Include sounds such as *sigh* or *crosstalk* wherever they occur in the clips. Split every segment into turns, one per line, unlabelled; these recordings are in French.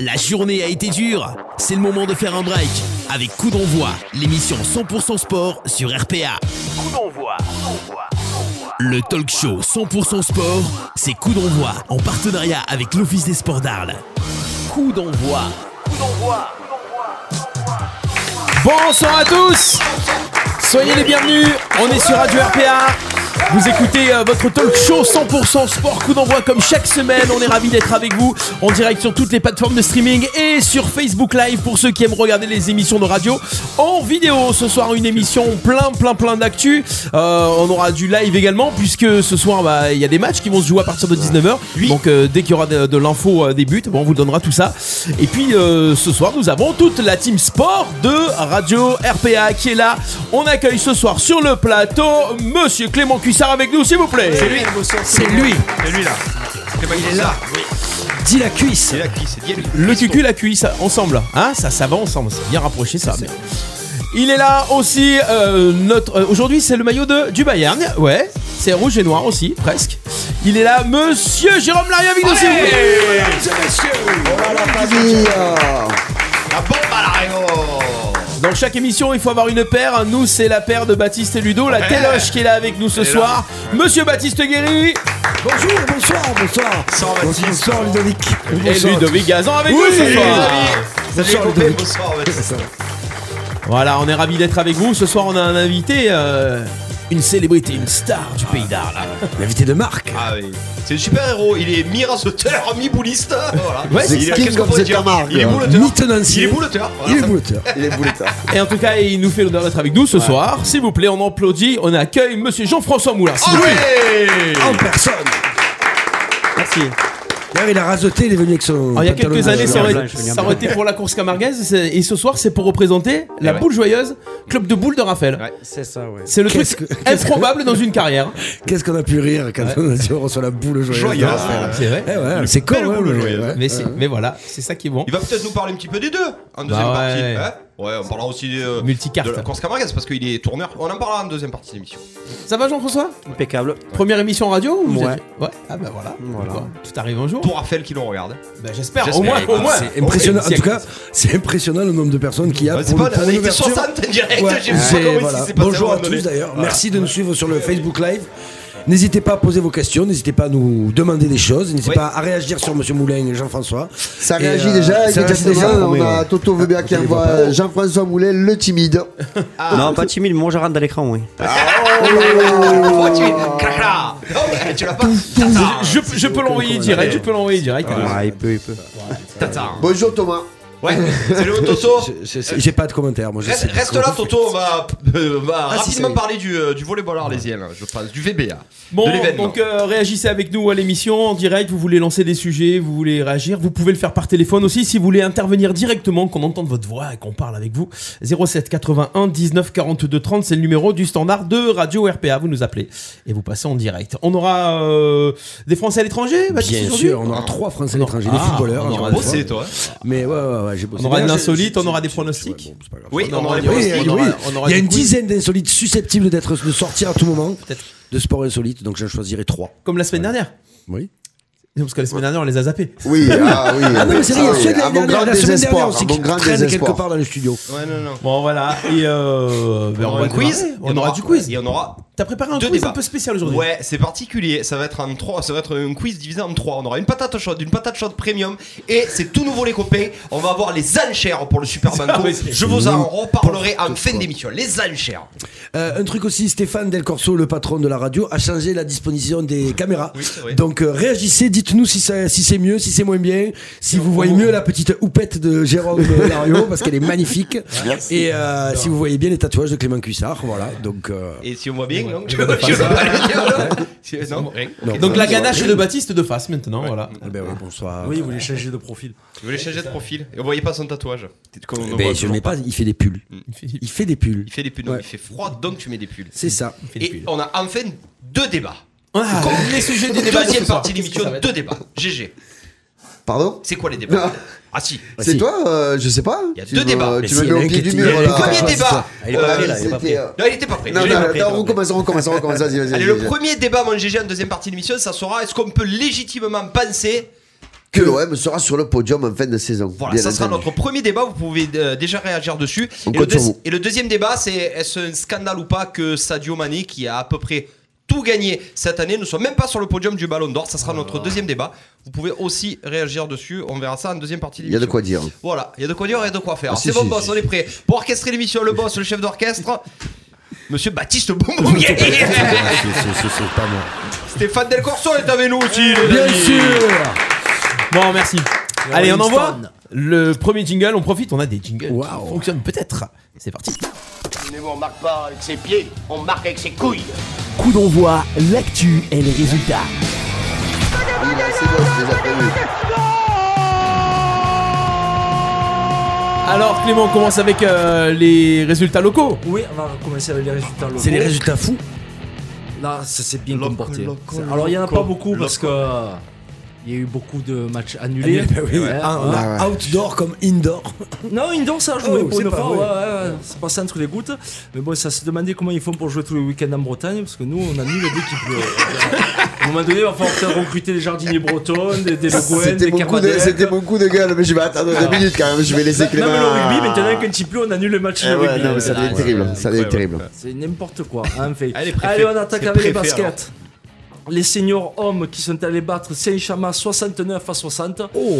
La journée a été dure, c'est le moment de faire un break avec Coup d'envoi, l'émission 100% sport sur RPA.
Coup d'envoi.
Le talk show 100% sport, c'est Coup d'envoi en partenariat avec l'Office des sports d'Arles. Coup d'envoi.
Coup d'envoi.
Bonsoir à tous Soyez les bienvenus, on est sur Radio RPA vous écoutez euh, votre talk show 100% sport coup d'envoi comme chaque semaine. On est ravis d'être avec vous en direct sur toutes les plateformes de streaming et sur Facebook Live pour ceux qui aiment regarder les émissions de radio en vidéo. Ce soir, une émission plein, plein, plein d'actu. Euh, on aura du live également puisque ce soir, bah, il y a des matchs qui vont se jouer à partir de 19h. Donc, euh, dès qu'il y aura de, de l'info euh, des buts, bon, on vous donnera tout ça. Et puis, euh, ce soir, nous avons toute la team sport de Radio RPA qui est là. On accueille ce soir sur le plateau Monsieur Clément Cuissard avec nous, s'il vous plaît.
C'est lui. C'est lui.
C'est lui là.
Il est là.
Dis la cuisse.
C'est la cuisse, c'est bien lui.
Le cucu, la cuisse, ensemble. Hein, ça, ça va ensemble. C'est bien rapproché, ça. Il est là aussi. euh, notre euh, aujourd'hui, c'est le maillot de du Bayern. Ouais, c'est rouge et noir aussi, presque. Il est là, Monsieur Jérôme Larieux avec nous. s'il vous plaît.
La bombe
oh.
à l'arrière.
Dans chaque émission, il faut avoir une paire. Nous, c'est la paire de Baptiste et Ludo, la téloche qui est là avec nous ce
là.
soir. Monsieur Baptiste Guéry
Bonjour, bonsoir, bonsoir.
Sans Baptiste.
Bonsoir Ludovic.
et Ludovic Gazan avec nous ce
les
soir.
Bonsoir Ludovic.
Bonsoir, Baptiste.
Voilà, on est ravis d'être avec vous. Ce soir, on a un invité, euh, une célébrité, une star du pays d'Arles.
L'invité de Marc.
Ah oui. C'est le super héros. Il est mi-rasoteur, mi-bouliste. Voilà.
Ouais,
Il est-
King
qu'est-ce qu'on
of
pourrait
the
dire
Tamargue.
Il est bouloteur.
Mi-tenancier.
Il est bouloteur. Voilà,
Il est
ça-
bouletteur. Il est bouletteur.
Et en tout cas, il nous fait l'honneur d'être avec nous ce soir. S'il vous plaît, on applaudit, on accueille Monsieur Jean-François Moulin.
Ah
s'il
Ah
vous plaît.
Ouais.
En personne.
Merci.
D'ailleurs, il a rasoté, il est venu avec son.
Alors, il y a
pantalon
quelques
de-
années, ça aurait,
blanc, je viens
ça aurait été pour la course camarguaise, c'est- et ce soir, c'est pour représenter la
ouais.
boule joyeuse, club de boule de Raphaël.
Ouais.
C'est ça, ouais.
C'est le truc
Qu'est-ce que-
improbable dans une carrière.
Qu'est-ce qu'on a pu rire quand on a dit on reçoit la boule joyeuse.
Joyeuse.
Ah,
C'est vrai.
Eh ouais, c'est con,
belle
ouais,
boule
mais-
joyeuse.
ouais.
Mais, c'est- mais voilà, c'est ça qui est bon.
Il va peut-être nous parler un petit peu des deux en
Bah
deuxième
ouais.
partie. hein ouais, on parlera aussi euh,
Multicarte.
de la course camarguaise parce qu'il est tourneur. On en parlera en deuxième partie de l'émission.
Ça va, Jean-François
Impeccable.
Première émission radio ou vous
Ouais.
êtes- Ouais. Ah bah voilà.
Voilà.
Bon, Tout arrive un jour.
Pour Raphaël qui nous regarde.
Bah, J'espère. Au
J'espère.
moins, au
Ah,
moins.
C'est impressionnant. En
Ouais,
tout cas, c'est impressionnant le nombre de personnes qu'il y a
Ouais,
Ah, pour,
Bah, c'est pas,
le- pour
on a été
l'ouverture.
60 en direct.
Ouais,
J'ai pas
c'est-
compris
voilà.
ce qui s'est passé
Bonjour
un
à
moment donné.
tous d'ailleurs.
Voilà.
Merci de nous suivre sur le Facebook Live. N'hésitez pas à poser vos questions, n'hésitez pas à nous demander des choses, n'hésitez
Oui.
pas à réagir sur Monsieur Moulin et Jean-François.
Ça
Et,
réagit
euh,
déjà,
ça réagit
immédiatement.
déjà,
on a
ouais.
Toto Vebia qui
on les voit
envoie
pas.
Jean-François Moulet, le timide.
Non, pas timide, mais moi je rentre dans l'écran, oui.
Oh, tu es- Cracra. Oh, mais tu l'as pas. Tata.
Je, je peux l'envoyer direct, je peux l'envoyer direct.
Ah, il peut, il peut.
Tata.
Bonjour Thomas.
Ouais, c'est le Toto.
Je- je- je- J'ai pas de commentaires, moi. je sais
Reste,
pas
reste
comment
là,
vous
Toto. On va, *laughs* euh, on va
Ah, si,
rapidement
ça y est.
parler du, euh, du volleyball arlésien, là, je pense, du VBA.
Bon,
de l'événement.
donc euh, réagissez avec nous à l'émission en direct. Vous voulez lancer des sujets, vous voulez réagir, vous pouvez le faire par téléphone aussi. Si vous voulez intervenir directement, qu'on entende votre voix et qu'on parle avec vous, 07 81 19 42 30, c'est le numéro du standard de Radio RPA. Vous nous appelez et vous passez en direct. On aura euh, des Français à l'étranger,
faites.
Baptiste,
Bien
aujourd'hui
sûr, on aura trois Français à l'étranger, des
Ah,
footballeurs.
on
encore
aura
une
bossé,
fois.
C'est toi. hein.
Mais ouais, ouais, ouais, j'ai bossé.
On aura de
D'ailleurs,
l'insolite,
j'ai-
on aura des
j'ai-
pronostics.
ouais, bon, c'est pas grave.
Oui, on aura des
des-
Oui, oui,
pronostics.
on aura-
oui.
on aura
Il y a
des
une
quiz.
dizaine d'insolites susceptibles d'être de sortir à tout moment.
Peut-être.
De sport insolite, donc j'en choisirai trois.
Comme la semaine dernière.
Oui.
Non, Parce que la semaine dernière, on les a zappés.
Oui, ah oui.
Ah non, mais c'est vrai,
oui,
ceux de
à
la
mon
dernière,
grand
la semaine dernière,
désespoir.
on
à
sait
mon
qu'ils
grand
traînent quelque
désespoir.
part dans le studio.
Ouais, non, non.
Bon, voilà. Et euh, ben,
On aura
va
un quiz.
démarrer. On aura du quiz.
Et on aura
T'as préparé un
deux
quiz
débats.
un peu spécial aujourd'hui.
Ouais, c'est particulier. Ça va être un trois, ça va être un quiz divisé en trois. On aura une patate chaude, une patate chaude premium, et c'est tout nouveau les copains. On va avoir les enchères pour le Super Banco.
mais c'est-
Je vous en reparlerai en fin d'émission. Les enchères.
Euh, un truc aussi, Stéphane Del Corso, le patron de la radio, a changé la disposition des caméras.
Oui, c'est vrai.
Donc euh, réagissez, dites-nous si, ça- si c'est mieux, si c'est moins bien, si vous voyez mieux la petite houppette de
*laughs*
Jérôme Lario, parce qu'elle est magnifique. Et euh, si vous voyez bien les tatouages de Clément Cuissard, voilà. Donc euh,
Et si on voit bien, non Je veux pas le dire. voilà. Si- Non, rien. Ok.
Donc la ganache de Baptiste de face maintenant, voilà.
eh ben oui, bonsoir.
Oui, il voulait changer de profil.
Je voulais changer de profil. Et on voyait pas son tatouage. Peut-être qu'on ne
Ben,
voit
je
toujours
n'ai pas, il fait des pulls. Il fait des pulls.
Il fait des pulls, non,
Ouais.
il fait froid, donc tu mets des pulls.
C'est ça.
fait des
Et
pulls.
on a enfin deux débats.
Ah, les sujets du débat
Deuxième
ce soir.
partie de
Qu'est-ce que
l'émission,
ça va être
deux débats. GG.
Pardon
C'est quoi les débats
Non.
Ah si.
C'est
si.
toi euh, Je sais pas.
Il y a
Tu
deux
me-
débats.
Tu
Mais si, il
me mets
y en a un
au
qui
pied
était-
du
il y en
mur.
a
Le
un
là.
qui
premier
c'est
débat.
ça. Elle est pas
euh,
prête, là, elle est pas
c'était,
prête.
euh,
Non, il était pas prêt.
Non,
Je l'ai pas
non,
pris,
non,
non.
on recommence, on recommence, on recommence. Vas-y, vas-y.
Allez,
vas-y,
le
vas-y.
premier débat, mon GG, en deuxième partie de l'émission, ça sera est-ce qu'on peut légitimement penser
que l'OM sera sur le podium en fin de saison.
Voilà,
Bien
ça sera
entendu.
notre premier débat. Vous pouvez euh, déjà réagir dessus.
On
Et le,
compte sur
deuxi-
vous.
et le deuxième débat, c'est est-ce un scandale ou pas que Sadio Mané, qui a à peu près tout gagné cette année, ne soit même pas sur le podium du Ballon d'Or Ça sera notre deuxième débat. Vous pouvez aussi réagir dessus. On verra ça en deuxième partie. de
Il y a de
l'émission.
quoi dire.
Voilà, il y a de quoi dire et de quoi faire.
Ah,
c'est
si,
bon,
si,
boss,
si.
on est prêt pour orchestrer l'émission. Le boss, le chef d'orchestre. Monsieur
*laughs*
Baptiste Boumouguet Stéphane Del Corso est avec nous aussi les
Bien
amis.
sûr Bon, merci. Allez, on
Rolling
envoie
Stone.
le premier jingle. On profite, on a des jingles qui fonctionnent peut-être. C'est parti.
Mais on marque pas avec ses pieds, on marque avec ses couilles.
Coup d'envoi, l'actu et les résultats.
Ah, c'est bon, c'est déjà prévu.
Alors, Clément, on commence avec euh, les résultats locaux.
Oui, on va commencer avec les résultats locaux.
C'est les résultats fous.
Là, Ah, ça s'est bien
Loco,
comporté.
loco,
C'est- Alors, il n'y en a
loco,
pas beaucoup parce que. euh, Il y a eu beaucoup de matchs annulés.
ben
Annulés, bah oui.
Ouais,
Ah, on
ouais.
a Outdoor comme indoor.
Non, indoor ça a joué
Oh,
pour
c'est
une
pas vrai.
fois. ouais, ouais, ouais. C'est passé entre les gouttes. Mais bon, ça se demandait comment ils font pour jouer tous les week-ends en Bretagne parce que nous, on annule dès qu'il pleut.
*laughs*
À un moment donné, il va falloir peut-être recruter des jardiniers bretons, des, des Legouen, des
C'était mon, coup de-
Carpadec.
c'était mon coup de gueule, mais je vais attendre deux minutes quand même. Je vais laisser Clément.
Non, mais le rugby, maintenant, quand il pleut, on annule le match
Eh
de
ouais,
rugby. Ah,
non, mais ça devient
Ouais.
terrible. Ça devient terrible.
C'est n'importe quoi, hein, fait.
Allez,
Allez,
préfet.
on attaque
C'est
avec les
préfet, alors.
baskets. Les seniors hommes qui sont allés battre Saint-Chamas 69 à 60.
Oh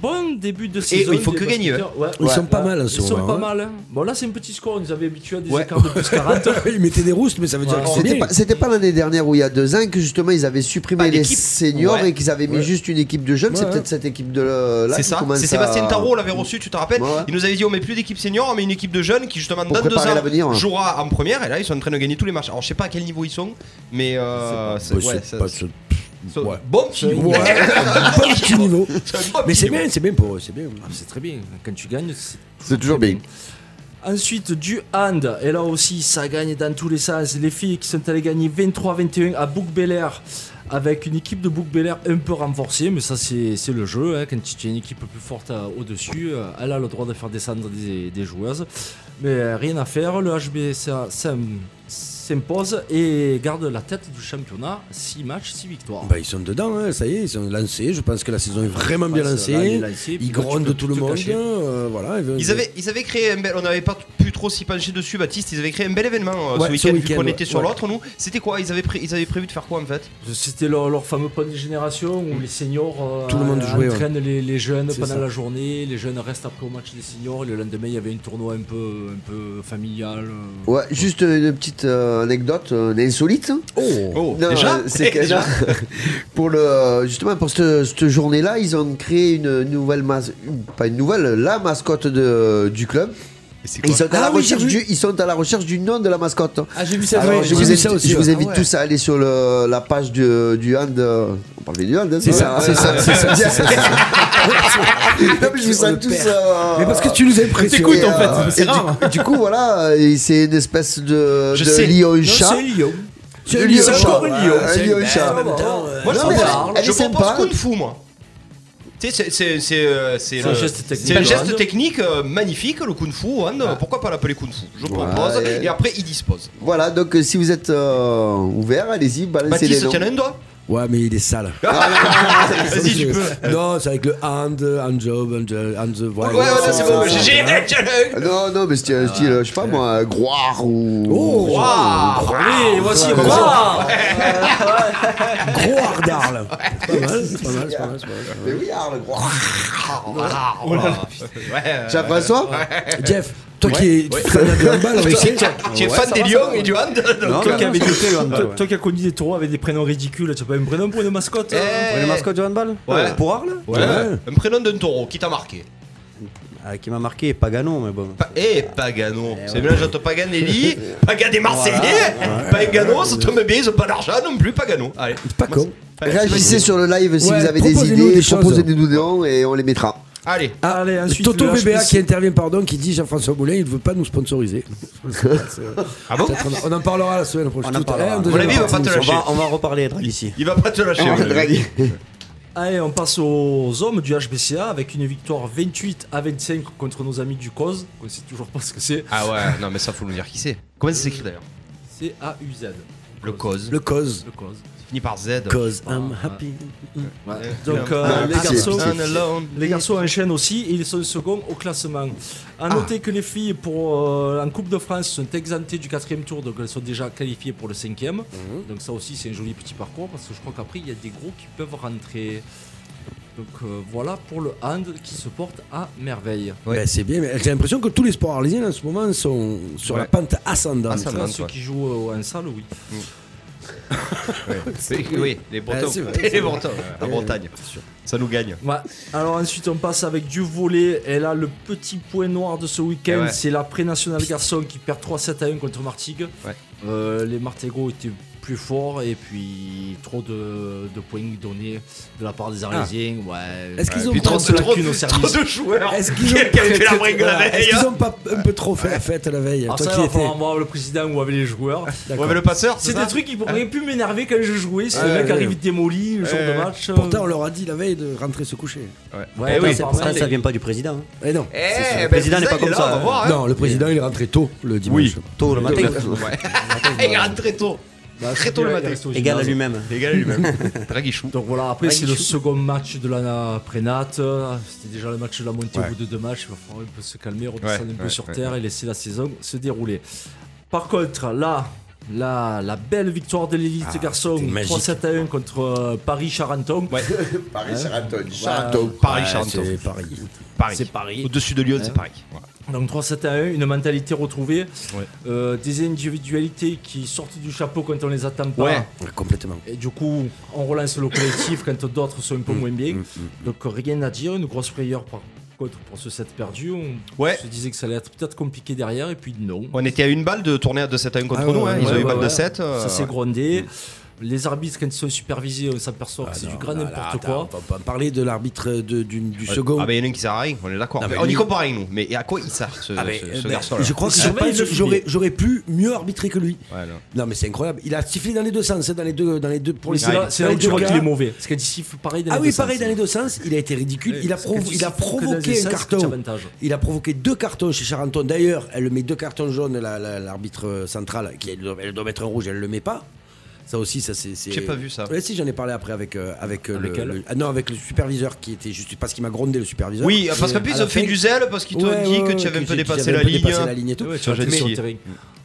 Bon début de saison.
il faut
des
que gagner,
basketteurs. Ouais,
Ils sont pas mal, en
Ils
ce
sont
moment,
pas
hein.
mal. hein. Bon, là, c'est un petit score. On nous avait habitués à des
Ouais.
écarts de plus 40.
*laughs* Ils mettaient des roustes, mais ça veut dire
Ouais.
que c'est
C'était
bien.
pas, c'était pas l'année dernière ou il y a deux ans que justement ils avaient supprimé
Pas
les
d'équipe.
seniors
Ouais.
et qu'ils avaient mis juste une équipe de jeunes. c'est peut-être cette équipe de euh, là
C'est
qui
ça,
commence
c'est Sébastien
à-
Tarot, on l'avait reçu, tu te rappelles
Ouais.
Il nous avait dit on met plus d'équipe senior, on met une équipe de jeunes qui justement
Pour
dans deux
préparer l'avenir,
ans
hein.
jouera en première et là ils sont en train de gagner tous les matchs. Alors je sais pas à quel niveau ils sont, mais euh, c'est- ouais, ça-
pas ce-
ça- bon petit niveau. hein.
Ouais, pas
*laughs*
ce niveau.
C'est un bon
Mais
petit
c'est
niveau.
bien, c'est bien pour eux, c'est bien.
C'est très bien. Quand tu gagnes, c'est
C'est toujours bien.
Ensuite, du hand. Et là aussi, ça gagne dans tous les sens. Les filles qui sont allées gagner 23-21 à Bouc Belair. Avec une équipe de Bouc Belair un peu renforcée, mais ça c'est c'est le jeu. hein. Quand tu as une équipe plus forte euh, au-dessus, euh, elle a le droit de faire descendre des, des joueuses. Mais euh, rien à faire, le HB ça- ça- s'impose et garde la tête du championnat. 6 matchs, 6 victoires.
Bah, ils sont dedans, hein, ça y est, ils sont lancés. Je pense que la saison est vraiment bien
Ouais, c'est- là, elle est
lancée.
lancée, puis
Ils
là, tu
grondent
peux
tout
te
le monde.
cacher.
euh, voilà,
Ils avaient, ils avaient créé, un bel- on n'avait pas pu trop s'y pencher dessus, Baptiste. Ils avaient créé un bel événement euh,
Ouais,
ce
ce
week-end, vu
week-end,
qu'on
ouais.
était sur
Ouais.
l'autre, nous. C'était quoi ils avaient, pré- ils avaient prévu de faire quoi en fait
C'était leur, leur fameux pont de génération où les seniors euh,
Tout le monde jouait,
entraînent les, les jeunes
C'est
pendant
ça.
la journée, les jeunes restent après au match des seniors, et le lendemain il y avait une tournoi un peu, un peu familial. euh.
Ouais, juste une petite euh, anecdote euh, insolite.
Oh,
Non,
déjà
euh, c'est que-
*laughs* Déjà
non. *laughs* pour le euh, justement pour cette, cette journée-là, ils ont créé une nouvelle mas- une- pas une nouvelle, la mascotte de, du club. Ils sont, à la
Ah oui, j'ai
recherche
vu.
du, ils sont à la recherche du nom de la mascotte.
Ah, j'ai vu ça,
Alors, je, vous
ai
invite, je vous invite
Ah ouais.
tous à aller sur le- la page du, du hand. euh, On parlait du hand, hein,
C'est ça, c'est ça, c'est ça, c'est ça.
*laughs* Non, mais je vous
On
sens
le
tous.
perd.
euh,
Mais parce que tu nous impressionnes.
t'écoute,
et,
en fait,
euh,
c'est
et du-
rare.
Du, coup, voilà, euh, et c'est une espèce de,
Je
de
sais.
lion-chat.
C'est Lyon.
C'est
C'est encore un lion.
Un lion-chat.
même temps,
Moi, je
Non, mais
propose-
elle- elle
je
est
propose
sympa.
Kung Fu, moi. Tu sais, c'est- c'est- c'est euh, c'est
C'est un
le-
geste technique.
c'est un geste
Hand.
technique, euh, magnifique, le Kung Fu. hand. Pourquoi pas l'appeler Kung Fu Je propose
Ouais.
et après il dispose.
Voilà, donc euh, si vous êtes euh, ouvert, allez-y, balancez les
Baptiste,
noms.
tiens un doigt
Ouais, mais il est sale. *laughs*
Vas-y, tu peux.
Non, c'est avec le hand, hand job, hand, hand the.
Ouais, ouais, non, Ah, c'est bon, Euh, j'ai- j'ai j'ai-
Ah, Non, non, mais c'est un style, euh, je sais pas moi, Groire ou.
Ah, Oh,
Waouh.
Allez, voici
Ouais.
quoi
*laughs* Gros hardarle. C'est pas mal, c'est pas mal, c'est pas mal.
Mais oui, Arles, Groire.
Oh là là, putain. Ouais, ouais.
Jean-François
Jeff, toi qui es tu fais de handball, on va essayer.
*laughs* Tu es fan des lions et du hand donc,
toi,
euh,
qui avais-
hein.
toi- toi qui as connu des taureaux avec des prénoms ridicules, tu as pas un prénom pour une mascotte hein
Eh.
Une mascotte.
mascotte du handball Euh,
Ouais.
Pour Arles
Ouais. Un prénom d'un taureau qui t'a marqué.
Ah, Qui m'a marqué, Pagano, mais bon.
Pa- Eh, Pagano. C'est mélange entre Paganelli, Pagan des Marseillais. Pagano, ça tombe bien, ils ont pas d'argent non plus, Pagano. Allez.
Pas con.
Allez,
Réagissez sur le live si
Ouais,
vous avez des
proposez-nous
idées,
des choses.
proposez-nous des noms et on les mettra.
Allez.
Ah, Allez, ensuite,
Ah, Toto
le
BBA
HPC.
qui intervient, pardon, qui dit Jean-François Boulay, il ne veut pas nous sponsoriser.
Oh. Ah bon
Peut-être on, on en parlera la semaine prochaine.
On en
Tout à
parlera.
l'heure, en
À mon
deuxième
avis, il va
partie.
pas te
On
lâcher.
va, on va reparler Drag ici.
Il va pas te lâcher. mon ami.
Draghi.
Allez, on passe aux hommes du HBCA avec une victoire 28 à 25 contre nos amis du COS. On sait toujours pas ce que c'est.
Ah ouais, non mais ça faut nous dire qui c'est. Comment ça s'écrit d'ailleurs
C'est AUZ.
Le cause.
Le cause.
Le cause.
finit par Z.
Cause hein. I'm happy.
Ouais. Donc,
Ah,
euh,
les
les, garçons,
garçons.
les garçons enchaînent aussi et ils sont seconds au classement. À noter que les filles pour, euh, en Coupe de France sont exemptées du quatrième tour, donc elles sont déjà qualifiées pour le cinquième. Donc, ça aussi, c'est un joli petit parcours parce que je crois qu'après, il y a des gros qui peuvent rentrer. Donc, euh, voilà pour le hand qui se porte à merveille.
Ben, c'est bien, mais j'ai l'impression que tous les sports arlésiens en ce moment sont sur la pente ascendante.
Ascendante.
Là,
rentre,
ceux
ouais.
qui jouent euh, en salle, oui.
Oui, les Bretons.
Ah, c'est vrai, c'est
*laughs* les
vrai.
Bretons, la Bretagne. Ça nous gagne.
Ouais. Alors ensuite on passe avec du volet et là le petit point noir de ce
Eh
week-end
ouais.
c'est la pré-nationale garçon qui perd 3-7 à 1 contre Martigues.
Ouais.
Euh, les Martigaux étaient plus forts et puis trop de, de points donnés de la part des
Ah.
Arlésiens. Ouais.
Est-ce qu'ils ont
Puis
pas
trop,
un peu
de-
la
trop,
thune au
de-
service.
trop de joueurs
Est-ce
qui
qu'ils ont,
qui avaient fait la
Voilà.
bringue la
Est-ce
veille. hein. Ah,
qu'ils ont pas un peu trop fait la fête la veille
Alors
Toi
Ah, ça,
qui
il va
étais.
falloir voir le président ou avec les joueurs.
Ouais, mais le passeur,
C'est
ça
des trucs qui pourraient plus m'énerver quand je jouais. Si le
Ouais,
mec
ouais.
arrive démoli le jour
Ouais.
de match. euh,
Pourtant, on leur a dit la veille de rentrer se coucher.
ouais,
Eh oui,
bah,
c'est
par
pour
Ça,
contre,
ça vient pas du président. hein.
Eh non.
Eh, ben,
Le président n'est pas
il est
comme
là,
ça,
On va
hein.
voir. hein.
Non, le président, il est rentré tôt le dimanche.
Tôt
*laughs*
le matin.
*laughs* Il rentre très tôt.
bah,
Très tôt le
il
matin.
reste au
Égal à
gymnase.
lui-même.
L'égal *laughs* lui-même. Draguichou.
Donc voilà, après c'est le second match de la prénate. C'était déjà le match de la montée
Ouais.
au bout de deux matchs. Il va falloir un peu se calmer, redescendre
Ouais,
un peu
ouais,
sur
ouais.
terre et laisser la saison se dérouler. Par contre, là, la, la belle victoire de l'élite
Ah,
garçon, 3-7 à 1 contre euh, Paris-Charenton.
Ah,
Paris, Sheraton.
Sheraton.
Paris, Charenton.
Bah, Paris.
Paris.
C'est Paris.
Au-dessus de Lyon, c'est Paris. Voilà.
Donc 3-7 à 1, une mentalité retrouvée, euh, des individualités qui sortent du chapeau quand on les attend pas.
Ouais.
Complètement.
Et du coup, on relance le collectif quand d'autres sont un
Mm.
peu moins bien. Donc rien à dire, une grosse frayeur par contre pour ce set perdu. On
Ouais.
se disait que ça allait être peut-être compliqué derrière et puis non.
On était à une balle de tourner à 2-7 à 1 contre
Ah ouais,
nous. hein.
ouais,
Ils ont
Ouais,
eu
ouais,
balle de euh. Mm.
ouais.
7.
Ça s'est grondé. Les arbitres, quand ils sont supervisés, on s'aperçoit
Ah
que c'est du grand n'importe quoi.
On va pas parler de l'arbitre de- du, du second.
Ah, ben il y en a un qui sert à rien, on est d'accord.
Non, mais
on y
lui-
compare rien, nous. Mais à quoi il sert ce,
Ah, mais,
ce-
euh,
ce
ben,
garçon-là
je crois que
Il
j'ai
surveille
pas-
le filet.
j'aurais, j'aurais pu mieux arbitrer que lui.
Ouais, non.
Non, mais c'est incroyable. Il a sifflé dans les deux sens, hein, dans les deux, dans les deux pour
Mais
les
C'est là,
dans
c'est là
les
où tu
deux
vois
cas.
qu'il est mauvais. Parce qu'il siffle pareil dans
Ah
les
oui,
deux
pareil
sens.
dans les deux sens. Il a été ridicule. Il a, provo-
Parce que
il a
tu siffles que dans
provoqué
les
un
sens, tu as
carton.
avantage.
Il a provoqué deux cartons chez Charenton. D'ailleurs, elle met deux cartons jaunes, la- la- l'arbitre euh, central, qui elle doit, elle doit mettre un rouge, elle le met pas. Ça aussi, ça c'est. c'est-
J'ai pas vu ça.
Ouais, si, j'en ai parlé après avec, euh, avec, euh,
Avec
le,
elle
le- ah non, avec le superviseur qui était juste parce qu'il m'a grondé le superviseur.
Oui, parce qu'en plus,
À
ils
la
ont fait
fin-
du zèle parce qu'ils t'ont
Ouais,
dit
ouais,
que
ouais,
tu avais un
que
peu
j'ai-
dépassé
j'avais
la
un peu
ligne.
dépassé la ligne et tout.
Ouais, tu as
Sur
été sur
Jesse.
le terrain.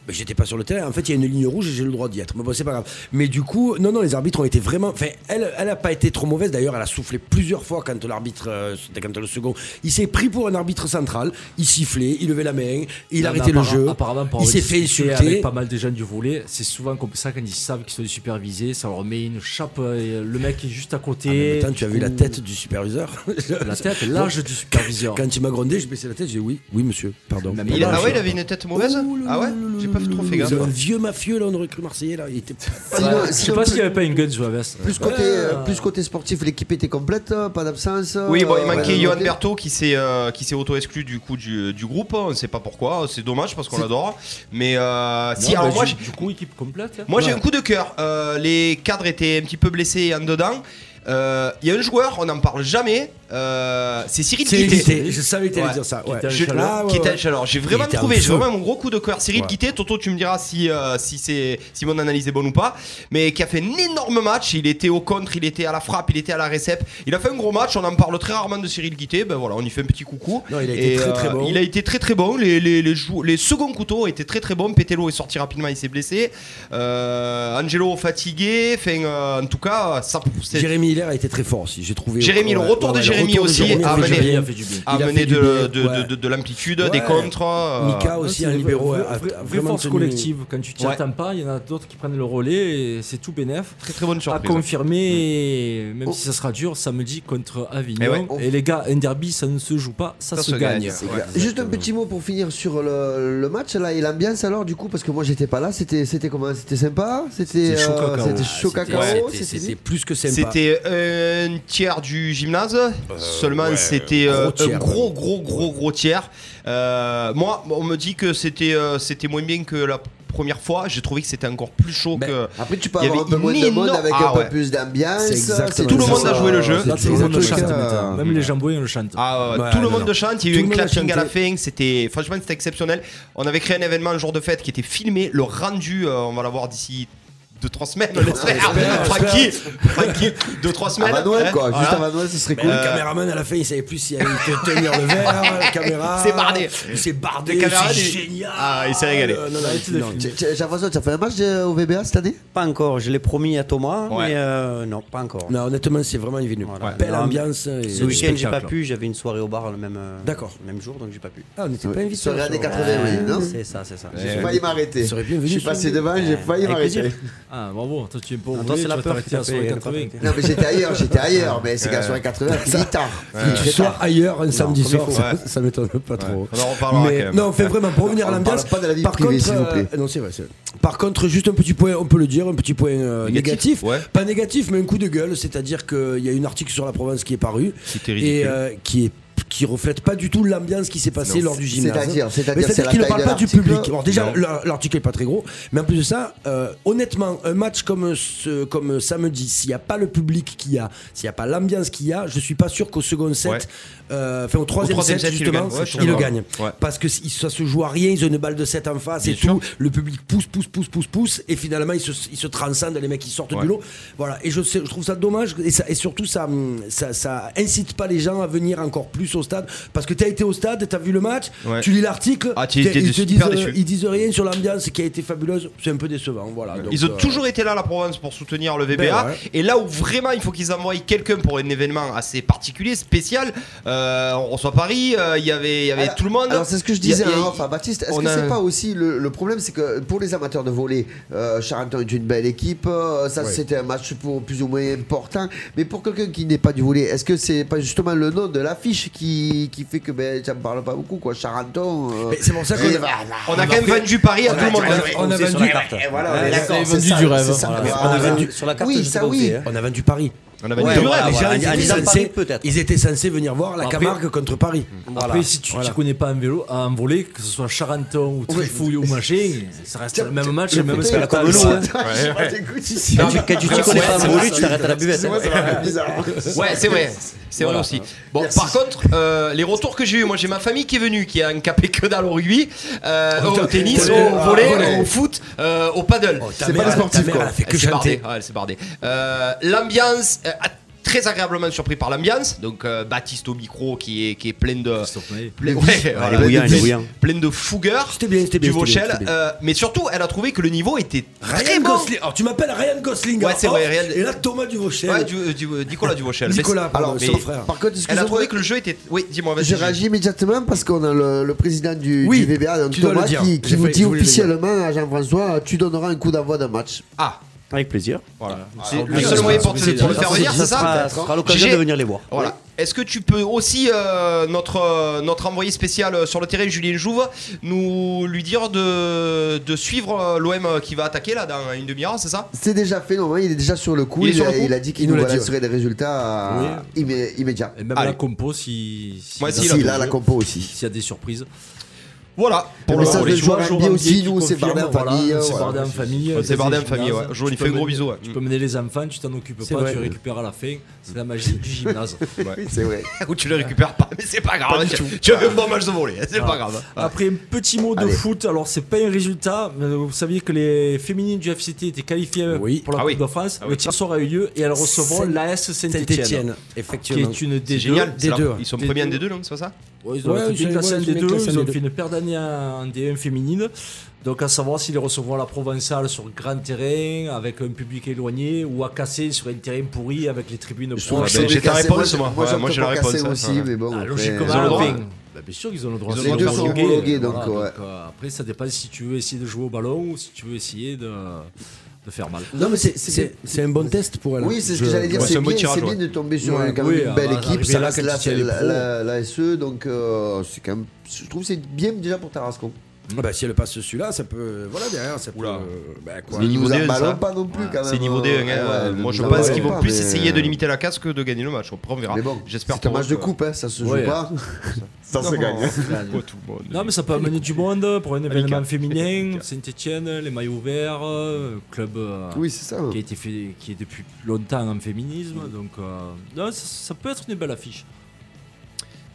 Mais j'étais pas sur le terrain. En fait, il y a une ligne rouge et j'ai le droit d'y être. Mais bon, c'est pas grave. Mais du coup, non, non, les arbitres ont été vraiment. Enfin, elle, elle a pas été trop mauvaise. D'ailleurs, elle a soufflé plusieurs fois quand l'arbitre, euh, c'était quand le second, il s'est pris pour un arbitre central. Il sifflait, il levait la main, il
Non,
arrêtait
mais
le
appara-
jeu.
Apparemment, pour
il s'est
avoir
fait
discuté Avec
insulter.
pas mal de jeunes du volet, c'est souvent comme ça quand ils savent qu'ils sont supervisés, ça leur met une chape. euh, Le mec est juste à
Ah, mais en
côté.
même temps, tu as vu la tête du superviseur *laughs*
La tête, l'âge du superviseur.
Quand il m'a grondé, j'ai baissé la tête. J'ai dit oui, oui, monsieur. Pardon.
Mais
Il a-
Dommage,
Ah ouais, il
ça.
avait une tête mauvaise Ah ouais J'ai pas trop fait gaffe.
C'est un vieux mafieux, là, on aurait cru Marseillais, là. Il
*laughs*
était.
Sinon-
Je sais
sinon,
pas
plus-
s'il y avait pas une gun sous la veste.
Plus côté, euh, plus côté sportif, l'équipe était complète, euh, pas d'absence.
Oui, bon,
euh,
il manquait
ouais,
Johan
ok.
Berthaud qui s'est euh, qui s'est auto-exclu du coup du, du groupe. On ne sait pas pourquoi. C'est dommage parce qu'on l'adore. Mais euh, si,
Non,
alors
bah,
moi,
du,
j'ai-
du coup, équipe complète. hein.
moi j'ai un coup de cœur. Euh, les cadres étaient un petit peu blessés en dedans. Euh, Il y a un joueur, on n'en parle jamais. euh, c'est Cyril
C'est
Guité.
évité. Je savais que t'allais
Ouais.
dire ça.
Qui
ouais.
était à
Je-
Chaleur.
Ah, ouais,
qui était à
ouais.
Chaleur. J'ai vraiment
Il était en
trouvé, j'ai
feu.
vraiment mon gros coup de cœur. Cyril Guité, Toto, tu me diras si, euh, si, c'est, si mon analyse est bonne ou pas, mais qui a fait un énorme match. Il était au contre, il était à la frappe, il était à la récep. Il a fait un gros match. On en parle très rarement de Cyril Guité. Ben voilà, on y fait un petit coucou. euh,
Non, il a été très, très bon.
Il a été très très bon. Les, les, les, jou- les seconds couteaux étaient très très bons. Pételo est sorti rapidement, il s'est blessé. Euh, Angelo fatigué. Enfin, euh, en tout cas, ça c'est-
Jérémy Hiller a été très fort aussi, j'ai trouvé.
Jérémy, le retour de Jérémy aussi
Jérémy
a
fait du
amené-
bien.
a fait du bien.
a
il a
mené
fait du
de,
bien,
de-
ouais.
de- de l'amplitude, des
Ouais.
contres. euh,
Mika Ah, aussi,
Ouais,
un
c'est
libéraux.
vrai-
a- a- a
vrai- Vraie
vraiment
force
tenu-
collective. Quand tu t'y
Ouais.
attends pas, il y en a d'autres qui prennent le relais et c'est tout bénef.
Très très bonne
à
surprise.
Mm. confirmer,
Oh.
même si ça sera dur, samedi contre Avignon.
Eh
Et,
ouais.
les gars, un derby, ça ne se joue pas, ça, se, gagne.
Ouais.
Juste un petit mot pour finir sur le, le match là et l'ambiance alors du coup parce que moi j'étais pas là c'était c'était comment c'était sympa c'était
C'était chaud
euh,
cacao.
c'était
Ah,
chaud
C'était-
cacao
c'était-
c'était
C'était
dit
plus que sympa.
C'était un tiers du gymnase, seulement c'était euh,
Gros
un
tiers.
gros gros gros gros tiers. Euh, moi, on me dit que c'était euh, c'était moins bien que la première fois. J'ai trouvé que c'était encore plus chaud
Ben,
que.
après tu peux
Il y
avoir un
avait
peu moins de
énorme-
monde avec
Ah
un peu
ouais.
plus d'ambiance
C'est exactement
c'est
Tout le
ça.
monde a joué le jeu.
C'est
Là,
Là,
c'est
tout
tout
le monde
exactement
le euh,
le
ça.
chante
cas.
maintenant. Même les jambons, le chantent.
Ah, euh,
Ouais,
tout le
non,
monde
non.
de chante, il y a
Tout
eu
le
un
monde a
clapping à la
chanté.
fin, c'était franchement c'était exceptionnel. On avait créé un événement un jour de fête qui était filmé, le rendu, euh, on va l'avoir d'ici deux trois semaines, on espère. Tranquille, tranquille, deux trois
À
semaines.
Noël
hein,
quoi,
voilà.
juste avant Noël, ce serait
Mais,
cool.
euh,
Le caméraman à la fin il savait plus s'il allait te tenir le
*laughs*
verre, la caméra.
C'est bardé.
Il s'est bardé.
Le caméra,
C'est
il-
génial.
Ah, il s'est régalé.
Euh, non, non,
Arrêtez
non,
de
non.
filmer.
J'ai- j'ai- J'ai l'impression que tu as fait un match euh, au VBA cette année
Pas encore, je l'ai promis à Thomas,
Ouais.
mais euh, non, pas encore.
Non, honnêtement, c'est vraiment une venue.
Voilà.
Belle
Non, mais-
ambiance. et-
Ce week-end, j'ai pas
spectacle.
pu, j'avais une soirée au bar le même, euh,
D'accord.
même jour, donc j'ai pas pu.
Ah, on n'était pas invités.
Soirée
là,
années
sur-
80, Eh oui, non
Ah,
Eh.
C'est ça, c'est ça.
J'ai failli m'arrêter.
Il serait bien venu,
Je suis
celui-là.
passé devant, j'ai failli
Avec plaisir.
m'arrêter.
Ah, bravo, toi tu es pour
Attends,
rouler,
c'est
tu
la
vas
peur qui
t'arrêter
t'a
à
fait.
80.
Non mais j'étais ailleurs, j'étais ailleurs, mais c'est qu'à soirée 80, il est tard.
Que tu sois ailleurs un samedi
comme il
soir,
faut.
ça,
Ouais.
ça m'étonne pas trop.
On en reparlera
Mais-
quand même.
Non, fait vraiment pour revenir à
On
l'ambiance.
parle pas de la vie
par
privée,
contre,
s'il vous plaît.
euh, non, c'est vrai. c'est vrai. Par contre, juste un petit point, on peut le dire, un petit point euh, négatif.
Négatif, ouais.
Pas négatif, mais un coup de gueule. C'est-à-dire qu'il y a une article sur la province qui est parue
Qui était ridicule.
et euh, qui est qui reflète pas du tout l'ambiance qui s'est passée lors du gymnase.
C'est-à-dire- c'est-à-dire,
Mais
c'est la
qu'il ne
taille
parle
de
pas du
l'article.
public. Alors déjà,
Non.
l'ar- l'article est pas très gros, mais en plus de ça, euh, honnêtement, un match comme ce, comme samedi, s'il n'y a pas le public qu'il y a, s'il n'y a pas l'ambiance qu'il y a, je suis pas sûr qu'au second set,
Ouais.
euh, enfin au troisième,
troisième set, il le
justement,
gagne. Ouais, je suis
il le
d'accord.
gagne,
Ouais.
parce que s- ça se joue à rien, ils ont une balle de 7 en face et
sûr.
tout, le public pousse, pousse, pousse, pousse, pousse, et finalement ils se, ils se transcendent, les mecs ils sortent
Ouais.
du lot, voilà. Et je, sais- je trouve ça dommage et, ça- et surtout ça, hum, ça, ça incite pas les gens à venir encore plus au stade, parce que tu as été au stade, tu as vu le match,
Ouais.
tu lis l'article,
Ah, tu
t'es-
étais
ils te
super
disent, euh,
déçu.
ils disent rien sur l'ambiance qui a été fabuleuse, c'est un peu décevant, voilà. Donc,
Ils ont
euh,
toujours été là, la Provence, pour soutenir le VBA.
Ben ouais.
Et là où vraiment il faut qu'ils envoient quelqu'un pour un événement assez particulier, spécial, euh, on reçoit Paris, euh, il y avait, il y avait
Alors-
tout le monde.
Ah, Alors c'est ce que je
Il y a-
disais
il y a-
hein, enfin, Baptiste. Est-ce
on
que
a-
c'est pas aussi le, le problème, c'est que pour les amateurs de volley, euh, Charenton est une belle équipe. euh, ça c'était un match pour plus ou moins important. Mais pour quelqu'un qui n'est pas du volley, est-ce que c'est pas justement le nom de l'affiche qui, qui fait que ben ça me parle pas beaucoup quoi, Charenton. euh,
Mais c'est pour ça qu'on
et-
a-
on a quand même vendu Paris à tout le monde.
on a vendu,
Et voilà, on est d'accord,
avez
c'est
vendu
ça,
du rêve,
c'est ça.
hein,
Voilà.
On a vendu- sur la carte,
Oui,
je sais
ça
pas où
oui.
c'est, hein.
on a vendu Paris.
On a vendu
Ouais,
tout le
voilà,
les
monde.
gens,
voilà.
ils,
À
étaient
Nissan,
censés,
Paris, peut-être.
ils étaient censés venir voir la
Après-
Camargue contre Paris.
Après, si tu t'y connais pas en vélo, à en volet, que ce soit Charenton ou Trifouille ou machin, ça reste le même match, le même
Putain,
spectacle.
comme nous,
ça.
hein. Je sais pas, t'écoutes ici.
Quand tu- quand tu t'y connais pas en volley, tu t'arrêtes à la buvette.
C'est vrai, ça m'a fait bizarre.
Ouais,
*laughs*
c'est vrai. C'est vrai aussi. Bon, par contre, euh, les retours que j'ai eu, moi j'ai ma famille qui est venue, qui a un capé que dalle au rugby, euh,
Oh,
au tennis, au volley, au foot, euh, au paddle. Ah,
Ta
C'est
Oh, mère,
pas les sportifs,
ta mère,
quoi.
elle a fait que
Elle s'est
chanter.
bardée. Ouais, elle s'est bardée. Euh, l'ambiance. euh, a- Très agréablement surpris par l'ambiance. Donc, euh, Baptiste au micro qui est, qui est plein de. plein- ouais, voilà,
il est bouillant,
plein-
il est bouillant.
plein de fougueur.
C'était bien, c'était bien,
Du
c'était bien,
Vauchel.
c'était bien.
Euh, mais surtout, elle a trouvé que le niveau était très
Ryan
bon.
Gosling. Alors tu m'appelles Ryan Gosling.
Ouais,
en
c'est vrai,
off,
Ryan-
Et là Thomas Duvauchel.
Ouais, du, euh, du- Nicolas Duvauchel.
Nicolas,
Mais-
pardon,
mais-
son frère.
Par
Elle
contre,
a
excusez-moi,
trouvé que le jeu était. Oui, dis-moi, vas-y.
Je réagis immédiatement parce qu'on a le, le président du,
Oui,
du VBA, donc
tu dois
Thomas,
le dire.
qui, qui
J'ai
vous
failli-
dit
je voulais le dire.
officiellement à Jean-François Tu donneras un coup d'envoi d'un match.
Ah,
Avec plaisir.
voilà.
Ah,
C'est
oui,
le seul
ça,
moyen
ça,
pour, te-
ça,
pour le
ça,
faire
ça,
venir, c'est
Ça
ça
sera, ça sera l'occasion
J'ai-
de venir les voir.
Voilà. Est-ce que tu peux aussi, euh, notre, euh, notre envoyé spécial euh, sur le terrain, Julien Jouve, nous lui dire de, de suivre euh, l'OM euh, qui va attaquer là dans une demi-heure, c'est ça
C'est déjà fait, normalement, il est déjà sur le coup.
Il est
a,
sur le coup
il a dit qu'il
Il nous
nous
l'a dit,
balancerait des résultats euh, immé- immédiats.
Et même
Allez.
la compo, si. si-
Moi, si,
Si,
il a
là, la compo aussi.
S'il y a des surprises.
Voilà. Pour
Le
le
message
moment.
de- joueurs
Joran
NBA
Bier
aussi,
qui
nous, on s'est
confirme,
bardé en famille,
On
euh,
s'est
voilà.
bardé en famille.
On s'est
euh,
bardé en
gymnase.
famille, ouais. Joran,
Tu
il
peux
fait un gros
mener-
bisou, ouais.
Tu peux mener les enfants, tu t'en occupes
C'est
pas,
vrai.
tu récupères à la fin. C'est la magie du
*laughs*
gymnase.
Oui, c'est vrai.
*laughs* Ou tu le récupères pas, mais c'est pas grave. tu, tu as vu un bon match de volley, c'est
Ah.
pas grave. Ah,
Après un petit mot de
Allez.
foot, alors c'est pas un résultat, mais vous saviez que les féminines du FCT étaient qualifiées euh,
Oui.
pour la
Ah
Coupe
oui.
de France.
Ah oui.
Le tir sort a eu lieu et elles recevront
Saint-
l'AS Saint-Etienne,
Saint-Étienne,
qui
effectivement.
est une des
C'est génial.
des
c'est la-
deux.
Ils sont
Des
premiers en
deux.
D2, non C'est ça
Ouais, ils ont
Ouais,
été
ils ont-
classés
ouais,
en
ils ont été
D2,
classés en
ils ont
D2.
fait une paire d'années en D1 féminine. Donc à savoir s'ils recevront la Provençale sur grand terrain, avec un public éloigné, ou à Casser sur un terrain pourri avec les tribunes
trouve
Ah
proches.
que
ben,
c'est
j'ai ta
cassé.
réponse,
je-
moi. Ouais,
j'opte
moi, j'ai
pour
la réponse,
casser
ça.
aussi, mais bon.
Ah,
après,
logiquement,
Ils ont le droit.
enfin, bah, bien sûr qu'ils ont le droit.
Ils ont
c'est
le droit,
leur
ils sont
target,
homologués, donc, ouais.
euh, après, ça dépend si tu veux essayer de jouer au ballon ou si tu veux essayer de, de faire mal.
Non mais c'est- c'est c'est un bon test pour elle.
Oui, c'est ce
Je-
que j'allais dire.
Ouais, c'est
C'est
un beau
bien,
tirage,
c'est bien
ouais.
de tomber sur
Ouais,
un- quand
oui,
même une
ah,
belle
bah,
équipe.
arriver
Ça
là,
reste
quand
la,
tu tiens les
la,
pros.
la- la SE, donc euh, c'est quand même. Je trouve que c'est bien déjà pour Tarascon.
Ah bah, si elle passe celui-là, ça peut. Voilà derrière, ça peut.
Oula.
euh, bah, quoi.
C'est
Ils
niveau
nous
D1,
emballons
ça.
pas non plus quand même.
C'est niveau D1. hein.
Euh, Ouais,
Moi, je
nous
pense
emballons
qu'ils vont
pas,
plus
mais-
essayer de limiter la casse que de gagner le match. Après, on verra.
Mais bon,
j'espère
c'est un
pour
match
eux
de
que-
coupe, hein, ça se joue
Ouais.
pas. ça se gagne.
Pourquoi tout le monde
Non, mais ça peut amener du monde pour un événement
Amical.
féminin.
Amical.
Saint-Etienne, les maillots verts, euh, club euh,
Oui, c'est ça. hein.
qui, a été fait, qui est depuis longtemps en féminisme. Donc, euh, non, ça, ça peut être une belle affiche.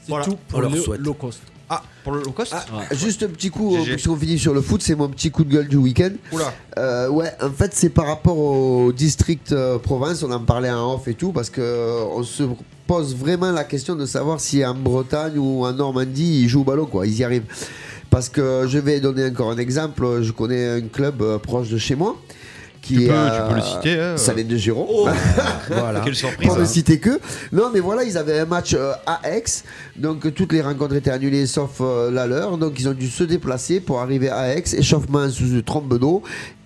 C'est
Voilà.
tout
On
pour
leur
le
souhaite.
low cost.
Ah, pour le low cost
Juste un petit coup,
GG.
euh, puisqu'on finit sur le foot, c'est mon petit coup de gueule du week-end.
Oula.
Euh, ouais, en fait, c'est par rapport au district euh, province, on en parlait en off et tout, parce que euh, on se pose vraiment la question de savoir si en Bretagne ou en Normandie, ils jouent au ballon, quoi, ils y arrivent. Parce que je vais donner encore un exemple, je connais un club euh, proche de chez moi. Qui
Tu peux-
est,
tu peux le citer, hein.
Ça vient de Giron. voilà.
Quelle surprise,
Pour ne
hein.
citer que. Non, mais voilà, ils avaient un match euh, à Aix. Donc, euh, toutes les rencontres étaient annulées sauf euh, la leur. Donc, ils ont dû se déplacer pour arriver à Aix. Échauffement sous le trompe d'eau.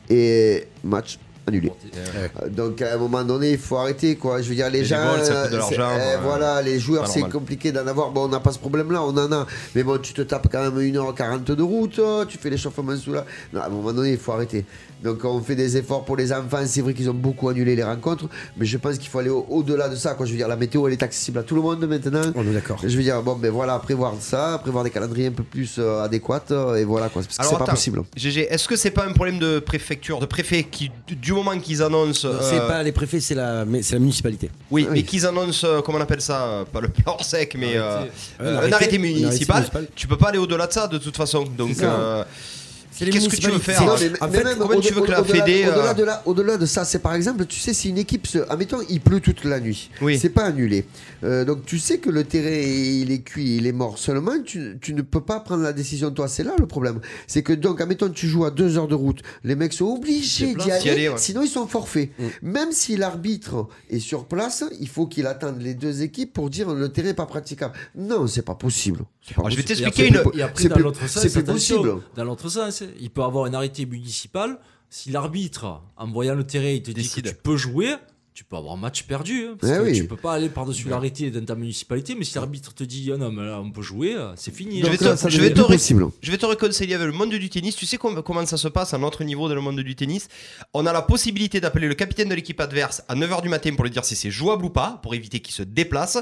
Et match annulé. Euh, Donc à un moment donné, il faut arrêter quoi. Je veux dire, les
Et les
gens,
balles, ça coûte de
euh, c'est-
l'argent,
eh,
euh,
voilà, les joueurs,
pas
c'est
normal.
compliqué d'en avoir. Bon, on n'a pas ce problème-là, on en a. Mais bon, tu te tapes quand même 1h40 de route, euh, tu fais l'échauffement sous là. Non, à un moment donné, il faut arrêter. Donc on fait des efforts pour les enfants. C'est vrai qu'ils ont beaucoup annulé les rencontres, mais je pense qu'il faut aller au- au-delà de ça. Quoi. Je veux dire, la météo, elle est accessible à tout le monde maintenant.
On est d'accord.
Je veux dire, bon, mais voilà, prévoir ça, prévoir des calendriers un peu plus euh, adéquats, euh, et voilà quoi. Parce que
Alors,
c'est pas
attends,
possible.
GG, est-ce que c'est pas un problème de préfecture, de préfet qui, du- du moment qu'ils annoncent.
C'est
euh,
pas les préfets, c'est la, mais c'est la municipalité.
Oui,
Ah
mais
oui.
qu'ils annoncent, euh, comment on appelle ça, euh, pas le plan sec, mais euh,
Un
euh, un,
arrêté.
arrêté
Un arrêté
municipal,
municipal.
tu peux pas aller au-delà de ça de toute façon. Donc,
ça.
euh,
C'est les
qu'est-ce que tu veux
municipalités.
faire
Non,
C'est-
mais
en
mais
fait,
même
combien
au-
tu veux
au-
que la
au-delà-
Fédé, euh,
Au-delà de, la- au-delà de ça, c'est par exemple, tu sais, si une équipe, se, admettons, il pleut toute la nuit,
Oui.
c'est pas annulé. Euh, donc tu sais que le terrain, il est cuit, il est mort. Seulement, tu, tu ne peux pas prendre la décision toi. C'est là le problème. C'est que donc, admettons, tu joues à deux heures de route, les mecs sont obligés d'y aller,
D'y aller, ouais. Mm.
sinon ils sont forfaits. Même si l'arbitre est sur place, il faut qu'il attende les deux équipes pour dire le terrain n'est pas praticable. Non, c'est pas possible. C'est pas
Alors, je vais
possible.
t'expliquer
Et
une.
après-
Et après,
C'est
dans
plus-
l'autre sens,
c'est plus
attention,
possible.
Dans l'autre sens, il peut avoir un arrêté municipal. Si l'arbitre, en voyant le terrain, il te dit
Décide.
que tu peux jouer, tu peux avoir un match perdu. hein, parce
Eh
que
oui.
Tu peux pas aller par-dessus l'arrêté dans ta municipalité. Mais si l'arbitre te dit, ah non, mais là, on peut jouer, euh, c'est fini.
Je vais
Donc
te-
là, ça
je
devient
vais te
plus
ré-
possible.
Je vais te réconcilier avec le monde du tennis. Tu sais com- comment ça se passe à notre niveau dans le monde du tennis On a la possibilité d'appeler le capitaine de l'équipe adverse à 9h du matin pour lui dire si c'est jouable ou pas, pour éviter qu'il se déplace.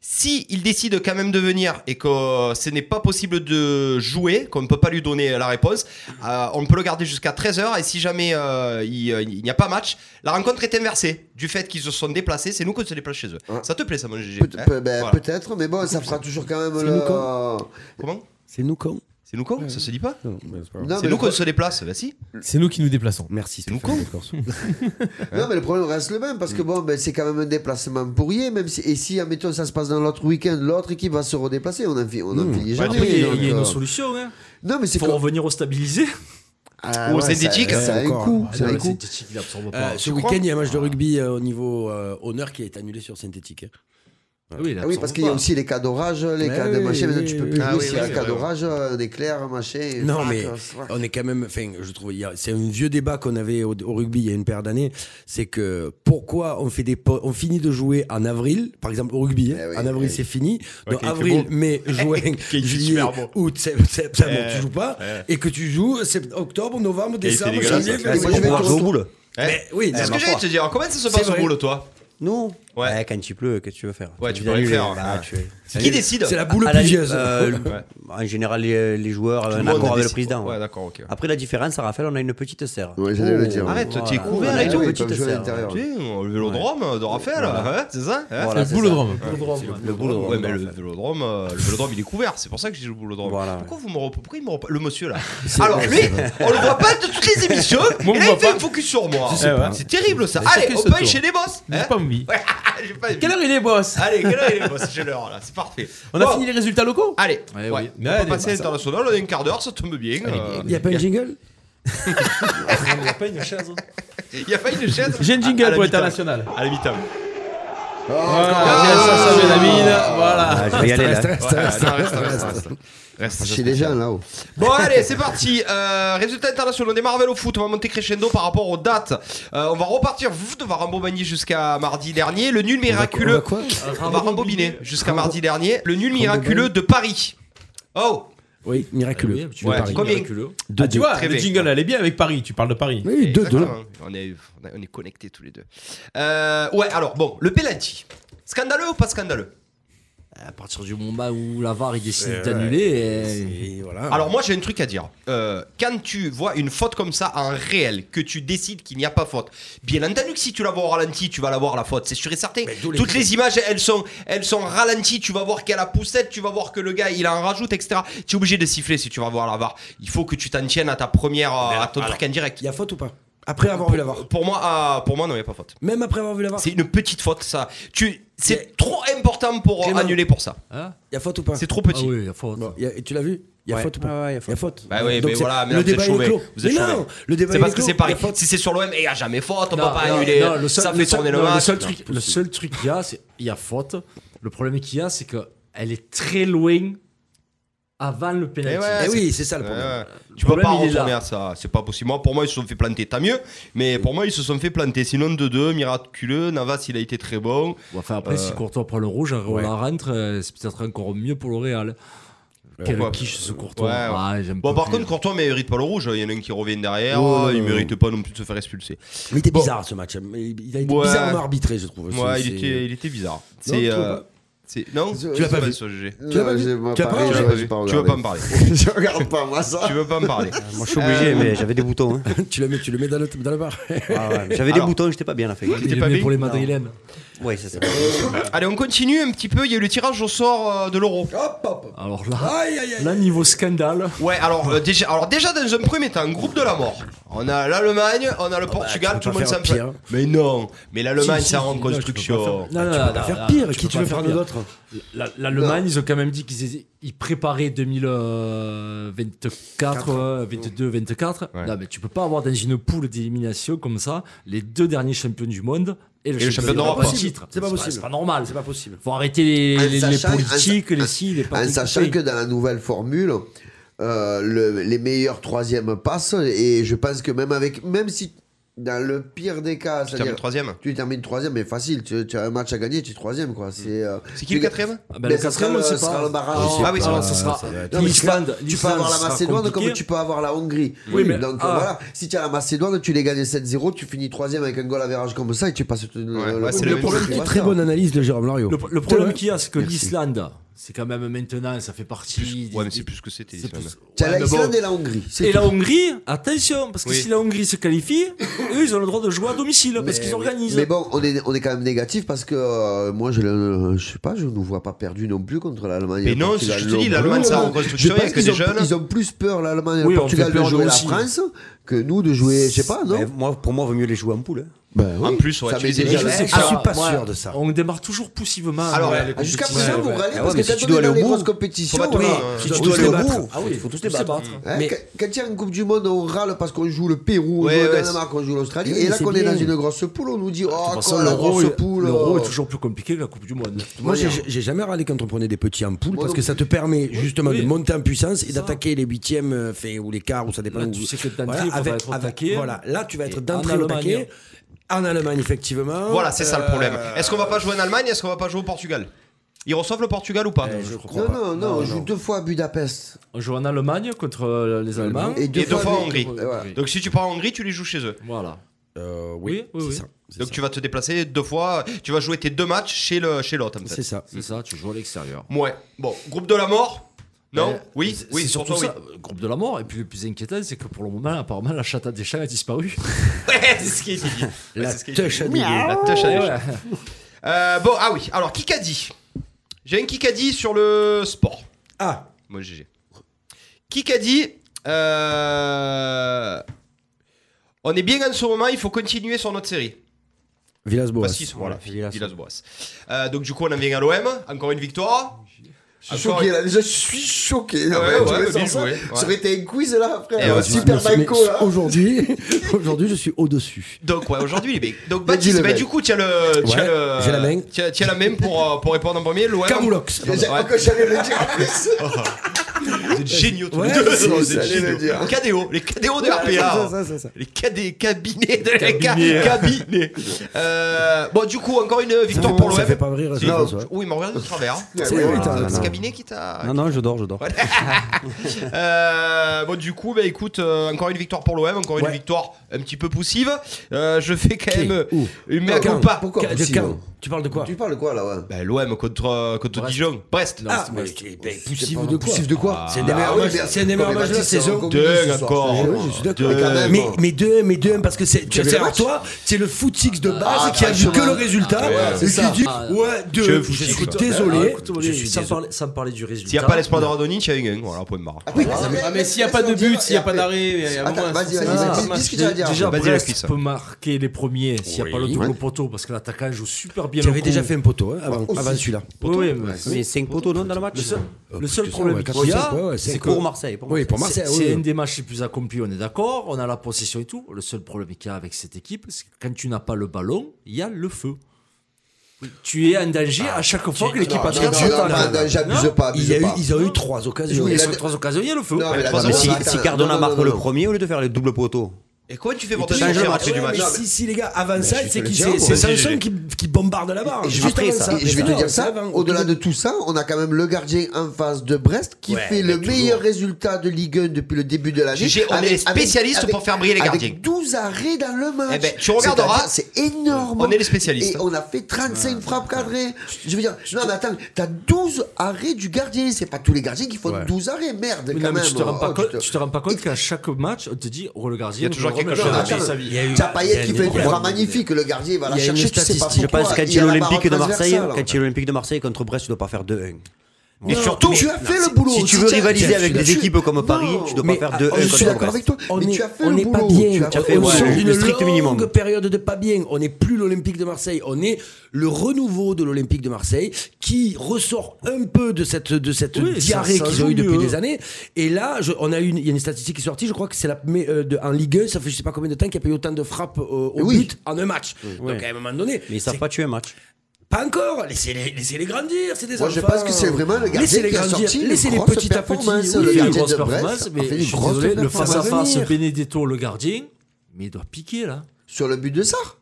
Si il décide quand même de venir et que euh, ce n'est pas possible de jouer, qu'on ne peut pas lui donner la réponse, euh, on peut le garder jusqu'à 13h et si jamais euh, il, euh, il n'y a pas match, la rencontre est inversée. Du fait qu'ils se sont déplacés, c'est nous qu'on se déplace chez eux.
Ouais.
Ça te plaît ça, mon GG
Peut-
hein
peut- ben,
Voilà.
Peut-être, mais bon, ça fera toujours quand même euh,
C'est
le.
nous,
Comment
C'est nous quand
C'est nous quoi Ça se dit pas
Non, mais c'est pas grave.
Non, mais
C'est nous
le
qu'on
pro-
se déplace, bah si.
C'est nous qui nous déplaçons.
Merci.
nous
Stéphane,
con.
d'accord.
non, mais le problème reste le même parce que bon, ben, c'est quand même un déplacement pourrier. Même si, et si, admettons, ça se passe dans l'autre week-end, l'autre équipe va se redéplacer. On en fi- on en finit jamais.
Après, il y a-
donc,
il y a
euh,
une solution. hein.
Non, mais c'est
Il faut
comme-
revenir au stabilisé.
Ah,
Ou au
ouais, ça-
synthétique.
Ça, a
Ouais,
un
encore.
coût.
Ah
ça a
non,
un
le
coût.
synthétique, il absorbe
Euh,
pas.
ce week-end, il y a un match de rugby euh, au niveau euh, honneur qui est annulé sur synthétique. hein.
Oui, il
Ah oui, parce
absorbe
qu'il y a
pas.
aussi les cas d'orage, les
Ouais,
cas de
oui, oui,
machin. maintenant, tu peux
oui,
plus
oui.
jouer
Ah,
s'il
oui,
y a un
oui,
cas
oui.
d'orage, un éclair, machin. Ah, et
Non,
frac,
mais
frac.
on est quand même. Enfin, je trouve, il y a- c'est un vieux débat qu'on avait au, au rugby il y a une paire d'années. C'est que pourquoi on fait des, po- on finit de jouer en avril, par exemple au rugby, hein,
Eh oui,
en avril
eh oui.
c'est fini.
Ouais,
Donc
qu'il fait
avril,
beau.
mai, juin,
Qu'il fait
juillet,
super beau.
août, sept- septembre,
Eh,
tu joues pas,
eh.
et que tu joues sept- octobre, novembre,
Qu'il était
décembre,
dégueulasse,
janvier.
ouais.
Ouais,
février,
moi, je vais
mars.
te retourner-
boule.
Eh,
Mais oui,
C'est
mais
ce
ma
que j'allais
foi.
te dire. Comment ça se
C'est
passe au
vrai.
boulot, toi
Non.
Ouais.
Quand il pleut, qu'est-ce que tu veux faire
Ouais, tu
J'ai
peux rien
annulé,
faire,
bah,
hein.
tu es-
Qui décide
C'est la boule
À la-
pluvieuse.
euh, le-
Ouais.
En général, les, les joueurs,
Tout
un
le monde
accord avec le
décide.
président.
Ouais, d'accord, ok.
Après, la différence, à Raphaël, on a une petite serre.
Ouais, j'allais le dire.
Arrête, t'es
Voilà.
couvert
On
là
a
et
une
tout.
Ouais, Ah ils
petite
peuvent jouer à
serre.
l'intérieur.
Tu sais, Le vélodrome de Raphaël, hein, c'est ça hein
Voilà, c'est
le boulodrome.
ça.
Le
boulodrome,
Ouais, mais le
en fait.
vélodrome, euh, le vélodrome, il est couvert, c'est pour ça que j'ai le vélodrome.
Voilà,
pourquoi vous me rep- pourquoi il me rep- Le
*laughs*
monsieur là. Alors lui, on le voit pas de toutes les *laughs* émissions,
Moi, on me
et là
voit
il fait
pas.
un focus sur moi.
Je sais
Eh
pas.
ouais. C'est terrible ça.
Mais
Allez,
chacun
on
ce
peut aller
tour.
chez les boss.
J'ai
hein
pas envie.
Ouais, j'ai pas envie.
*laughs* Quelle heure il est, boss
Allez, quelle heure il est boss J'ai l'heure là, c'est parfait.
On a
Bon,
fini les résultats locaux
Allez, ouais.
Eh oui.
on va
Allez,
passer à
bah, ça-
l'international, on a un quart d'heure, ça tombe bien. euh,
Il n'y a pas un jingle
Il y a pas une chaise. hein.
Il y a pas une chaise
J'ai une
À- à
jingle
la
pour
mi-temps.
international.
À la mi-temps.
Voilà, bien, ça, ça, Benhamine, Voilà.
Ah, je vais y aller là.
Ouais, attends, reste, reste, reste. Reste,
Chez les gens là-haut.
Bon allez, c'est parti. Euh, résultat international. On démarre avec le foot. On va monter crescendo par rapport aux dates. Euh, on va repartir vouf, de Rambo Magny jusqu'à mardi dernier. Le nul miraculeux.
On va quoi
On va rembobiner jusqu'à
Rambo-
mardi dernier. Le nul miraculeux de Paris. Oh,
Oui, miraculeux.
Oui, tu
Ouais.
veux Paris,
Combien
miraculeux.
Ah, tu vois,
Très
le
bien.
jingle, elle est bien avec Paris. Tu parles de Paris.
Oui, deux,
Ah,
deux.
Exactement. On est, on est- on est connectés tous les deux. Euh, ouais, alors bon, le penalty. Scandaleux ou pas scandaleux
à partir du moment où la VAR il décide
Ouais,
d'annuler. et-
Et voilà.
Alors moi j'ai un truc à dire. Euh, quand tu vois une faute comme ça en réel, que tu décides qu'il n'y a pas faute, bien entendu que si tu la vois au ralenti, tu vas la voir la faute, c'est sûr et certain. Toutes les images elles sont elles sont ralenties, tu vas voir qu'elle a poussette, tu vas voir que le gars il en rajoute, etc. Tu es obligé de siffler si tu vas voir la VAR. Il faut que tu t'en tiennes à ta première euh, à ton truc en direct.
il y a faute ou pas Après avoir vu la VAR.
Pour moi, ah, pour moi non, il n'y a pas faute.
Même après avoir vu la VAR.
C'est une petite faute ça. Tu c'est
Mais-
trop important pour euh,
Clément.
annuler pour ça.
Hein
Il y a faute ou pas
C'est trop petit.
Ah oui, la faute.
Bon, il y a- tu l'as vu Il y a faute ou pas
Ah ouais, il y a faute.
Il y a faute.
Bah oui,
Donc
mais
c'est-
voilà,
le
mais là, vous êtes
débat est
chauvé.
clos.
Vous êtes
mais
chauvé.
non, le débat
C'est
est
parce que
clos.
c'est pareil.
Il y a faute.
Si c'est sur l'OM, et y a jamais faute, on
Non,
peut pas
non,
annuler.
non, le seul-
ça
le
fait
seul-
tourner le
non,
match.
Le seul truc, le seul truc qu'il y a, c'est il y a faute. Le problème qu'il y a, c'est que elle est très loin avant le
Eh
penalty.
ouais,
Eh
c'est-
oui, c'est ça
Ouais,
le problème.
ouais. Tu peux
problème,
pas
il est là.
retourner à ça, c'est pas possible. Moi, pour moi, ils se sont fait planter, tant mieux. Mais pour moi, ils se sont fait planter. Sinon, 2-2, miraculeux. Navas, il a été très bon.
Bon, enfin, après,
Euh,
si Courtois prend le rouge, on la rentre, euh, c'est peut-être encore mieux pour le Real. Quel
Pourquoi
quiche ce Courtois.
Ouais, ouais.
Ah, j'aime
Bon,
pas
par
plus.
contre, Courtois mérite pas le rouge. Il y en a un qui revient derrière.
Ouais, ouais,
il
ouais.
mérite pas non plus de se faire expulser.
Mais il était
Bon.
bizarre ce match. Il il a été
Ouais.
bizarrement arbitré, je trouve.
Ouais,
C'est-
il
c'est-
était, il était bizarre.
Non,
C'est.
je trouve
euh,
pas.
c'est- Non,
Je- je-
pas
pas vu.
ce GG.
Tu l'as pas vu
je- moi,
Tu l'as pas
pareil,
vu
je-
Tu l'as
j'ai
Euh, pas vu.
regardé.
Tu veux pas me parler.
*laughs* Je regarde pas, moi, ça.
Tu veux pas me parler.
Moi, je suis obligé,
Euh,
mais j'avais des boutons. hein.
*laughs* tu le mets, tu le mets dans le dans le bar.
Ah ouais, mais J'avais des
Alors.
boutons, j'étais pas bien la fait.
Il
T'es
est
pas
bien
bien
pour les Madrilènes.
Ouais, c'est ça.
Allez, on continue un petit peu. Il y a eu le tirage au sort euh, de l'euro.
Hop, hop.
Alors là,
Aïe, aïe, aïe.
là niveau scandale,
Ouais, alors, euh, déjà, alors déjà dans un premier temps, groupe de la mort. On a l'Allemagne, on a le Portugal,
tu
tout
peux
le monde
pas
s'en
faire pire.
plaint. Mais non, mais l'Allemagne,
Si, si,
c'est
si,
en
non, tu peux pas
reconstruction.
Non, non,
tu peux
non,
pas
non,
faire pire.
tu
Qui
peux
tu
pas
veux faire
faire
de
pire.
d'autre
la- l'Allemagne, ils ont quand même dit qu'ils ils préparaient 2024, ouais, 22, 24.
Ouais.
euh, Non, mais tu peux pas avoir dans une poule d'élimination comme ça les deux derniers champions du monde et le,
le champion d'Europe.
pas
C'est
titre.
pas possible.
C'est pas normal.
C'est pas possible.
Faut arrêter les,
En
les- les
sachant- en sa-
politiques, les si, les
En
partis.
Ah, sachant que dans la nouvelle formule, euh, le- les meilleurs troisièmes passent. Et je pense que même avec. Même si dans le pire des cas,
Tu termines
c'est-à-dire.
troisième.
Tu termines troisième, mais facile. Tu, tu as un match à gagner, tu es troisième, quoi. C'est euh,
C'est qui le
tu-
quatrième
Ah,
mais
ben, le
ça sera
quatrième, on
le-
sait
ça
pas.
sera le barrage.
Ah oui, c'est
Alors,
vrai.
ça sera
Non, mais tu peux-
l'Islande.
tu peux avoir
l'Islande
la
sera
Macédoine comme
compliquée.
tu peux avoir la Hongrie.
Oui, mais-
Donc
ah.
voilà, si tu as la Macédoine, tu les gagnes 7-0, tu finis troisième avec un goal à verrage comme ça et tu passes tout le-
Ouais,
le
ouais, c'est
le
le même
problème.
truc.
tu vas
Très
faire.
bonne analyse de Jérôme Lario.
Le, le problème
vrai.
qu'il y a, c'est que l'Islande, c'est quand même maintenant, ça fait partie. des-
Ouais, mais c'est plus ce que c'était
c'est
l'Islande.
plus-
Tu as
Ouais, mais bon.
l'Islande et la Hongrie. c'est
Et
tout.
la Hongrie, attention, parce que
Oui.
si la Hongrie se qualifie, eux, ils ont le droit de jouer à domicile, parce qu'ils organisent.
Mais bon, on est, on est quand même négatif parce que euh, moi, je le- je sais pas, je ne nous vois pas perdu non plus contre l'Allemagne. et
Mais
le
non,
Portugal.
je te dis,
Non,
l'Allemagne,
non,
c'est en
non.
reconstruction,
Je
il y a
pense
que
qu'ils
des
ont-
jeunes.
Ils ont plus peur, l'Allemagne et
Oui,
le
on
Portugal,
fait
de
peur
jouer
nous
la
aussi.
France que nous de jouer, je sais pas, non
Ouais, moi, pour moi, vaut mieux les jouer en
hein.
poule.
Ben oui.
En plus, ouais,
Ça
tu
m'est
les
déjà
éliges.
Je sais
Eh,
pas, je
alors,
suis pas
moi,
sûr de ça.
On démarre toujours poussivement.
Alors,
Ouais,
ouais,
les
Ah, Jusqu'à
compétitions.
présent,
Ouais,
vous
ouais.
râlez
Ah
parce
ouais, mais
que
si
quand
tu
on
dois
est
aller
dans
au
les
bout,
grosses compétitions,
faut pas te
voilà.
battre.
Si
On
tu
doit
dois
aller
aller au
battre.
bout,
Ah oui,
il faut tous
tous
les
se
battre.
battre.
Hein,
Mais-
quand- Quand il y a un Coupe du Monde, on râle parce qu'on joue le Pérou, on
Ouais,
joue le
ouais,
Danemark, on joue l'Australie.
Oui,
Et là
c'est
qu'on est dans
bien.
une grosse poule, on nous dit Oh,
De toute façon,
quoi, la
l'euro
grosse
est-
poule
l'euro
oh.
est toujours plus compliqué que la Coupe du Monde.
Moi, j'ai j'ai jamais râlé quand on prenait des petits en poule
Moi
parce
non
que ça te permet justement
Oui.
de monter en puissance et
Ça.
d'attaquer les huitièmes euh, fait, ou les quarts ou ça dépend.
Là,
où-
tu sais que d'entrée, il faudra être au taquet.
Voilà, là tu vas être
Et
d'entrée
en
au
Allemagne.
taquet. En Allemagne, effectivement.
Voilà, c'est ça le
Euh,
problème. Est-ce qu'on va pas jouer en Allemagne Est-ce qu'on va pas jouer au Portugal Ils reçoivent le Portugal ou pas
Non, non, non, on joue deux fois à Budapest.
On joue en Allemagne contre euh, les
Bah,
Allemands.
Et deux fois en Hongrie.
Ouais.
Donc si tu pars en Hongrie, tu les joues chez eux.
Voilà.
euh,
Oui,
oui,
oui,
c'est
oui.
ça.
Donc tu vas te déplacer deux fois, tu vas jouer tes deux matchs chez le- chez l'autre en
C'est
fait.
ça.
C'est ça, tu joues à l'extérieur.
Ouais. Bon, groupe de la mort Non
Euh,
Oui,
c'est-
oui,
c'est
pour
surtout
toi oui.
ça, euh, groupe de la mort. Et puis le plus inquiétant, c'est que pour le moment, apparemment, la chatte à des champs a disparu.
*laughs* Ouais, c'est ce qu'il dit. Ouais,
La
c'est ce qu'il dit.
touche à Didier.
La touche à
Ouais,
Didier.
ouais.
Euh, bon, ah oui, alors qui qu'a dit J'ai un qui qu'a dit sur le sport.
Ah,
Moi, GG. Qui qu'a dit euh, On est bien en ce moment, il faut continuer sur notre série.
Villas-Boas.
Parce qu'ils sont- voilà,
Villas.
Villas-Boas. Euh, donc, du coup, on en vient à l'OM, encore une victoire.
Je suis
Encore
choqué
une-
là, déjà je suis choqué. là,
Ouais,
tu
ouais,
veux
mais bien
sortir ça
joué, ouais.
Ça aurait été un quiz là
Eh,
après.
Et
un
ouais,
super
Mais- euh, mais
banco là.
Aujourd'hui, *laughs* aujourd'hui, je suis au-dessus.
Donc, ouais, aujourd'hui, les
*laughs*
mecs. Donc,
Il a dit
Baptiste,
le
bah,
mec.
du coup, tiens le. tiens
Ouais,
le-
j'ai la main. Ah,
Tiens, tiens la main pour, euh, pour répondre en premier. L'OM.
Camoulox.
J'ai-
Ouais.
encore, J'allais le dire en plus.
Vous êtes géniaux tous
Ouais,
les deux. *laughs*
c'est-
Vous êtes
j'allais le
géniaux.
dire.
Les KDO, les KDO de
ça,
RPA.
ça, ça, ça.
Les KD, cabinets de les ca- cabinets. Euh, bon, du coup, encore une victoire pour
Ça
l'OM.
fait pas rire,
Si.
je pense, ouais.
Oui, il m'a regardé de travers. hein.
C'est vrai,
C'est
t'as-
ce
non.
cabinet qui t'a.
Non, non, je dors, je dors.
Euh, bon, du coup, bah écoute, euh, encore une victoire pour l'OM, encore une
Ouais.
victoire un petit peu poussive. Euh, je fais quand
Qui
même
Où
une mea
Quand
culpa.
Pourquoi
Ca- de
possible
quand Tu parles de quoi
Tu parles quoi là ouais
Bah, L'OM contre, euh, contre Dijon, Brest.
Ah, mais poussive de quoi
Poussif de quoi
C'est un des meilleurs
oui,
matchs-
bien
c'est un des
sûr,
meilleurs
mais
matchs de la
Baptiste,
saison.
on communise
Deux
ce soir, Ah
encore.
je te jure.
Oui, je suis d'accord.
Deux.
quand même.
Mais, mais deux, mais deux, parce que c'est, tu
J'avais
sais,
le
alors
match.
toi, c'est le foot six de base
Ah,
qui a vu que
franchement.
le résultat
Ah, ouais,
et
c'est
qui
ça.
dit,
Ah,
ouais,
je
deux,
foot
je
six,
suis
quoi.
Ah,
désolé.
écoute, moi,
Je
je-
suis
sans,
désolé.
parler, sans parler du résultat.
S'il n'y a pas l'espoir de Radonjic, il y a un gain. Voilà, point de marre.
Après,
Ah, mais,
mais-
s'il n'y a pas de but, s'il n'y a pas d'arrêt,
Attends, vas-y, vas-y,
Ah,
vas-y, dis ce que tu vas dire.
Déjà,
Vas-y, la cuisse.
Brest peut marquer les premiers s'il n'y a pas le double
Ouais.
poteau parce que l'attaquant joue super bien.
Tu
le
avais
coup.
déjà fait un poteau hein, avant,
Aussi.
avant celui-là.
Oui, oui, mais
Mais 5 poteaux, non, dans le match
Le seul,
Oh,
le seul
putain,
problème
ouais,
qu'il y a,
quatre-cinq, ouais, ouais,
C'est
cinq,
pour
ouais.
Marseille. pour
Oui,
Marseille.
pour
c'est
Marseille. oui,
c'est
oui.
un des matchs les plus accomplis, on est d'accord. On a la possession et tout. Le seul problème qu'il y a avec cette équipe, c'est que quand tu n'as pas le ballon, il y a le feu. Tu es en danger à chaque
Ah,
fois que l'équipe
Non,
adverse
non, non,
t'attaque.
non, non, J'abuse pas,
Il y a
abuse
eu-
pas.
ils ont eu trois occasions.
Oui,
Et
la-
sur trois occasions, il y a le feu.
Non, mais la-
Mais
Mais
la-
si,
la-
si
la-
Cardona
non, non,
marque
non,
le
non.
premier, au lieu de faire le double poteau,
Et comment tu fais pour
Il change
t'amuser
le
après
match.
du
Ouais,
match
mais si, si, les gars, avant
Mais
ça,
je
c'est
te
qui
le dis,
c'est c'est
moi.
Samson qui, qui bombarde la barre.
Et je vais
Juste
te-
avant
ça,
et je vais te
Non,
dire
c'est
ça,
avant,
au-delà
ok.
de tout ça, on a quand même le gardien en face de Brest qui
Ouais,
fait le
mais
meilleur résultat de Ligue 1 depuis le début de la
Gégé, on est spécialiste pour faire briller les gardiens.
Avec 12 arrêts dans le match.
Eh ben, tu regarderas.
C'est-à-dire, C'est énorme.
On est les spécialistes.
Et on a fait 35 frappes cadrées. Je veux dire, non mais attends, t'as 12 arrêts du gardien. C'est pas tous les gardiens qui font 12 arrêts. Merde,
Mais
quand
non, mais
même.
tu te rends pas
Oh,
compte,
tu te-
tu te rends pas compte qu'à chaque match, on te dit, oh le gardien.
Il y a toujours
on le
quelque
remet.
chose à
Non,
faire.
mais ça-
Il y a eu-
T'as Payet
il y a
qui fait
eu-
une frappe magnifique, le gardien il va la
il y a une
chercher, tu sais pas
statistique.
Je
pourquoi.
pense qu'à
Il a la barre
l'Olympique de Marseille,
transversale.
quand l'Olympique de Marseille contre Brest, tu dois pas faire 2-1.
Et surtout,
tu as fait le boulot.
Si tu veux
t'as-
rivaliser
t'as-
avec
tu-
des
tu-
équipes comme Paris, tu dois
mais,
pas faire
ah,
2-1
Oh, je suis
contre
d'accord
Brest.
avec toi.
On
mais
est-
tu as fait
on
le
n'est pas
boulot.
bien.
Tu as fait
le
on
boulot.
sort
Ouais,
d'une
le strict
longue
minimum.
période de pas bien. On n'est plus l'Olympique de Marseille. On est le renouveau de l'Olympique de Marseille qui ressort un peu de cette, de cette
Oui, ça-
diarrhée
ça
qu'ils
joue
ont eu depuis
mieux.
des années. Et là, je- on a une, il y a une statistique qui est sortie. Je crois que c'est la mais, euh, de- en Ligue 1. Ça fait je sais pas combien de temps qu'il n'y a pas eu autant de frappes euh, au
Oui.
but en un match. Donc
Ouais.
à un moment donné,
Mais ils
c'est
savent pas tuer un match.
pas encore. Laissez-les laissez-les grandir. C'est des
Moi, je
enfants.
pense que c'est vraiment le gardien
Laissez-les
qui a
grandir.
sorti une
Laissez-les
grosse
petit à petit.
performance.
Il
Oui.
fait une
gardien
grosse
de Brest
performance,
a
mais
fait une
je suis
grosse
désolé, le
performance.
face à face,
Revenir.
Benedetto, le gardien, mais il doit piquer là.
Sur le but de Sarr.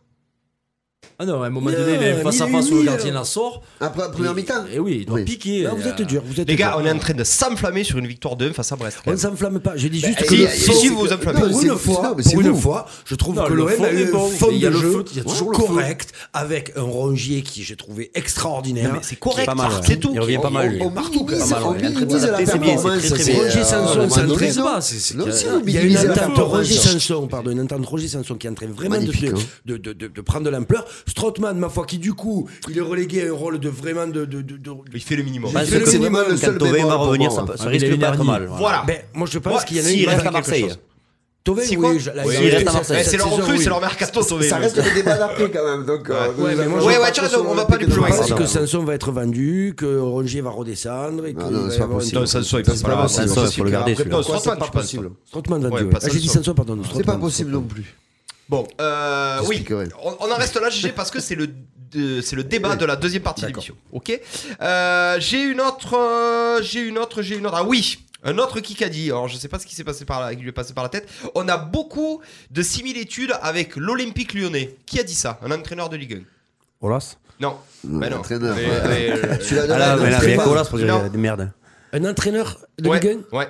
Ah non, à un moment
Non,
donné, le face à
mille et
face où le
mille.
gardien la sort.
Après, en première
et-
mi-temps.
Et oui, il doit
Oui.
piquer.
Non, vous êtes
Euh,
durs. Vous êtes
les gars,
durs.
on est en train de s'enflammer sur une victoire de 1 face à Brest.
On
quand
ne
même.
s'enflamme pas. Je dis juste
Bah,
que
et-
le
et-
fond-
si vous vous enflammez.
pour
Non, mais
une
c'est- non,
fois,
mais c'est
pour une
vous.
fois, je trouve
Non,
que
le
l'OM
fond
a
est
eu
bon,
un
mais
fond
il y a
de
le
jeu
foot, il y a toujours le fond.
correct, avec un rongier qui je trouvais extraordinaire.
Non, mais c'est correct,
Pas mal,
Marc,
ouais.
c'est tout.
Il revient pas
On-
mal. lui.
On
pas
minimise
mal,
on
ouais. Il est en train de
minimise la
s'adapter, c'est bien, c'est
performance.
très, très
c'est,
bien.
euh,
Roger Sanson,
à un moment
c'est un
donné,
très-
non.
pas, c'est- c'est
Non,
qu'il y a-
si, on
Euh, Il y a une
minimise la
entente
performance.
Roger Sanson, pardon, une entente Roger Sanson qui est en train vraiment de,
Magnifique,
se-
hein.
de, de, de, de prendre de l'ampleur. Strootman, ma foi, qui du coup, il est relégué à un rôle de vraiment de. de, de, de-
Il fait le minimum.
Parce
fait
que
le
c'est
minimum,
vraiment
le seul
quand Thauvin
bémol
va
pour
revenir,
moi,
ça
hein.
peut- ça
Ah,
risque
il est
d'être
dernier.
mal.
Voilà.
Ben, moi je pense
Ah. Ouais,
qu'il y en a
S'il
une.
reste
qui
à
va faire quelque
Marseille.
chose. Thauvin,
C'est quoi
oui, je- là, il
Oui, il
reste
reste
à
à Marseille.
Eh,
Marseille.
C'est leur
Cette saison,
recrue, c'est
oui.
leur meilleur casto sauvé.
Ça reste le débat d'après quand même. Donc, euh,
Ouais, mais moi,
je
ouais,
ouais,
veux pas
tu
trop
as raison,
sur
on va
le
pas plus
pic de
loin.
Je pense
Marseille.
que
Pardon.
Sanson va être vendu, que Rongier va redescendre. Et que
non, c'est pas possible.
Non, ça, ça, il peut
c'est
pas l'avoir.
Ça, ça, il faut le garder
Après,
celui-là.
non,
Pourquoi
Strootman,
c'est pas
je pense.
possible
Strootman va
Ouais,
durer.
pas
Ah, J'ai dit
Sanson.
Sanson, pardon.
C'est pas
Strootman,
possible non plus.
Bon, euh, oui,
J'expliquerai.
on, on en reste là, GG, parce que c'est le, de- c'est le débat de la deuxième partie de l'émission. Ok. Euh, j'ai une autre, euh, j'ai une autre, j'ai une autre. Ah oui, un autre Kikadi. Alors je sais pas ce qui s'est passé par là, qui lui est passé par la tête. On a beaucoup de similitudes avec l'Olympique Lyonnais. Qui a dit ça Un entraîneur de Ligue 1
Olas
Non. Bah non.
l'entraîneur,
Mais-
ouais.
mais,
*laughs*
euh,
Celui-là de
Ah là,
Rennes,
mais là,
c'est
mais
pas-
Olas, pour
Non.
dire des merdes.
Un entraîneur de
ouais,
Ligue
ouais.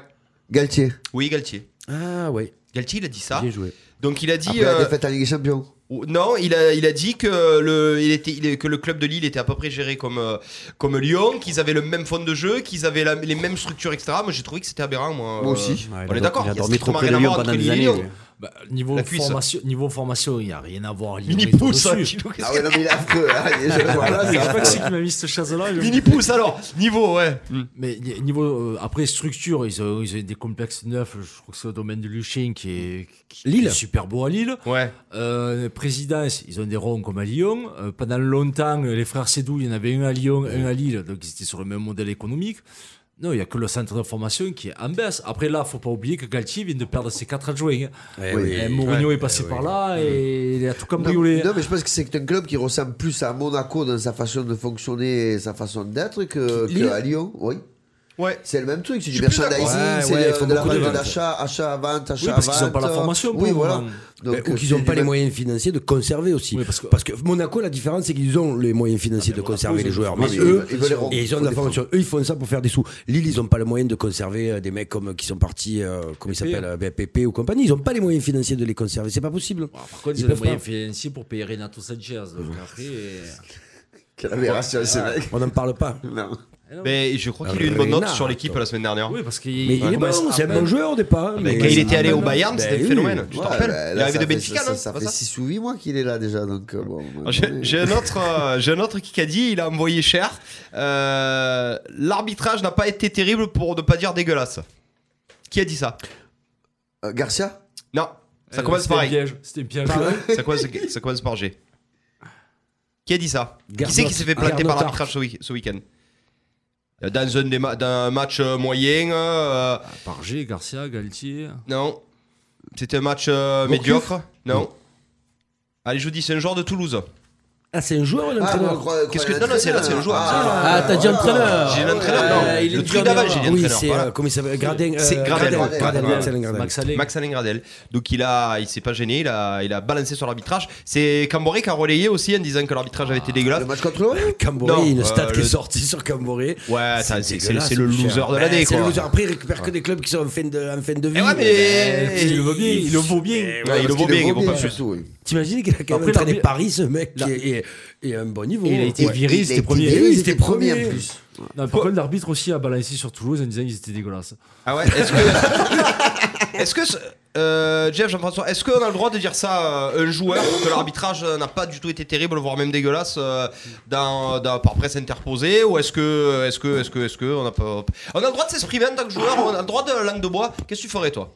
Galtier.
Oui, Galtier.
Ah ouais.
Galtier, il a dit ça.
Bien joué.
Donc il a dit.
Après la
euh,
défaite en Ligue des Champions.
Ou- Non, il a, il a dit que le, il était, il est- que le club de Lille était à peu près géré comme, euh, comme Lyon, qu'ils avaient le même fond de jeu, qu'ils avaient la- les mêmes structures, etc. Moi j'ai trouvé que c'était aberrant, moi.
Moi
Euh,
aussi.
Ouais,
on est
il a-
d'accord,
Il a
il y a
dormi trop
strictement
près de
rien à
Lyon
voir
pendant
entre
des
Lille et
années.
Lyon.
lui.
bah, niveau,
La cuisse.
formation, niveau formation, il n'y a rien à voir.
Mini
Lyon est
pouce, hein,
au-dessus.
Kilo, qu'est-ce
Ah
que-
ouais, non, mais il est affreux. là. Il est- je le vois, là,
Je sais
ça.
pas que c'est qui m'a mis cette chaise-là. je-
Mini pouce alors, niveau ouais.
Mais ni- niveau euh, après structure, ils ont, ils ont des complexes neufs. Je crois que c'est le domaine de Luchin qui est, qui- qui
Lille.
est super beau à Lille.
Ouais.
Euh, présidence, ils ont des ronds comme à Lyon. Euh, pendant longtemps, les frères Sédou, il y en avait un à Lyon, un à Lille, donc ils étaient sur le même modèle économique. Non, il n'y a que le centre de formation qui est en baisse. Après là, faut pas oublier que Galtier vient de perdre ses quatre adjoints. hein. Et Mourinho est passé par là
Mm.
et il a tout
Non,
cambriolé.
non, mais je pense que c'est un club qui ressemble plus à Monaco dans sa façon de fonctionner et sa façon d'être que, que
Lille
à Lyon. Oui.
Ouais.
C'est le même truc, c'est du
Je suis plus
merchandising,
d'accord.
Ouais,
c'est
ouais,
euh,
ils font
de la
beaucoup de
vente
ventes.
d'achat, achat à vente, achat à
parce qu'ils ont pas la
vente.
formation pour
Oui,
le
voilà.
moment.
Donc,
Ben, ou qu'ils
c'est
n'ont
du
pas les
même-
moyens financiers de conserver aussi.
Oui, parce
parce,
que-
que... Monaco, la différence, c'est qu'ils ont les moyens financiers de conserver les joueurs.
oui,
Mais
ils-
eux,
ils veulent les rendre.
et ils ont de la
Faut les
formation. Eux, ils font ça pour faire des sous. Lille, ils n'ont pas les moyens de conserver euh, des mecs comme qui sont partis, euh, comment ils s'appellent, euh, ben, PP ou compagnie. Ils n'ont pas les moyens financiers de les conserver. C'est pas possible.
Par contre,
Ils
ils ont les
peuvent
moyens financiers pour payer Renato Sanchez. Donc après. euh,
Quelle aberration, ce mec.
On n'en parle pas.
Non.
Mais je crois qu'il a eu une bonne note
Renard,
sur l'équipe
toi.
la semaine dernière.
Oui, parce qu'il
Ah. Mais il est
commence
bon,
à
c'est un bon
peine-
joueur au départ.
Mais
mais- euh,
bah,
ah,
quand il était allé au
Ben
Bayern, c'était
oui.
le phénomène. Tu te
Ouais,
rappelles Il
bah, là,
est arrivé
ça
de
fait-
Benfica,
ça-
non
Ça
Pas
fait 6 ou 8 mois qu'il est là déjà, donc euh, bon.
Alors, J'ai j'ai un autre, euh, j'ai un autre qui a dit, il a envoyé cher. Euh, L'arbitrage n'a pas été terrible pour ne pas dire dégueulasse. Qui a dit ça
Euh, Garcia
Non, ça
Eh,
commence
c'était un
pareil.
piège, C'était un piège.
Ça commence, ça commence par G. Qui a dit ça Qui c'est qui s'est fait planter par
Garnotar.
l'arbitrage ce, week- ce week-end Euh, Dans un, des ma- dans un match euh, moyen euh,
Pargé, Garcia, Galtier.
Non. C'était un match euh, médiocre Non. Allez, je vous dis, c'est un joueur de Toulouse.
Ah, c'est un joueur ou un
Ah,
entraîneur
on croit-
Qu'est-ce
croit
que- non, non, c'est là, c'est le joueur.
Ah, t'as dit entraîneur
J'ai l'entraîneur, non.
Euh, il est
le truc
entraîneur.
d'avant, j'ai dit
Oui,
l'entraîneur.
c'est
voilà.
euh, comment il s'appelle Gradin. euh,
C'est Gradin.
Gradin, Gradin,
Gradin.
Marcel Gradin.
Max Allais.
Max Alain Gradel. Donc il a, il s'est pas gêné, il a, il a balancé sur l'arbitrage. C'est Camboré qui a relayé aussi en disant que l'arbitrage avait été dégueulasse.
ah,
Ah,
Le match contre l'OM
Non,
Camboré, une stat
euh,
qui
le-
est sortie sur Camboré.
Ouais, attends, c'est- c'est le-
dégueulasse,
c'est le
ce
loser
cher.
de l'année,
Ouais, C'est
quoi. Eh
le loser. Après, il récupère que des clubs qui sont en fin de, en fin de vie.
ouais, mais-
Euh,
Il le vaut bien, il le vaut bien.
Ouais, il le vaut bien, il vaut pas plus.
surtout, oui.
T'imagines qu'il a quand même
Après,
entraîné
l'arbitre-
Paris, ce mec, qui est, est- est à un bon niveau.
Et il a été
Ouais.
viré,
Il a
c'était
été
premier.
viré,
Oui,
il
c'était
était premier
premier.
en plus.
Non, par contre, l'arbitre aussi a balancé sur Toulouse en disant qu'ils étaient dégueulasses.
Ah ouais. Est-ce que, est-ce que, *laughs* ce- euh, Jeff, Jean-François, est-ce qu'on a le droit de dire ça euh, un joueur que l'arbitrage euh, n'a pas du tout été terrible, voire même dégueulasse, euh, dans, dans- par presse interposée, ou est-ce que, est-ce que, est-ce que, est-ce que, on a pas, on a le droit de s'exprimer en tant que joueur, on a le droit de langue de bois. Qu'est-ce que tu ferais toi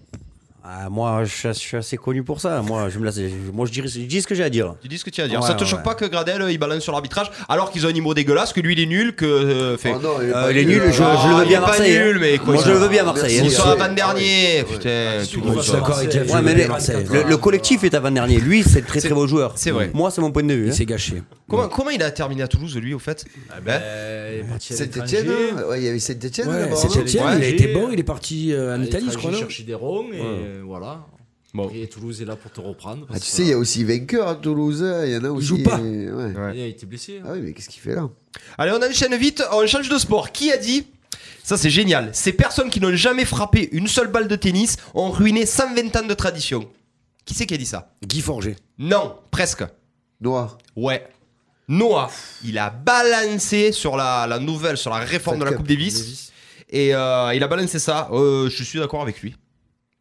Ah, moi, je, je suis assez connu pour ça. Moi, je me laisse. je- Moi, je dirais- je dis ce que j'ai à dire.
Tu dis ce que tu as à dire.
Ouais,
ça te
ouais.
choque pas que Gradel euh, il balance sur l'arbitrage alors qu'ils ont un niveau dégueulasse, que lui il est nul, que euh, fait.
Oh non,
Euh,
pas
il est nul, je,
alors.
je le veux
il
bien
est
à
pas
Marseille.
nul,
hein.
mais quoi,
Moi, je
ça-
le veux bien à Marseille.
Ils
hein.
sont
Ouais.
avant-dernier, putain. tout le monde
Je suis d'accord avec Jeff.
Ouais, mais les-
Marseille.
le, le collectif est avant-dernier. Lui, c'est le très très beau joueur.
c'est vrai.
Moi, c'est mon point de vue. hein.
Il s'est gâché.
Comment, comment il a terminé à Toulouse, lui, au fait Hein
Euh,
Saint-Etienne hein Ouais, il y avait Saint-Etienne
Ouais,
là-bas.
c'est
hein.
non
Etienne,
ouais,
il a
j'ai-
été bon, il est parti euh, en Italie, je crois. non
cherché des ronds et euh, voilà.
Bon.
Et Toulouse est là pour te reprendre.
Ah,
parce
tu
que,
sais, il y a aussi vainqueur à Toulouse. hein, Il y en a aussi.
joue pas.
ouais.
euh, Il a été blessé. hein.
Ah oui, mais qu'est-ce qu'il fait là
Allez, on enchaîne vite, on change de sport. Qui a dit Ça, c'est génial. Ces personnes qui n'ont jamais frappé une seule balle de tennis ont ruiné 120 ans de tradition. Qui c'est qui a dit ça
Guy Forger.
Non, presque.
Noir.
Ouais. Noah, il a balancé sur la, la nouvelle, sur la réforme de la
Fed
Coupe
Cup,
Davis. Et euh, il a balancé ça. Euh, je suis d'accord avec lui.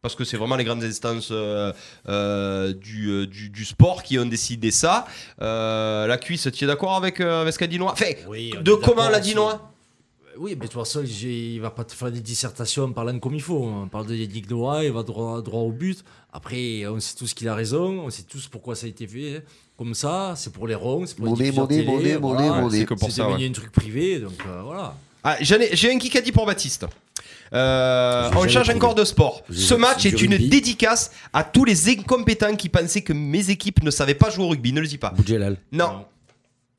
Parce que c'est vraiment les grandes instances euh, euh, du, euh, du, du sport qui ont décidé ça. Euh, la cuisse, tu es d'accord avec, euh, avec ce qu'a dit Noah Enfin,
Oui, on est
de comment
d'accord
l'a dit
sur-
Noah
Oui, mais de toute façon, j'ai- il va pas te faire des dissertations en parlant comme il faut. hein. On parle de Yannick Noah, il va droit, droit au but. Après, on sait tous qu'il a raison, on sait tous pourquoi ça a été fait hein. comme ça. C'est pour les ronds, c'est pour
Mon
les
nez, mon
diffuseurs
nez,
télé.
mon nez, mon nez,
voilà.
mon
C'est
nez.
que pour
C'est
ça.
devenu
ouais.
un truc privé, donc euh, voilà.
Ah, j'en ai- J'ai un qui a dit pour Baptiste. Euh,
J'ai
on
jamais
change
trouvé.
encore de sport.
J'ai-
Ce match
c'est
est
du
une
rugby.
dédicace à tous les incompétents qui pensaient que mes équipes ne savaient pas jouer au rugby. Ne le dis pas.
Boudjelal.
Non.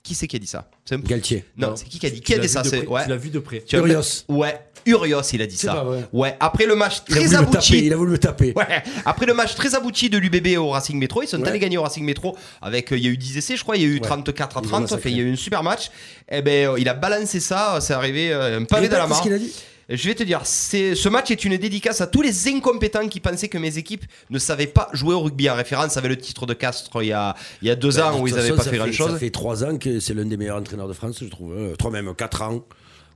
Qui c'est qui a dit ça C'est un-
Galtier.
Non, c'est qui qui a dit Qui a dit ça c'est- ouais.
Tu l'as vu de près.
Tu as-
Urios.
Ouais, Urios, il a dit
C'est
ça.
pas vrai.
Ouais, après le match
Il a
très
voulu me taper.
abouti.
Il a voulu me taper.
*laughs* Ouais, après le match très abouti de l'UBB au Racing Métro, ils sont
Ouais.
allés gagner au Racing Métro avec euh, il y a eu 10 essais, je crois, il y a eu 34 à
Ils ont
30, enfin,
massacré.
il y a eu un super match. Et ben euh, il a balancé ça, euh, c'est arrivé euh, un pavé dans la
Qu'est-ce
mare.
qu'il a dit
Je vais te dire, c'est- ce match est une dédicace à tous les incompétents qui pensaient que mes équipes ne savaient pas jouer au rugby. En référence avec le titre de Castres il y a, il y a deux
Bah, de
ans où
toute
ils n'avaient
façon,
pas
ça
fait grand
Ça
chose.
fait trois ans que c'est l'un des meilleurs entraîneurs de France, je trouve. hein. Trois même, quatre ans.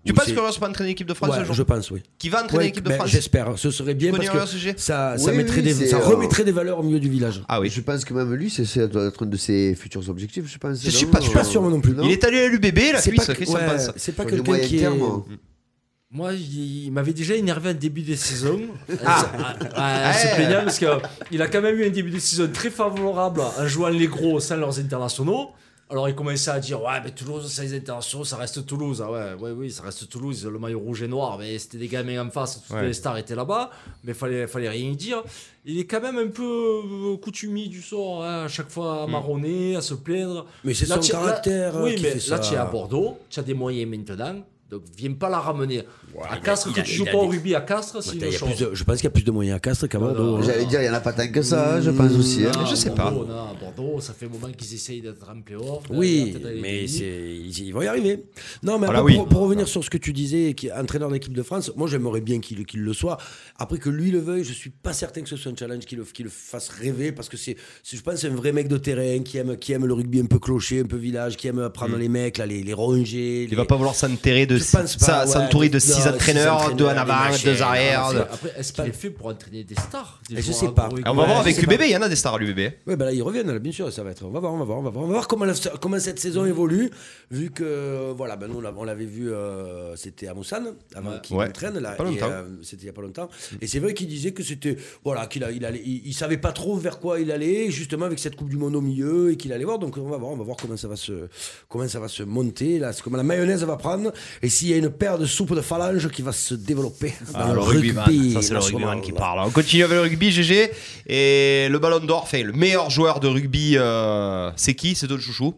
Tu
Où
penses
c'est-
que Urios peut entraîner l'équipe de France
Ouais,
un jour
je pense, oui.
Qui va entraîner
Ouais,
l'équipe de
ben,
France
J'espère. Ce serait bien
connais
parce
rien au
que
sujet
ça, ça,
Oui,
mettrait
oui,
des-
c'est,
ça
euh,
remettrait des valeurs au milieu du village.
Ah oui.
Je pense que même lui, c'est, ça doit être un de ses futurs objectifs, je pense.
Je suis
non
pas sûr.
Pas sûr, moi non plus.
Il est allé à l'UBB, la
C'est
cuisse,
pas,
qu'est-ce
que-
que ça
ouais,
pense
c'est pas
Sur du
quelqu'un
moyen
qui est.
terme, hein.
Moi, il, il m'avait déjà énervé en début
*laughs*
de saison.
Ah.
C'est
Eh.
plaignant parce qu'il a quand même eu un début de saison très favorable en jouant les gros sans leurs internationaux. Alors il commençait à dire ouais mais Toulouse sans les internationaux ça reste Toulouse ah ouais ouais oui ça reste Toulouse le maillot rouge et noir mais c'était des gamins en face toutes
Ouais.
les stars étaient là-bas mais fallait fallait rien y dire il est quand même un peu euh, coutumier du sort hein, à chaque fois à marronner à se plaindre
Mais c'est
Là,
son
tu- là-
caractère. euh,
oui
qui
mais
fait
là
ça.
tu es à Bordeaux tu as des moyens maintenant Donc viens pas la ramener. à
mais
Castres,
il
que
a-
tu
il
joues
a
pas au
des-
rugby à Castres, c'est
Il
une
y a plus
chose.
de- je pense qu'il y a plus de moyens à Castres qu'à Bordeaux. hein.
non.
J'allais dire, il y en a pas tant que ça, je pense
Mm.
aussi. hein.
Ah,
Je sais pas.
Bordeaux, non, à Bordeaux, ça fait un moment qu'ils essayent d'être en playoff.
Oui,
euh, la tête dans les
mais
pays.
c'est- ils, ils vont y arriver. Non, mais après,
Voilà, Ah oui.
pour, pour revenir sur ce que tu disais, qui est entraîneur d'équipe de France, moi j'aimerais bien qu'il qu'il le soit. Après que lui le veuille, je suis pas certain que ce soit un challenge qui le, qui le fasse rêver, parce que c'est, c'est- je pense, que c'est un vrai mec de terrain qui aime, qui aime le rugby un peu clocher, un peu village, qui aime prendre les mecs, là, les, les ronger.
Mm. Il va pas vouloir s'enterrer de
Je pense pas,
ça-
ouais,
s'entourer de
non,
six
six
entraîneurs,
entraîneurs,
deux en
des
avant,
machins,
deux arrières.
non,
de-
c'est-
Après, est-ce qu'il est fait pour entraîner des stars des
Et je
joueurs
sais
à
pas.
Bordeaux
Ah, On va voir
Ouais,
avec
c'est
UBB, il y en a des stars à l'UBB.
Ouais, bah là, ils reviennent, là, bien sûr, ça va être. On va voir, on va voir, on va voir, on va voir comment, la- comment cette saison évolue. Vu que, voilà, ben nous, on l'a- on l'avait vu, euh, c'était à Moussan, avant qu'il
Ouais.
entraîne, là.
Pas
et,
longtemps. Mm.
euh, c'était il y a pas longtemps. Et c'est vrai qu'il disait que c'était. Voilà, qu'il a- il allait, il, il savait pas trop vers quoi il allait, justement, avec cette Coupe du Monde au milieu, et qu'il allait voir. Donc, on va voir, on va voir comment ça va se, comment ça va se monter, là, c'est comment la mayonnaise va prendre, et s'il y a une paire de soupes de phalanges qui va se développer dans Ah, le,
Ah, rugbyman,
rugby.
ça c'est le
national.
rugbyman qui parle. On continue avec le rugby, GG. Et le ballon d'or, fait le meilleur joueur de rugby, euh, c'est qui C'est notre chouchou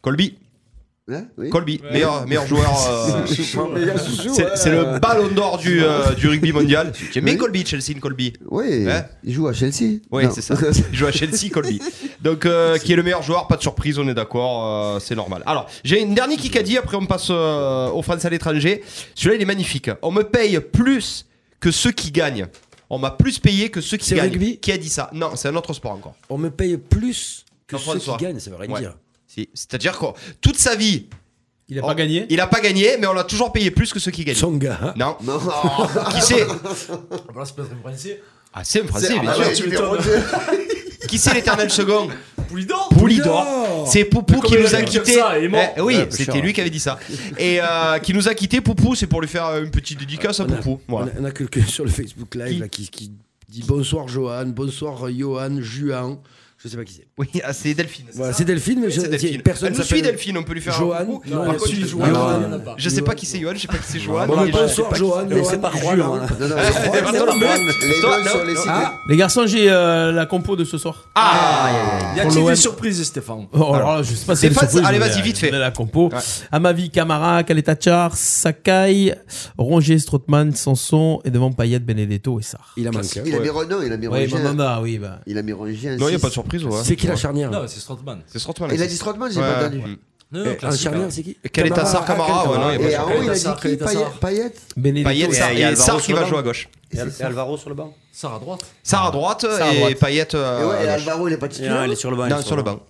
Colby.
Hein Oui. *laughs*
Colby, meilleur, meilleur joueur. euh,
hein.
c'est c'est le ballon d'or du, euh, du rugby mondial. J'aime bien
Oui.
Colby, Chelsea, Colby.
Oui,
Hein
il joue à Chelsea.
Oui,
Non.
c'est ça. Il joue à Chelsea, Colby. Donc, euh, qui est le meilleur joueur Pas de surprise, on est d'accord, euh, c'est normal. Alors, j'ai une dernière Kikadi, après on passe euh, aux Français à l'étranger. Celui-là, il est magnifique. On me paye plus que ceux qui gagnent. On m'a plus payé que ceux qui
C'est
gagnent.
rugby
qui a dit ça Non, c'est un autre sport encore.
On me paye plus que
Non,
ceux qui
François.
gagnent, ça veut rien
Ouais.
dire.
Si. C'est-à-dire que toute sa vie,
Il a
on-
pas gagné
il a pas gagné, mais on l'a toujours payé plus que ceux qui gagnent.
Tsonga, hein.
*laughs* Non. qui c'est
Voilà, c'est peut-être un français.
Ah, c'est un français,
Ah,
bien
bah
sûr.
ouais, tu m'étonnes.
Qui c'est l'éternel second
Poulidor
Poulidor. C'est Poupou qui
comme
nous
il
a
avait dit
quitté. Eh
ça, il est mort.
oui,
Ouais,
c'était
cher.
lui qui avait dit ça. Et euh, qui nous a quitté Poupou, c'est pour lui faire euh, une petite dédicace à
On a-
Poupou. Voilà.
On a, on a quelqu'un sur le Facebook Live
Qui
là, qui, qui dit bonsoir Johan, bonsoir Johan, Juan. Je sais pas qui c'est.
Oui, ah, c'est Delphine. c'est
Voilà,
ça
c'est Delphine, mais
Oui,
je,
c'est Delphine.
personne
Elle nous
s'appelle-
suit Delphine, on peut lui faire
Johan.
un coucou.
Non,
Par
elle
contre,
suit
je-
Johan.
Johan.
Non, non, non.
Je sais pas qui c'est Johan, je sais pas qui c'est Johan.
Voilà,
mais je sais
bonsoir
pas qui-
Johan,
Mais on
Johan,
sait pas
Juan.
Juan, hein.
Non, non,
Ah,
mais-
c'est pas toi, non.
les
Toi,
deux
non,
sur les
non.
sites.
Ah.
Les garçons, j'ai euh, la compo de ce soir.
Y
Pour
a-t-il
l'OM.
des surprises, Stéphane
Oh, alors là, je sais pas si
Les
elle
fans,
se pose,
allez,
mais
vas-y,
la-
vite fait.
La compo.
Ouais.
Amavi, Camara, Kaletachar, Sakai, Rongier, Strootman, Sanson et devant Payet, Benedetto et Sar.
Il a manqué.
Il a mis Renault, il a mis
Oui,
Roger.
Mandanda, oui. Bah.
Il a mis Roger. un
Non, il n'y a
six.
pas de surprise. ouais.
C'est qui la charnière
Non, c'est Strootman.
C'est Strottman.
Il a dit Strootman, j'ai
Ouais. Mmh.
pas entendu.
Non,
Eh, La
classique, hein.
charnière, c'est qui
Et quel est ta sœur, Camara
ah, quel
Ouais, non, il y a
Et
pas
en
de
haut, il a
Sarr,
dit qui
Sarr.
Ah,
Payet- Payet
Benedetto.
Payet et
Sarr, il y a
et
Alvaro
Sarr qui
sur le
va
banc.
jouer à gauche.
Et Al- et Alvaro sur le banc
Sarr à droite.
Sarr à droite
Sarr à
et
droite.
Payet
Et ouais, et
euh, à gauche.
Alvaro, il est pas
Non,
titulaire.
il est sur le banc. il
Non,
est
sur le banc.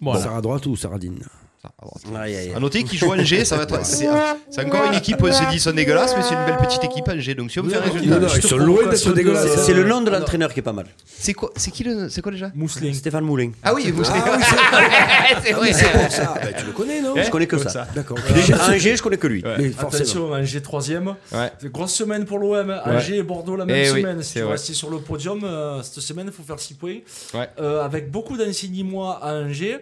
Voilà.
Sarah Ah, à droite ou
Ah,
Saradine
Sarr à droite.
Aïe, aïe, aïe.
À noter qu'ils jouent Angers, ça va être. C'est c'est encore une équipe, on s'est dit, ils sont dégueulasses, mais c'est une belle petite équipe Angers. Donc si on me fait un résultat.
non, ils sont loin d'être dégueulasses.
C'est- C'est le nom de l'entraîneur qui est pas mal.
C'est quoi, c'est qui le, c'est quoi déjà
Mousseline.
Stéphane Moulin.
Ah oui, vous savez. *laughs* c'est vrai.
Pour ça, bah, tu le connais, non
Je connais que ça.
D'accord.
Déjà, Angers, je connais que lui.
Mais forcément.
Attention, Angers 3ème.
Ouais.
Grosse semaine pour l'OM. hein.
Ouais.
Angers et Bordeaux la même
Eh oui,
semaine.
c'est
si tu veux
vrai.
rester sur le podium, euh, cette semaine, il faut faire 6 points.
Ouais.
Euh, avec beaucoup d'anciens Nîmois à Angers.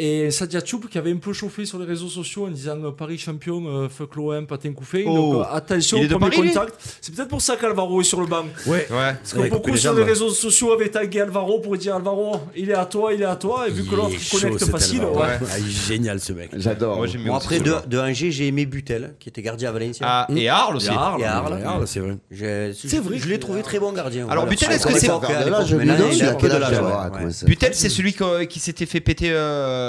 Et Sadia Tchoub qui avait un peu chauffé sur les réseaux sociaux en disant euh, Paris champion, euh, fuck l'OM, patin couffé.
Oh.
Donc euh, attention
Il est de
au premier
Paris, lui
contact. C'est peut-être pour ça qu'Alvaro est sur le banc.
Ouais.
Ouais.
Parce que
Ouais,
beaucoup
couper les
sur
jambes.
les réseaux sociaux avaient tagué Alvaro pour dire Alvaro, il est à toi, il est à toi. Et vu que l'autre
est chaud,
connecte
cet
facile,
Alvaro.
ouais.
Ah, il est génial ce mec.
J'adore.
Moi j'aime bien.
Bon,
aussi
après,
ce
de,
joueur.
de Angers, j'ai aimé Butel, qui était gardien à Valenciennes.
Ah, et Arles aussi.
Il y a Mm. Arles.
Et à Arles.
Regarde, c'est vrai.
J'ai- je-
vrai
Je l'ai trouvé très bon gardien.
Alors, Butel, est-ce que c'est-
encore
Regarde là, je lui donne, il a quel âge Alvaro, comment ça
Putel, c'est celui que- qui s'était fait péter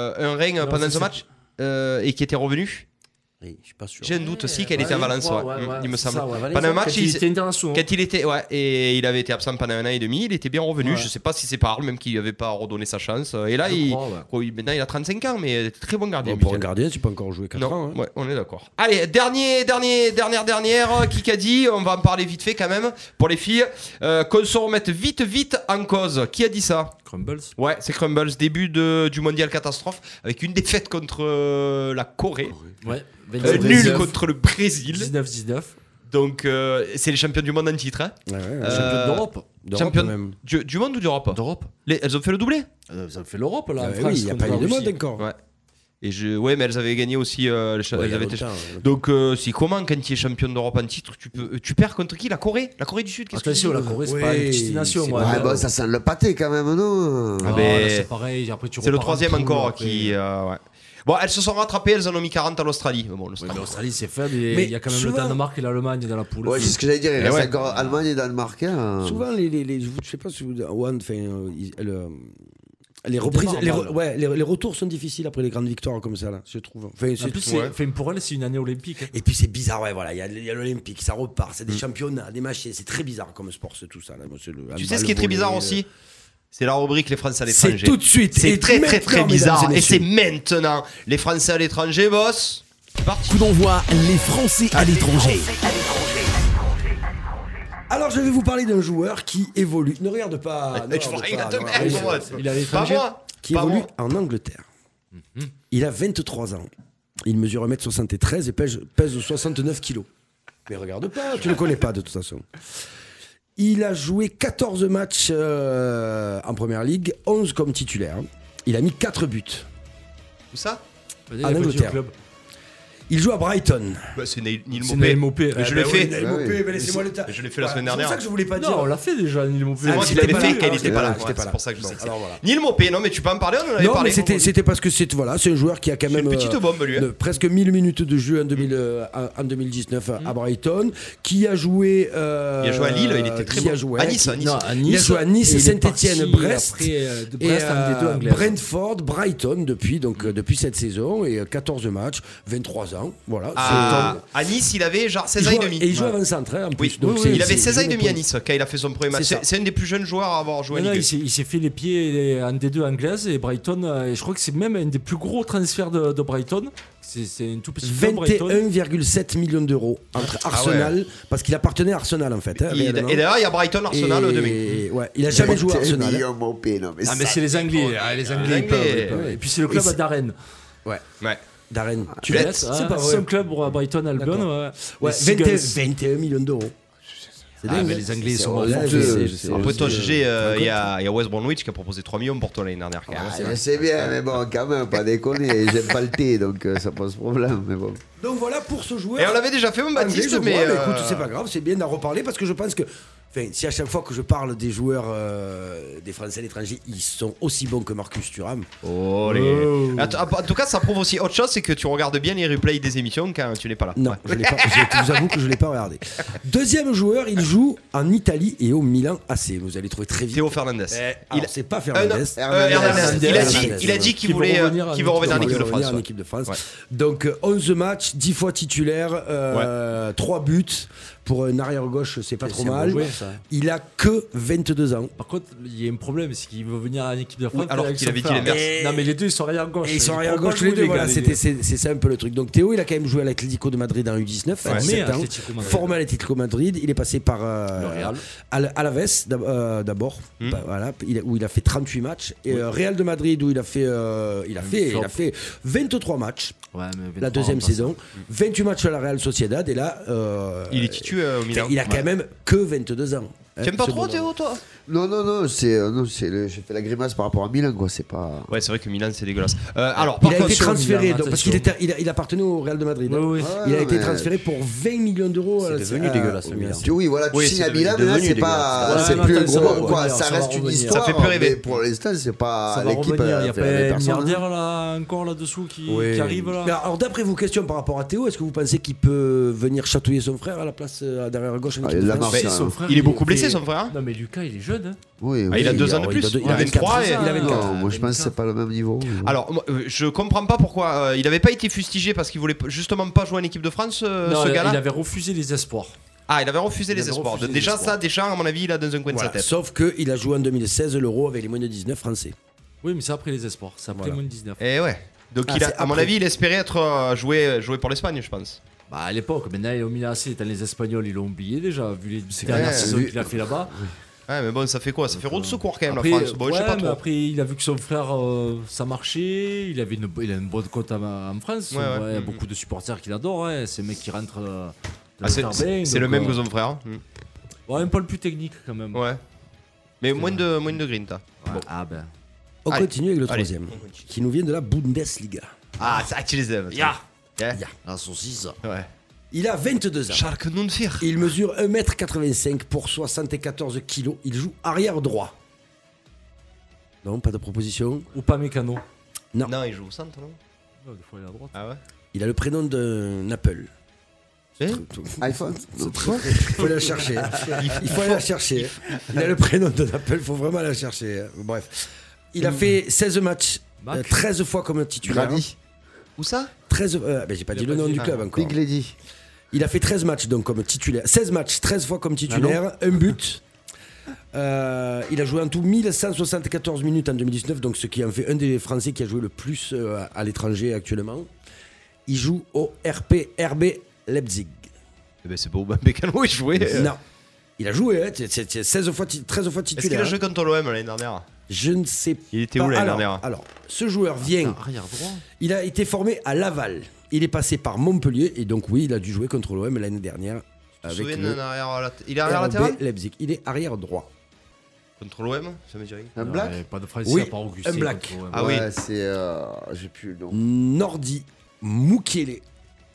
euh, un ring euh,
Non,
pendant
c'est
ce
ça.
match euh, et qui était revenu.
Je suis pas sûr.
J'ai un doute aussi qu'elle était à
Ouais,
Valence,
ouais,
ouais,
ouais,
mm,
ouais,
il me
c'est
semble.
ça, ouais,
Pendant un
Valence,
match,
quand il était
il,
international.
quand il était, ouais, et il avait été absent pendant un an et demi, il était bien revenu.
Ouais.
Je sais pas si c'est par Arles même qu'il avait pas redonné sa chance. Et là,
Je
il,
crois, ouais.
quoi, il- maintenant il a 35 ans, mais euh, très bon gardien.
Bon, pour un
Butel.
gardien, tu peux encore jouer 4
Non,
ans. hein.
ouais, on est d'accord. Allez, dernier, dernier, dernière, dernière, euh, Kikadi, on va en parler vite fait quand même, pour les filles, euh, qu'on se remette vite, vite en cause. Qui a dit ça
Crumbles.
Ouais, c'est Crumbles, début de, du mondial catastrophe, avec une défaite contre euh, la Corée,
Ouais.
euh,
29,
nul contre le Brésil.
19-19.
Donc, euh, c'est les champions du monde en titre, hein.
Ouais, ouais, ouais.
Euh,
Champion d'Europe.
D'Europe,
Champion
même.
du, du monde ou d'Europe
D'Europe.
Les- Elles ont fait le doublé
Euh, Ça me fait l'europe là. en
Ah,
France,
oui, il n'y a
contre
pas eu
la
de
Russie.
mode encore.
Ouais. Et je, ouais, mais elles avaient gagné aussi. euh, les cha-
Ouais, il
elles
y a
avaient été-
longtemps, ouais, longtemps.
Donc, euh, c'est comment quand tu es champion d'Europe en titre, tu, peux, tu perds contre qui La Corée La Corée du Sud Qu'est-ce que
Attention,
tu
la
dis
Corée, c'est
Oui,
pas une petite nation.
c'est
ouais.
Ouais,
Ah,
bah, ça sent le pâté quand même, non
Ah
là,
ben,
c'est pareil. Après, tu
C'est le
repars en
troisième
poule,
encore
après.
qui. euh, ouais. Bon, elles se sont rattrapées, elles en ont mis 40 à l'Australie. Mais Bon,
Ouais,
l'Australie.
euh, mais L'Australie, c'est faible. et
Mais
Il y a quand même
souvent-
le Danemark et l'Allemagne dans la poule.
Ouais, c'est ce que j'allais dire. Il
Eh
reste
ouais.
encore Allemagne et Danemark. hein.
Souvent, les, les, les- je vous- je sais pas si vous. One, enfin, euh, ils- le- les reprises,
démarre
les,
mal.
re- ouais, les, les retours sont difficiles après les grandes victoires comme ça, là, je trouve. Enfin,
En
c'est-
plus,
ouais.
c'est- enfin, pour elle, c'est une année olympique. hein.
Et puis c'est bizarre, ouais, voilà, il y a, il y a l'Olympique, ça repart, c'est des championnats, des matchs, c'est- c'est très bizarre comme sport, c'est tout ça. Là. Moi, c'est le euh,
Tu
handball,
sais ce qui
le
est très
volley,
bizarre
le-
aussi C'est la rubrique Les Français à
C'est
l'étranger.
tout de suite.
C'est
et
très très très
maintenant,
bizarre.
mesdames
Et c'est
messieurs.
maintenant. Les Français à l'étranger, boss. C'est parti.
Coup d'envoi, les Français à l'étranger.
Alors je vais vous parler d'un joueur qui évolue. Ne regarde
*laughs*
pas. ne
Je vois
regarde
rien
pas,
de
ne
merde,
regarde
moi.
pas.
Il est à
Pas
l'étranger.
moi.
qui
Pas
évolue
moi. Mhm.
en Angleterre. Il a 23 ans. Il mesure 1m73 et pèse, pèse 69 kilos. Mais regarde pas, tu le connais pas de toute façon. Il a joué 14 matchs euh, en première ligue, 11 comme titulaire. Il a mis 4 buts.
Où ça
Il est
En
petit au
Angleterre.
club.
Il joue à Brighton.
Bah, C'est Neil Neil
C'est Naël
Maupay.
Maupay.
Mais Je l'ai fait.
Bah oui.
Mopé, mais laissez-moi le temps.
Ah Je l'ai fait la
Voilà,
semaine
C'est
dernière.
pour ça que je voulais pas
Non, on
dire.
l'a fait déjà, Neil Maupay.
C'est moi
Ah,
qui
j'étais
l'avais
pas
fait
là.
quand il
Ah,
n'était
j'étais
pas
pas
là.
là,
Ouais,
j'étais pas
C'est
là.
pour ça que je sais.
Donc, alors, voilà.
Neil Maupay, non mais tu peux en parler, on en avait
Non, mais
parlé.
c'était c'était parce que c'est voilà, c'est un joueur qui a quand
C'est
même
une petite
euh,
bombe lui. hein. Mm.
de presque 1000 minutes de jeu en, 2000, euh, en 2019 à- à Brighton, qui a joué. euh,
Il a joué à Lille, il était très
qui
bon.
a joué,
à Nice, à Nice.
Non, à
Il a joué à Nice,
et il est
Saint-Étienne,
parti
Brest,
après, euh, de
Et,
Brest à
euh,
des deux anglaises.
Brentford, Brighton depuis donc
Mm.
euh, depuis cette saison et euh, 14 matchs, 23 ans, voilà.
À,
C'est-
à Nice, il avait genre
il
16 Ah, ans
joue,
et
à-
demi.
et il joue avant centre hein, en plus.
Oui,
donc
oui,
c'est-
il avait
c'est-
16 ans et
c'est-
demi à Nice quand il a fait son premier match.
C'est ça.
C'est c'est un des plus jeunes joueurs à avoir joué en
Non, non,
Ligue.
il s'est- il s'est fait les pieds en D2 anglaise et Brighton, euh, et je crois que c'est même un des plus gros transferts de, de Brighton. C'est c'est un tout petit club, Brighton.
21,7 millions d'euros entre Arsenal, parce qu'il appartenait à Arsenal en fait. hein,
Il- Ah Et
réellement.
d'ailleurs, il y a Brighton Arsenal
Et-
le demain.
ouais, il a jamais joué à
Putain,
Arsenal. hein.
Guillaume Opé, non, mais
Ah, mais
ça-
c'est les Anglais. ah, les
Les
Anglais, ils peuvent,
Anglais.
ils peuvent. Et puis c'est le
Et
club
c'est-
d'Arène.
Ouais.
hein, Darren,
Tu
l'as-
laisses,
c'est
hein,
pas
C'est
vrai.
un club pour euh, Brighton Albion.
D'accord.
ouais.
Ouais,
Les
20
Seagulls.
21 millions d'euros. C'est
Ah,
dingue,
mais
hein.
les Anglais, ils
C'est-
sont
oh, là,
forts.
je sais,
Euh,
je sais, je
Après,
sais.
toi, GG, euh, il y, a il y a West Bromwich qui a proposé 3 millions pour toi l'année dernière. Quand même.
Ah, je sais bien, mais bon, quand
*laughs*
même, pas déconner. J'aime pas le thé, donc euh, ça pose problème. Mais bon.
Donc voilà pour ce joueur.
Et on l'avait déjà fait, mon
Anglais,
Baptiste,
je
mais.
vois, mais
euh,
écoute, c'est pas grave, c'est bien d'en reparler parce que je pense que. Enfin, si à chaque fois que je parle des joueurs euh, des Français à l'étranger, ils sont aussi bons que Marcus Thuram.
Oh, les- Att- En tout cas, ça prouve aussi autre chose c'est que tu regardes bien les replays des émissions quand tu n'es pas là.
Non,
Ouais.
je, l'ai pas, je vous avoue que je l'ai pas regardé. Deuxième joueur, il joue en Italie et au Milan AC. Vous allez trouver très vite.
Théo Fernandez.
il
Il-
c'est pas
Euh, non,
Fernandez.
euh, Hernandez. Il a dit- Il a dit qu'il
Qui
voulait
veut
euh,
revenir en
qu'il veut revenir en
Il
équipe de
va revenir
France.
en
ouais.
équipe de France. Donc euh, 11 matchs, 10 fois titulaire, euh, 3 buts pour un arrière-gauche, c'est pas trop mal.
joueur, ça.
il a que 22 ans.
Par contre, il y a un problème, c'est qu'il veut venir à l'équipe de France.
alors
avec
qu'il
son
avait dit
frère.
les
Mercs.
Non, mais les deux, ils sont rien gauche.
Et ils sont
Ils
arrière
pourront pas
gauche les
jouer,
deux,
les
voilà,
gars, les
c'était-
deux.
c'est c'est ça un peu le truc. Donc Théo, il a quand même joué à l'Atlético de Madrid en U19, à
Ouais.
17
Mais
ans,
Atlético Madrid.
formé à l'Atlético Madrid, il est passé par euh,
Le Real.
Al- Alaves d'ab- euh, d'abord,
Hmm.
Bah, voilà, il a- où il a fait 38 matchs, et euh, Real de Madrid où il a fait, euh, il a fait, il a
flop.
fait 23 matchs
Ouais, mais 23,
la deuxième
on passe.
saison, 28 matchs à la Real Sociedad, et là, euh,
Il est titulaire au Milan.
il a quand
Ouais.
même que 22 ans. hein,
T'aimes pas
ce
trop
bonhomme.
Théo, toi
Non, non, non, c'est, euh, non, c'est le- j'ai fait la grimace par rapport à Milan, quoi. C'est pas.
Ouais, c'est vrai que Milan, c'est dégueulasse. Euh, alors,
Il
par
a
contre,
été transféré,
Milan,
donc, parce qu'il était- il, a- il appartenait au Real de Madrid.
Oui,
hein.
oui.
Il a
Ouais,
été
mais-
transféré pour 20 millions d'euros.
Ah, C'est
à-
devenu
à-
dégueulasse,
au
le
Milan.
Milan.
Tu- oui, voilà, tu
Oui,
signes
c'est
à
devenu-
Milan,
c'est
mais là,
devenu
c'est
du
pas,
Milan.
Ouais,
c'est
non,
plus
attends,
un
ça
gros
va
nom, quoi.
revenir,
Ça
ça va
reste une
revenir. Ça
histoire.
fait plus rêver.
mais pour l'instant, c'est pas
Ça va
l'équipe.
revenir. Il
euh,
n'y a
fait
pas
rêver
un
personne, hein.
milliardaire là, encore là dessous qui,
Oui.
qui arrive là.
Mais Alors d'après vos questions par rapport à Théo, est-ce que vous pensez qu'il peut venir chatouiller son frère à la place euh, derrière gauche en
Ah,
équipe
il
de
l'a
France
marre.
Si,
ça,
son
hein.
frère,
Bah, il est beaucoup blessé,
fait-
son frère. hein.
Non mais Lucas il est jeune. hein.
Oui,
Ah, il a
oui.
deux ans
il
de
doit-
plus.
il
Il
a
a 23 et.
ans. Il a 24.
Non, moi je pense que c'est pas le même niveau.
Alors, moi, euh, je comprends pas pourquoi. euh, il avait pas été fustigé parce qu'il voulait p- justement pas jouer en équipe de France, euh,
Non,
ce
il
gars-là.
avait refusé les espoirs.
Ah, il avait refusé
il
les
avait
espoirs.
refusé les
Déjà,
espoirs.
ça, Deschamps, à mon avis, il a dans un coin
Voilà.
de sa tête.
Sauf qu'il a joué en 2016 l'Euro avec les moins de 19 français.
Oui mais c'est après les espoirs, c'est après
Voilà.
moins de 19.
Et Eh ouais. Donc,
Ah,
il a-
c'est
à mon
après.
avis, il espérait être euh, joué, joué pour l'Espagne, je pense.
Bah à l'époque, maintenant il est au Milan AC, dans les Espagnols ils l'ont oublié déjà, vu les
vrai,
dernières saisons
vu-
qu'il a fait là-bas.
Ouais, mais bon, ça fait quoi Ça fait roue de secours quand même,
Après,
la France. Bon, je sais
ouais,
pas
mais
trop.
après, il a vu que son frère, euh, ça marchait, il avait une, il a une bonne cote en, en France.
Ouais,
on
ouais.
voit
Mhm.
Beaucoup de supporters qui l'adorent, hein, c'est le mec qui rentre. euh, dans
Ah,
le
c'est-
terrain,
c'est c'est
donc,
le même
euh,
que son frère. hein.
Ouais, un peu le plus technique quand même.
Ouais. Mais moins de, moins de green, t'as.
Ouais. Ah ben.
On
Allez.
continue avec le
Allez.
troisième, qui nous vient de la Bundesliga.
Ah, ça, tu les aimes. ça.
Ya.
Yeah.
Ah,
La saucisse.
Ouais.
Il a 22 ans.
Shark Nunfir.
Il mesure 1m85 pour 74 kg. Il joue arrière droit. Non, pas de proposition.
Ou pas mécano.
Non, il joue au centre, non
des fois, il est à droite.
Ah ouais
Il a le prénom d'un Apple.
Eh
Ah, iPhone
Il faut la chercher. hein. *laughs* Il faut la chercher. hein. Il a le prénom d'un Apple. Il faut vraiment la chercher. hein. Bref. Il a fait 16 matchs,
Mac.
euh, 13 fois comme titulaire.
Grady.
Où ça
13, euh, ben, j'ai pas
Il
dit
a
le
pas
nom
dit.
du
Ah,
club encore.
Big Lady.
Il a fait 13 matchs donc comme titulaire. 16 matchs, 13 fois comme titulaire,
Ah
un but. Euh, il a joué en tout 1174 minutes en 2019, donc ce qui en fait un des Français qui a joué le plus euh, à l'étranger actuellement. Il joue au RP RB Leipzig.
Eh ben, c'est pas Aubameyang Mécano, il *laughs* jouait. euh.
Non. Il a joué, hein, c'est- c'est- c'est 16 fois, ti- 13 fois
Est-ce qu'il a
titulaire.
joué contre l'OM l'année dernière
Je ne sais pas.
Il était où l'année
alors,
dernière
alors, ce joueur vient.
Ah, Arrière droit.
Il a été formé à Laval. Il est passé par Montpellier, et donc oui, il a dû jouer contre l'OM l'année dernière. Avec
Souven,
le
un arrière lat- Il est arrière latéral
RB Leipzig. Il est arrière droit.
Contre l'OM, ça me dit rien.
Un black
Ouais, Pas de français
Oui,
à part Augustin.
un black.
contre OM.
Ah oui.
ouais, c'est. euh, J'ai plus le nom.
Nordi Mukele.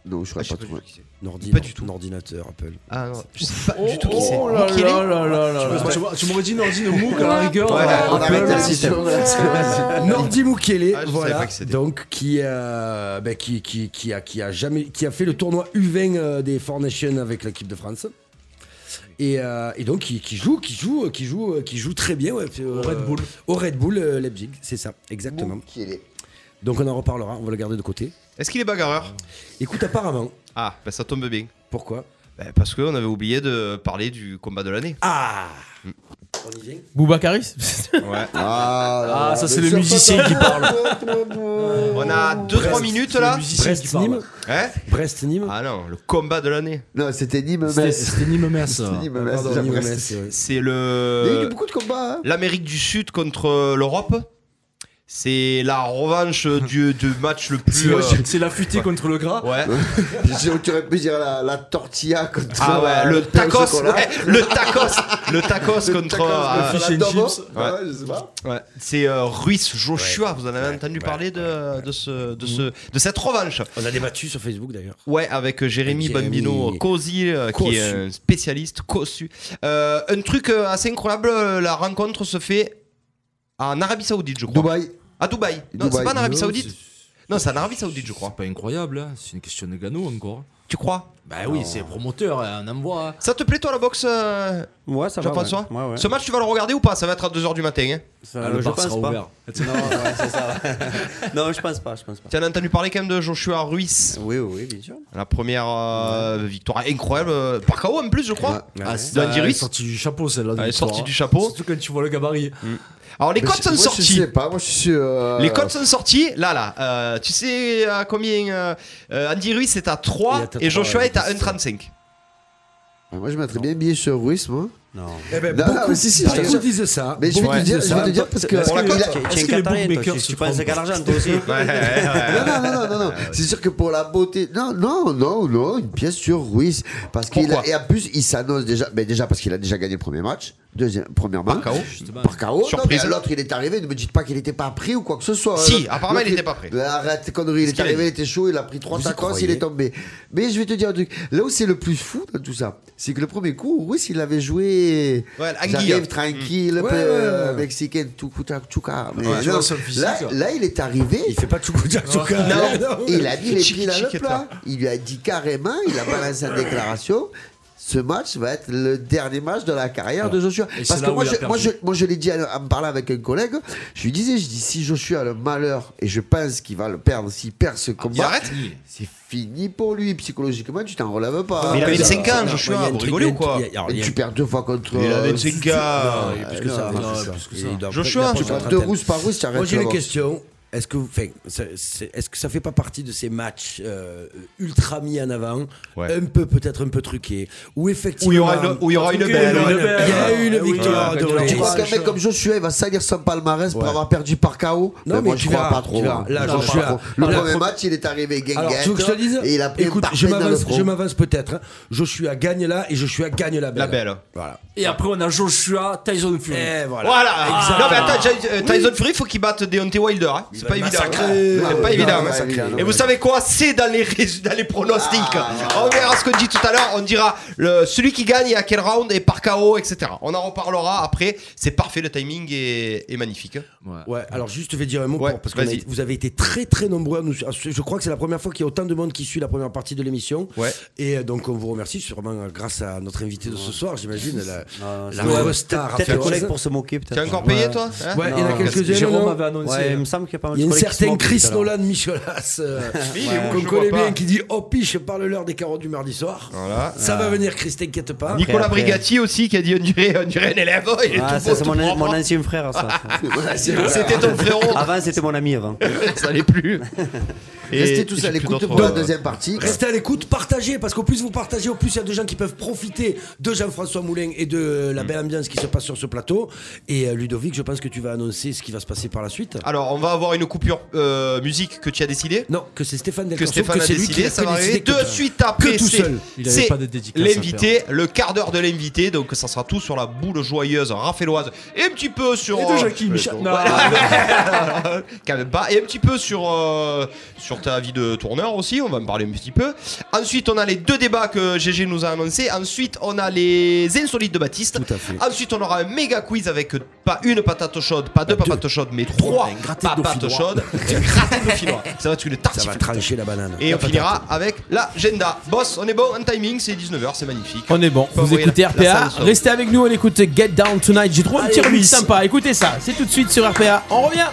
Non, je
Ah,
saurais
je sais
pas
pas
trouvé.
qui c'est.
Nordi,
Pas du tout.
Ordinateur, Apple.
Ah non, je sais pas du tout qui c'est.
Oh là
Michele
là là là là là. Tu m'aurais- Tu m'aurais dit Nordine Mouk à la rigueur.
Ouais,
euh,
on
Apple.
arrête la
Si,
discussion, là.
Nordi Mukele,
Oh. Ah, je savais
voilà.
pas que c'était.
Donc, qui, euh, ben, qui, qui, qui, a, qui, a jamais, qui a fait le tournoi U20 euh, des Four Nations avec l'équipe de France. Et, euh, et donc, qui, qui joue, qui joue, euh, qui joue, euh, qui joue très bien. ouais, euh,
Au Red Bull.
Au Red Bull euh, Leipzig, c'est ça,
*laughs*
exactement.
Qui est
Donc, on en reparlera, on va le garder de côté.
Est-ce qu'il est bagarreur
Écoute, apparemment,
Ah, bah ça tombe bien.
pourquoi
Bah, parce qu'on avait oublié de parler du combat de l'année.
Ah On y vient
Boubacaris
Ouais.
Ah,
Ah, ça, c'est le musicien qui
parle.
On a
Oh.
2-3 minutes là.
Brest-Nîmes
Hein
Brest-Nîmes
Ah non, le combat de l'année.
Non, c'était Nîmes
C'était
Metz.
c'était Nîmes Metz.
C'était Nîmes Metz.
Pardon, Nîmes,
j'apprécie.
Metz, ouais.
C'est
Il y a eu
le.
beaucoup de *laughs* combats. hein.
L'Amérique du Sud contre l'Europe. C'est la revanche du, du match
*laughs*
le plus. euh,
C'est la futée contre le gras.
Ouais.
J'ai- Tu aurais pu dire la, la tortilla contre.
Ah ouais,
euh,
le
pain au
tacos.
chocolat.
ouais, le tacos. Le tacos
*laughs* Le
contre.
tacos,
euh,
le
fish and
dobo.
chips.
Ah ouais, je sais pas.
Ouais, c'est euh, Ruiz Joshua, vous en avez entendu parler de, de, ce,
Mm.
de, ce, de cette revanche.
On a débattu sur Facebook d'ailleurs.
Ouais, avec euh, Jérémy,
Avec Jérémy
Bambino Cosi, euh, qui
Cossu.
est un spécialiste, cossu. Euh, un truc euh, assez incroyable, euh, la rencontre se fait en Arabie Saoudite, je crois.
Dubaï.
À Dubaï. Non,
Dubaï.
c'est pas en Arabie
Non,
Saoudite Non, c'est en Arabie Saoudite, je crois.
C'est pas incroyable, hein. c'est une question de Gano encore.
Tu crois
Bah oui, c'est promoteur, hein, on envoie.
Ça te plaît, toi, la boxe, euh,
Ouais, ça va.
Jean-François
ouais. Ouais, ouais.
Ce match, tu vas le regarder ou pas Ça va être à 2h du matin. Hein.
Ça,
le
je
bar
pense
sera
pas.
ouvert.
Non, ouais, c'est ça. non, je pense pas, je pense pas.
Tu en as entendu parler quand même de Joshua Ruiz.
Oui, oui, oui, bien sûr.
La première euh, victoire incroyable, euh, par KO en plus, je crois.
Ah, c'est
Dandy
elle est
Ruiz
sortie du chapeau celle-là.
Elle est
victoire,
sortie du
hein.
chapeau.
Surtout quand tu vois le gabarit.
Alors les
Mais
codes
je-
sont
moi,
sortis.
Je sais pas, moi je suis. euh,
Les codes sont sortis, là là. Euh, tu sais à combien euh, euh, Andy Ruiz est à 3
Il est à
et Joshua
trois,
est à 1,35.
Ah, Moi je mettrais bien billet sur Ruiz, moi.
Non.
Eh ben,
Non,
beaucoup,
mais si, si,
beaucoup
je-
disaient ça.
Mais je vais
Ouais,
te dire, je
c'est
vais te
ça.
dire parce que.
Pour la
parce que
cote.
il a-
Tu
Est-ce
es
que les
un Qatarien, toi,
bookmakers
tu-
se
tu penses
trompent
qu'à l'argent, toi aussi.
Ouais, ouais, ouais.
Non, non, non, non,
Ah,
non, non. C'est sûr que pour la beauté. Non, non, non, non, une pièce sur Ruiz. Parce qu'il a-
Pourquoi
Et en plus, il s'annonce déjà. Mais déjà parce qu'il a déjà gagné le premier match. Deuxième, premièrement.
Par KO.
Justement.
Par KO. non,
Surprise.
mais L'autre, il est arrivé. Ne me dites pas qu'il n'était pas prêt ou quoi que ce soit.
Si,
L'autre-
apparemment, il
l'autre,
était pas prêt.
Ben, Arrête, tes conneries. Il
C'est ce
est
qu'il a
arrivé,
dit.
il était chaud. Il a pris trois
Vous y
tacos, il
croyez
est tombé. Mais je vais te dire un truc. Là où c'est le plus fou dans tout ça, c'est que le premier coup, Ruiz, il avait joué.
Ouais, Mm. l'anguille.
J'arrive tranquille,
Ouais,
euh,
ouais, ouais.
mexicain, tout, tout, tout, tout. Mais
tu vois
non,
son physique,
là,
là.
là, il est arrivé.
Il fait pas tout coup de jack, en tout cas.
*laughs*
Non.
Et il a mis les
Chiqui-
pieds dans le
chiquetta.
plat. Il lui a dit carrément, il a balancé la déclaration. Ce match va être le dernier match de la carrière de Joshua.
Ah. Et c'est
Parce que
là où
moi
il a
je,
perdu.
moi, je, moi, je l'ai dit en, en me parlant avec un collègue, je lui disais, je dis, si Joshua a le malheur, et je pense qu'il va le perdre, s'il perd
Ah,
*laughs*
ce
Il
combat,
arrête
c'est fini pour lui. psychologiquement, tu t'en relèves pas.
Mais il a
Après,
25
ça-
ans, Joshua, vous rigolez ou quoi
Il y a- alors,
Et
il y a-
tu perds deux fois contre.
Il a
euh,
25 ans
Non, il y a plus que
non,
ça,
non,
il y a plus
non,
que ça.
plus que ça.
Il doit-
Joshua,
il a
tu
pas
Tu
de
prends deux
trentaine.
rousses par rousse, tu arrêtes.
Moi j'ai
la
une
boxe.
question. Est-ce que, enfin, ça- c'est- est-ce que ça fait pas partie de ces matchs euh, ultra mis en avant,
Ouais.
un peu peut-être un peu truqués, où effectivement
Où il y aura une, où il y aura une
Ok,
belle.
une
ouais.
belle.
il y a eu une
Ah oui,
victoire
ouais,
de
quand tu
Ruiz.
Tu crois
Ouais,
qu'un mec
chaud.
comme Joshua il va salir son palmarès pour
Ouais.
avoir perdu par KO
Non,
Ben,
mais
moi,
tu
je crois
verras,
pas trop.
tu verras.
hein.
Là,
Je crois
Joshua-
pas trop. le
là,
premier
pro-
match, il est arrivé
Alors,
guinguette.
tu veux que je te dise
Et il a pris
Écoute,
une
je
parfaite dans le
m'avance,
front.
je m'avance peut-être. hein. Joshua gagne là et Joshua gagne la belle.
La belle.
Voilà.
Et après, on a Joshua, Tyson Fury.
Et voilà.
Voilà. Ah.
Exact.
Non mais attends, Jay- euh, Tyson Fury, faut qu'il batte Deontay Wilder. hein. C'est C'est pas évident.
massacré.
C'est pas
Ouais,
évident.
ouais,
hein. Ah.
ouais,
Et vous savez quoi C'est dans les, rés- dans les pronostics. on verra ce qu'on dit tout à l'heure. On dira le, celui qui gagne et à quel round et par KO, etc. On en reparlera après. C'est parfait, le timing est, est magnifique. hein.
Ouais, alors juste je vais dire un mot
Ouais,
pour- parce que
vas-y.
vous avez été très très nombreux à nous à- Je crois que c'est la première fois qu'il y a autant de monde qui suit la première partie de l'émission.
Ouais.
Et euh, donc on vous remercie sûrement euh, grâce à notre invité de ce soir, j'imagine, la,
Non, non,
la
Ah, c'est-
grosse
Peut-être
star.
peut-être
Raphaël
un collègue
Rosen.
pour se moquer, peut-être.
T'es encore payé, toi Hein
Ouais, il y en a
Non.
quelques-unes.
Jérôme
non
avait annoncé.
Ouais, il me semble qu'il y a pas mal
Il y a
de
une
collègues qui se
certaine
moquent depuis
Chris
tout à l'heure.
Nolan Micholas
*laughs*
euh,
Mais il est où,
qu'on
je
connaît
vois pas.
bien qui dit Oh piche, parle-leur des carottes du mardi soir.
Voilà. Ah.
Ça va venir, Chris, t'inquiète pas.
Nicolas
après.
Brigatti aussi qui a dit on dirait, on dirait un élève. Il est
Ah,
tout
ça,
beau,
c'est
tout
mon, an-
propre.
mon Ah. ancien frère, ça.
C'était ton frérot.
avant, c'était mon ami avant.
*laughs* ça l'est plus. Et
Restez tous
j'ai
à
plus
l'écoute
d'autres-
pour la deuxième partie.
Restez à l'écoute, partagez, parce qu'au plus vous partagez, au plus il y a des gens qui peuvent profiter de Jean-François Moulin et de euh,
Mm.
la belle ambiance qui se passe sur ce plateau. Et euh, Ludovic, je pense que tu vas annoncer ce qui va se passer par la suite.
Alors, on va avoir une coupure euh, musique que tu as décidée.
Non, que c'est Stéphane Del
que
Corso,
Stéphane
que
a
c'est lui qui
décidé,
l'a
ça
fait
va arriver
décider que-
de suite après.
que tout
c'est-
seul.
Il avait
C'est
pas de dédicace à
l'invité, le quart d'heure de l'invité, donc ça sera tout sur la boule joyeuse raffaelloise et un petit peu sur. euh,
Et de Jackie Michel. Non,
*laughs* Quand même pas. Et un petit peu sur, euh, sur ta vie de tourneur aussi, on va en parler un petit peu. Ensuite, on a les deux débats que GG nous a annoncés. Ensuite, on a les insolites de Baptiste.
Tout à fait.
Ensuite, on aura un méga quiz avec pas une patate chaude, pas deux patates chaudes, mais trois
un gratin de
patates
dauphinois.
chaudes. Un gratin de dauphinois. Ça va, tu le
Ça
tartifles.
va trancher la banane.
Et
La
on
patate.
finira avec l'agenda. Boss, on est bon en timing, c'est 19h, c'est magnifique.
On est bon,
Faut
vous
envoyer
écoutez
la- la
RPA,
salle sur-
restez avec nous, on écoute Get Down Tonight, j'ai trouvé un petit remix sympa, écoutez ça, c'est tout de suite sur RPA, on revient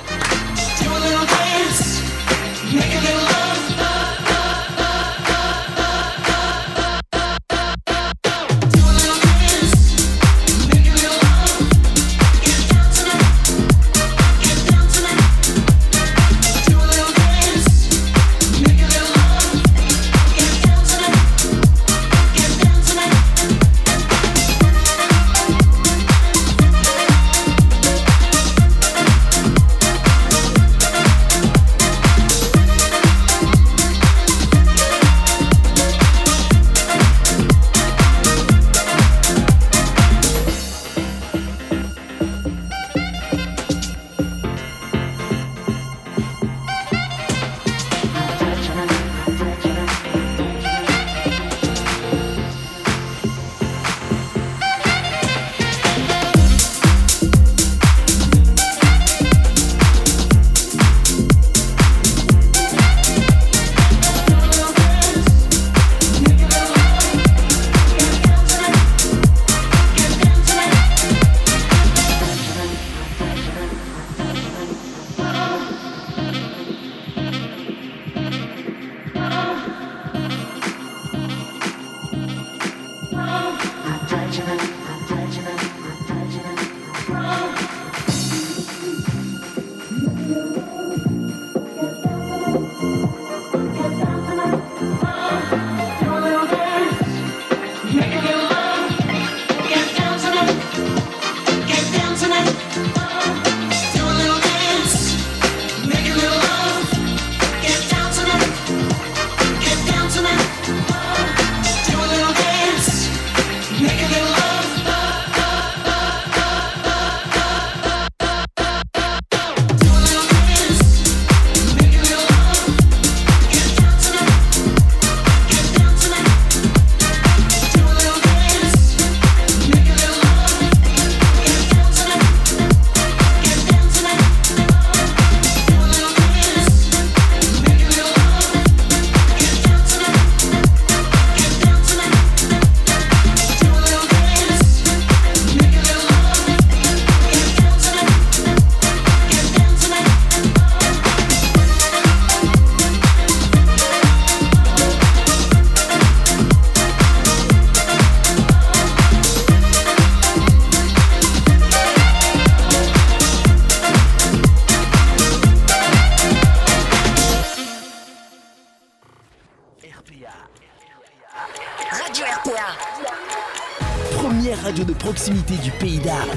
Radio RPA.
Première radio de proximité du pays d'Arles.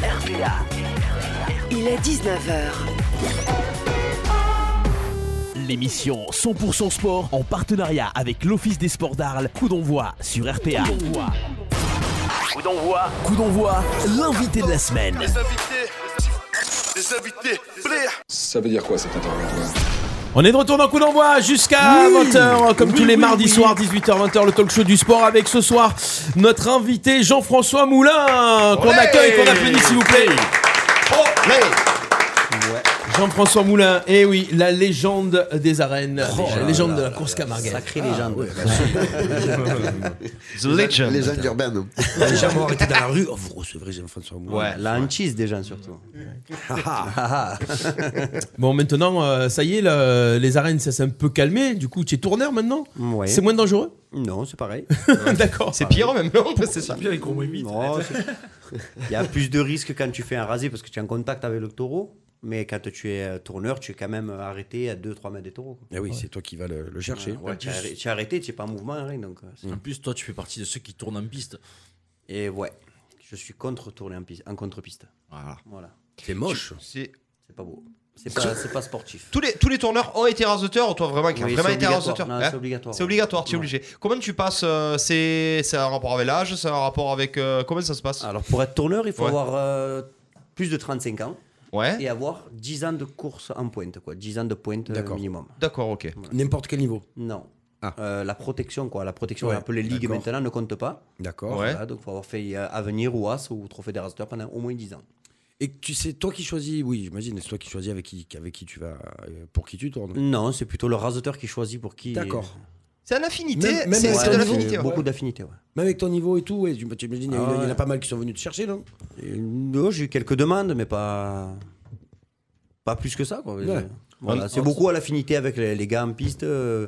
Il est 19h.
L'émission 100% sport en partenariat avec l'Office des sports d'Arles. Coup d'envoi sur RPA. Coup d'envoi. Coup d'envoi, l'invité de la semaine.
les invités,
Ça veut dire quoi cet interrogatoire
On est de retour dans Coup d'envoi jusqu'à
Oui.
20h, comme
Oui,
tous les
oui,
mardis
oui.
soirs, 18h, 20h, le talk show du sport avec ce soir notre invité Jean-François Moulin, qu'on
Olé.
accueille, qu'on applaudit s'il vous plaît.
Oh,
Jean-François Moulin, et oui, la légende des arènes, la légende de la course camargue. Sacrée
Ah
légende.
The legend. Les Legend urbaine.
Les gens vont arrêter dans la rue. Oh, vous recevrez Jean-François Moulin.
Ouais, la hanchise des gens surtout.
Bon, maintenant, euh, ça y est, le- les arènes, ça s'est un peu calmé. Du coup, tu es tourneur maintenant C'est moins dangereux
Non,
*laughs*
c'est pareil.
*laughs* D'accord.
C'est pire même, non *laughs* C'est ça.
pire Il y a plus de risques quand tu fais un rasé parce que tu es en contact avec le taureau. Mais quand tu es euh, tourneur, tu es quand même arrêté à 2-3 mètres des taureaux.
Eh oui, c'est toi qui vas le, le chercher.
Ouais, ouais, tu, es arrêté, tu es arrêté, tu n'es pas en mouvement, rien. Donc, euh,
Mmh.
c'est-
En plus, toi, tu fais partie de ceux qui tournent en piste.
Et ouais, je suis contre tourner en, piste- en contre-piste.
Voilà.
C'est moche.
C'est
pas beau. C'est pas, c'est pas sportif.
Tous les, tous les tourneurs ont été raseteurs, ou toi vraiment qui a
Oui,
vraiment
c'est
été
obligatoire.
raseteur
Non, c'est obligatoire.
C'est obligatoire, tu es obligé. Comment tu passes euh, C'est c'est un rapport avec l'âge C'est un rapport avec. euh, comment ça se passe
Alors pour être tourneur, il faut
Ouais.
avoir euh, plus de 35 ans.
Ouais.
Et avoir 10 ans de course en pointe, quoi. 10 ans de pointe euh,
D'accord.
minimum.
D'accord, ok.
N'importe quel niveau.
Non. Euh, la protection, quoi. La protection,
Ouais,
on appelle les ligues
d'accord.
maintenant, ne compte pas.
D'accord.
Voilà,
Ouais.
donc, faut avoir fait euh, Avenir ou As ou Trophée des Rasateurs pendant au moins 10 ans.
Et tu sais, toi qui choisis, oui, j'imagine, c'est toi qui choisis avec qui, avec qui tu vas, euh, pour qui tu tournes.
Non, c'est plutôt le raseteur qui choisit pour qui.
D'accord.
C'est une affinité. c'est
avec
c'est
ton
de
niveau,
l'affinité. ouais.
Beaucoup d'affinité, ouais.
Même avec ton niveau et tout, ouais, tu tu imagines, il y, a
Ah
une- il y en
ouais.
a pas mal qui sont venus te chercher, non
Et, non, J'ai eu quelques demandes, mais pas. Pas plus que ça, quoi.
Ouais.
Voilà,
On-
c'est
on-
beaucoup à l'affinité avec les, les gars en piste, euh,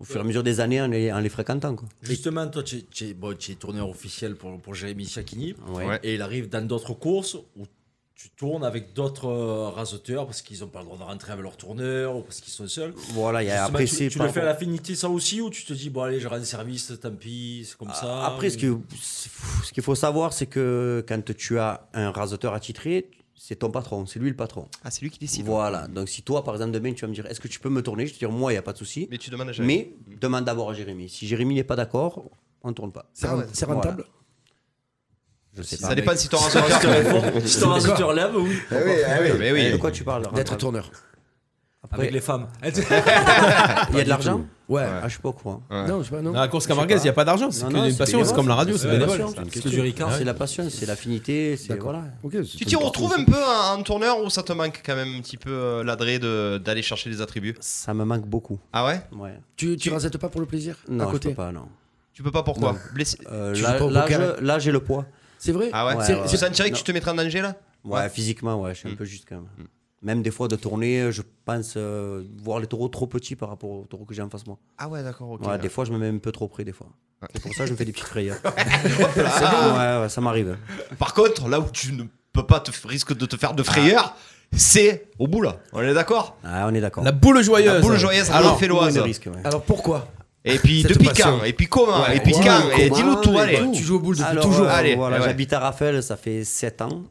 au fur et à mesure des années, en les, en les fréquentant, quoi.
Justement, toi, tu es, tu es- bon, tu es tourneur officiel pour, pour Jérémy Chakini.
Ouais.
Et il arrive dans d'autres courses où tu tournes avec d'autres euh, raseteurs parce qu'ils n'ont pas le droit de rentrer avec leur tourneur ou parce qu'ils sont seuls.
Voilà, il y a-
Justement,
après,
tu,
c'est
tu
par-
le fais à l'affinité, ça aussi, ou tu te dis, bon, allez, je rends service, tant pis, c'est comme ça.
Ah, Après, ce que- ce qu'il faut savoir, c'est que quand tu as un raseteur attitré, c'est ton patron, c'est lui le patron.
Ah, c'est lui qui décide.
Voilà. Donc, si toi, par exemple, demain, tu vas me dire, est-ce que tu peux me tourner Je te dire, moi, il n'y a pas de souci.
Mais tu demandes à
Mais
Jérémy.
demande d'abord à Jérémy. Si Jérémy n'est pas d'accord, on ne tourne pas.
C'est ren- c'est rentable
Je sais
Ça
pas.
dépend si ton
Si ton
raseteur
raseteur est- si ton raseteur
lève, oui.
Eh oui, eh Ah, oui.
Mais oui.
De quoi tu parles
D'être tourneur.
Avec
*laughs*
les femmes.
Il y a de l'argent
Ouais.
Ah, je sais pas quoi.
Ouais. Non, je sais pas, non.
Dans la course
Je sais
camarguaise,
pas.
il y a pas d'argent, c'est
Non,
que
non,
une passion, c'est
bénévole.
comme la radio, Ah, c'est bénévole.
la passion,
C'est une
c'est
question.
du Ricard.
Ouais.
C'est la passion, c'est l'affinité, c'est
D'accord.
voilà.
Ok, c'est
Tu t'y
une
retrouves un
partie.
peu en en tourneur ou ça te manque quand même un petit peu euh, l'adré de- d'aller chercher les attributs
Ça me manque beaucoup.
Ah ouais
Ouais.
Tu, tu rasettes pas pour le plaisir
Non,
à
je peux
côté
pas, non.
Tu peux pas pourquoi
Non.
Blessé-
Euh,
Tu
là,
joues pas au
là,
poker
je- là, j'ai le poids.
C'est vrai
Ah ouais,
Ouais,
C'est
ouais.
Tu sentirais que
Non.
tu te mettrais en danger là
Ouais, physiquement, ouais, je suis un peu juste quand même. Même des fois de tourner, je pense euh, voir les taureaux trop petits par rapport aux taureaux que j'ai en face moi.
Ah ouais, d'accord, ok.
Ouais,
ouais.
Des fois, je me mets un peu trop près, des fois. C'est pour ça que je me fais des petites frayeurs.
Hop là.
C'est bon, ouais, ouais, ça m'arrive.
Par contre, là où tu ne peux pas te risque de te faire de frayeur, c'est au bout là. On est d'accord
Ah, on est d'accord.
La boule joyeuse.
La boule joyeuse,
Alors,
alors fait l'oise.
risque, ouais.
Alors pourquoi
Et puis
Cette
depuis
passion.
quand Et puis comment
Ouais.
Et puis
Ouais,
quand Et
comment
dis-nous tout,
Et
allez.
bah, Tu joues aux boules depuis
Alors,
toujours.
euh,
Allez,
voilà,
ouais.
j'habite à Raphaël, ça fait 7 ans.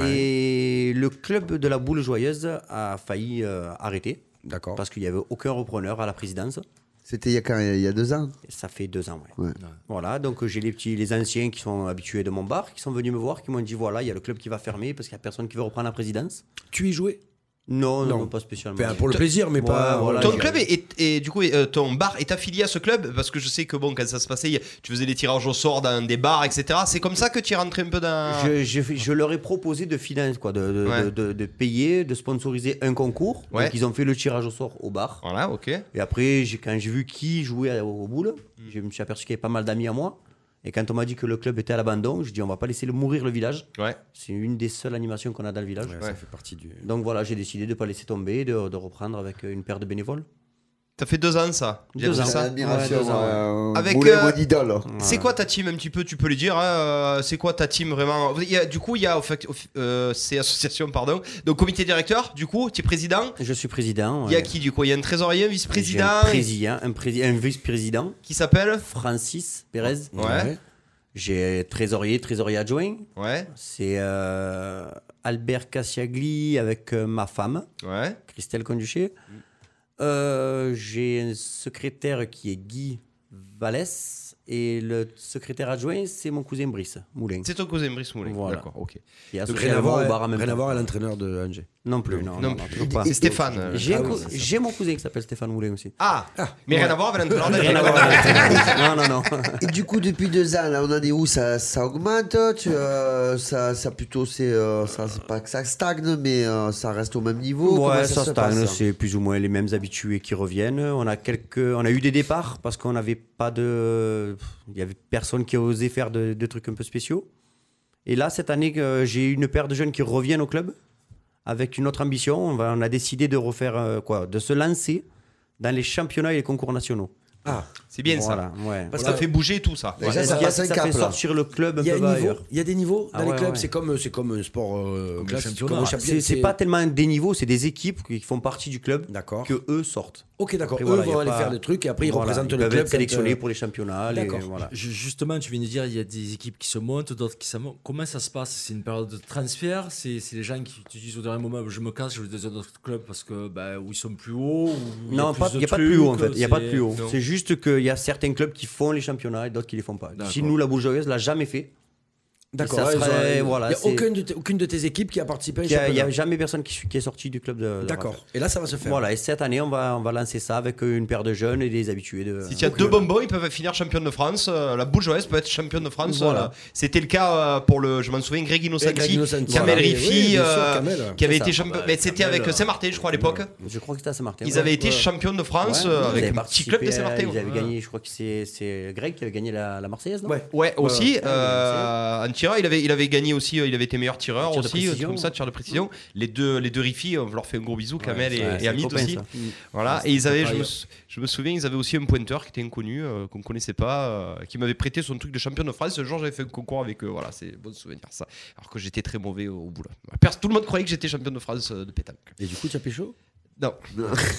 Et le club de la boule joyeuse a failli euh, arrêter.
D'accord.
Parce qu'il n'y avait aucun repreneur à la présidence.
C'était il y a quand- il y a deux ans.
Ça fait deux ans, ouais.
Ouais.
Voilà, donc euh, j'ai les petits, les anciens qui sont habitués de mon bar, qui sont venus me voir, qui m'ont dit voilà, il y a le club qui va fermer parce qu'il n'y a personne qui veut reprendre la présidence.
Tu y jouais
Non, non,
Non.
pas spécialement.
Enfin, pour le plaisir, mais pas-
ton
j'ai-
club est, est- est- du coup est- euh, ton bar est affilié à ce club parce que je sais que bon quand ça se passait il y a- tu faisais des tirages au sort dans des bars etc c'est comme ça que tu es rentré un peu dans
Je, je- je leur ai proposé de financer, quoi, de, de,
Ouais.
de- de- de payer, de sponsoriser un concours.
Ouais.
Donc ils ont fait le tirage au sort au bar.
voilà ok
Et après, j'ai- quand j'ai vu qui jouait au- aux boules,
Mm.
je me suis aperçu qu'il y avait pas mal d'amis à moi. Et quand on m'a dit que le club était à l'abandon, je dis on va pas laisser le mourir le village.
ouais
C'est une des seules animations qu'on a dans le village.
Ça fait partie du.
Donc voilà, j'ai décidé de pas laisser tomber, de, de reprendre avec une paire de bénévoles.
t'as fait deux ans ça J'ai
Deux
appris
ans.
ça.
Admiration.
Ouais, deux ans, ouais.
euh,
Avec,
Moulet,
euh,
mon idole.
C'est quoi ta team un petit peu Tu peux le dire. hein, euh, c'est quoi ta team vraiment Il y a- Du coup, il y a au fait- au fi- euh, c'est association pardon. Donc comité directeur. Du coup, tu es président.
Je suis président.
Il y a
ouais.
qui du coup Il y a un trésorier, un
J'ai
vice-président.
un président, un, prési- un vice-président,
Qui s'appelle
Francis Pérez.
Ouais.
J'ai trésorier, trésorier adjoint.
Ouais.
C'est euh, Albert Cassiagli avec euh, ma femme,
Ouais.
Christelle Conduché.
Mm.
Euh, J'ai un secrétaire qui est Guy Vallès et Et le secrétaire adjoint, c'est mon cousin Brice Moulin.
C'est ton cousin Brice Moulin. D'accord, ok.
Et
Donc,
associé
rien à
à
voir,
voir au
euh,
bar en même
rien à
temps.
voir à
l'entraîneur de Angers.
Non plus, non.
Non
non,
plus.
toujours pas.
Et Stéphane, euh,
J'ai un
ah oui,
cou-
c'est ça.
j'ai mon cousin qui s'appelle Stéphane Moulin aussi.
Ah, mais rien à voir avec l'entraîneur
Rien à
*laughs*
voir *laughs* avec l'entraîneur. Non, non, non.
Et du coup, depuis deux ans, là, on en est où ça, ça augmente tu, euh, ça, ça plutôt, c'est. euh, ça, c'est pas que ça stagne, mais euh, ça reste au même niveau. Comment
Ouais, ça,
se
stagne,
passe,
c'est plus ou moins les mêmes habitués qui reviennent. On a quelques, on a eu des départs parce qu'on n'avait pas de, il y avait personne qui osait faire de, de trucs un peu spéciaux. Et là, cette année, euh, j'ai une paire de jeunes qui reviennent au club avec une autre ambition. On, va- on a décidé de refaire euh, quoi, de se lancer dans les championnats et les concours nationaux.
Ah,
c'est bien
Voilà,
ça.
ouais.
Parce que ça fait bouger tout ça.
Ouais. Ça, ça fait sortir le club un
Il y a
peu
un niveau-
ailleurs.
Il y a des niveaux dans
Ah
les
ouais,
clubs.
ouais.
C'est comme c'est comme un sport euh, classique,
C'est-
comme un championnat,
C'est pas tellement des niveaux, c'est des équipes qui font partie du club que eux sortent.
Ok, d'accord.
Après,
Eux
voilà, y
vont
a
aller
pas-
faire des trucs et après ils
Voilà,
représentent
ils
le
peuvent
club.
être sélectionnés
quand, euh,
pour les championnats. les-
D'accord.
voilà.
Ju- Justement, tu viens de dire, il y a des équipes qui se montent, d'autres qui se montent. Comment ça se passe C'est une période de transfert C'est c'est les gens qui te disent au dernier moment, je me casse, je vais dans un autre club parce que bah, où ils sont plus hauts ou
Non, pas- il n'y a pas de
trucs,
plus haut en fait. Il y a pas de
c'est-
plus haut.
Non.
C'est juste qu'il y a certains clubs qui font les championnats et d'autres qui les font pas.
D'accord.
Si nous, la Bourgeoise, l'a jamais fait.
D'accord.
Et ça
ouais, ils ont-
serait- voilà,
Il n'y a
c'est-
aucune de tes- aucune de tes équipes qui a participé. au
qu'il y a- Il n'y a,
championnat.
jamais personne qui, qui est sorti du club de. de
D'accord.
Raphaël.
Et là, ça va se faire.
Voilà. Et cette année, on va, on va lancer ça avec une paire de jeunes et des habitués de.
Si tu as deux bonbons, ils peuvent finir champion de France. euh, la bourgeoise peut être champion de France.
Voilà.
euh, C'était le cas euh, pour le, je m'en souviens, Greg Innocenti,
Greg Innocenti.
Kamel
Voilà.
Riffi,
Oui, bien sûr,
euh,
Kamel, ouais.
qui avait
C'est
été
ça.
champion.
Bah,
mais c'était
Kamel,
avec
euh,
Saint-Martin, je crois, à l'époque.
Je crois que c'était à Saint-Martin.
Ils
ouais.
avaient été
Ouais.
champions de France
Ouais,
euh,
ils
avec
avaient
un petit club de
participé à-
Saint-Martin.
Ils avaient
ouais.
gagné, je crois que c'est- c'est Greg qui avait gagné la, la Marseillaise, non
Ouais, aussi.
ouais.
euh, un tireur, il avait, il avait gagné aussi, euh, il avait été meilleur tireur
Tir de
aussi, euh,
précision.
comme ça, tir de précision. Les deux, les deux Riffi, on leur fait un gros bisou, Kamel
c'est-
et,
ouais,
et
c'est
Hamid
copains,
aussi.
ça. Mm.
Voilà,
Ouais,
et ils
c'est
avaient, je
pareil.
me, sou- je me souviens, ils avaient aussi un pointeur qui était inconnu, euh, qu'on connaissait pas, euh, qui m'avait prêté son truc de champion de France. Ce jour, j'avais fait un concours avec eux. Voilà, c'est bon souvenir ça. Alors que j'étais très mauvais au, au boulot. Pers- Tout le monde croyait que j'étais champion de France euh, de pétanque.
Et du coup, tu as pécho
Non.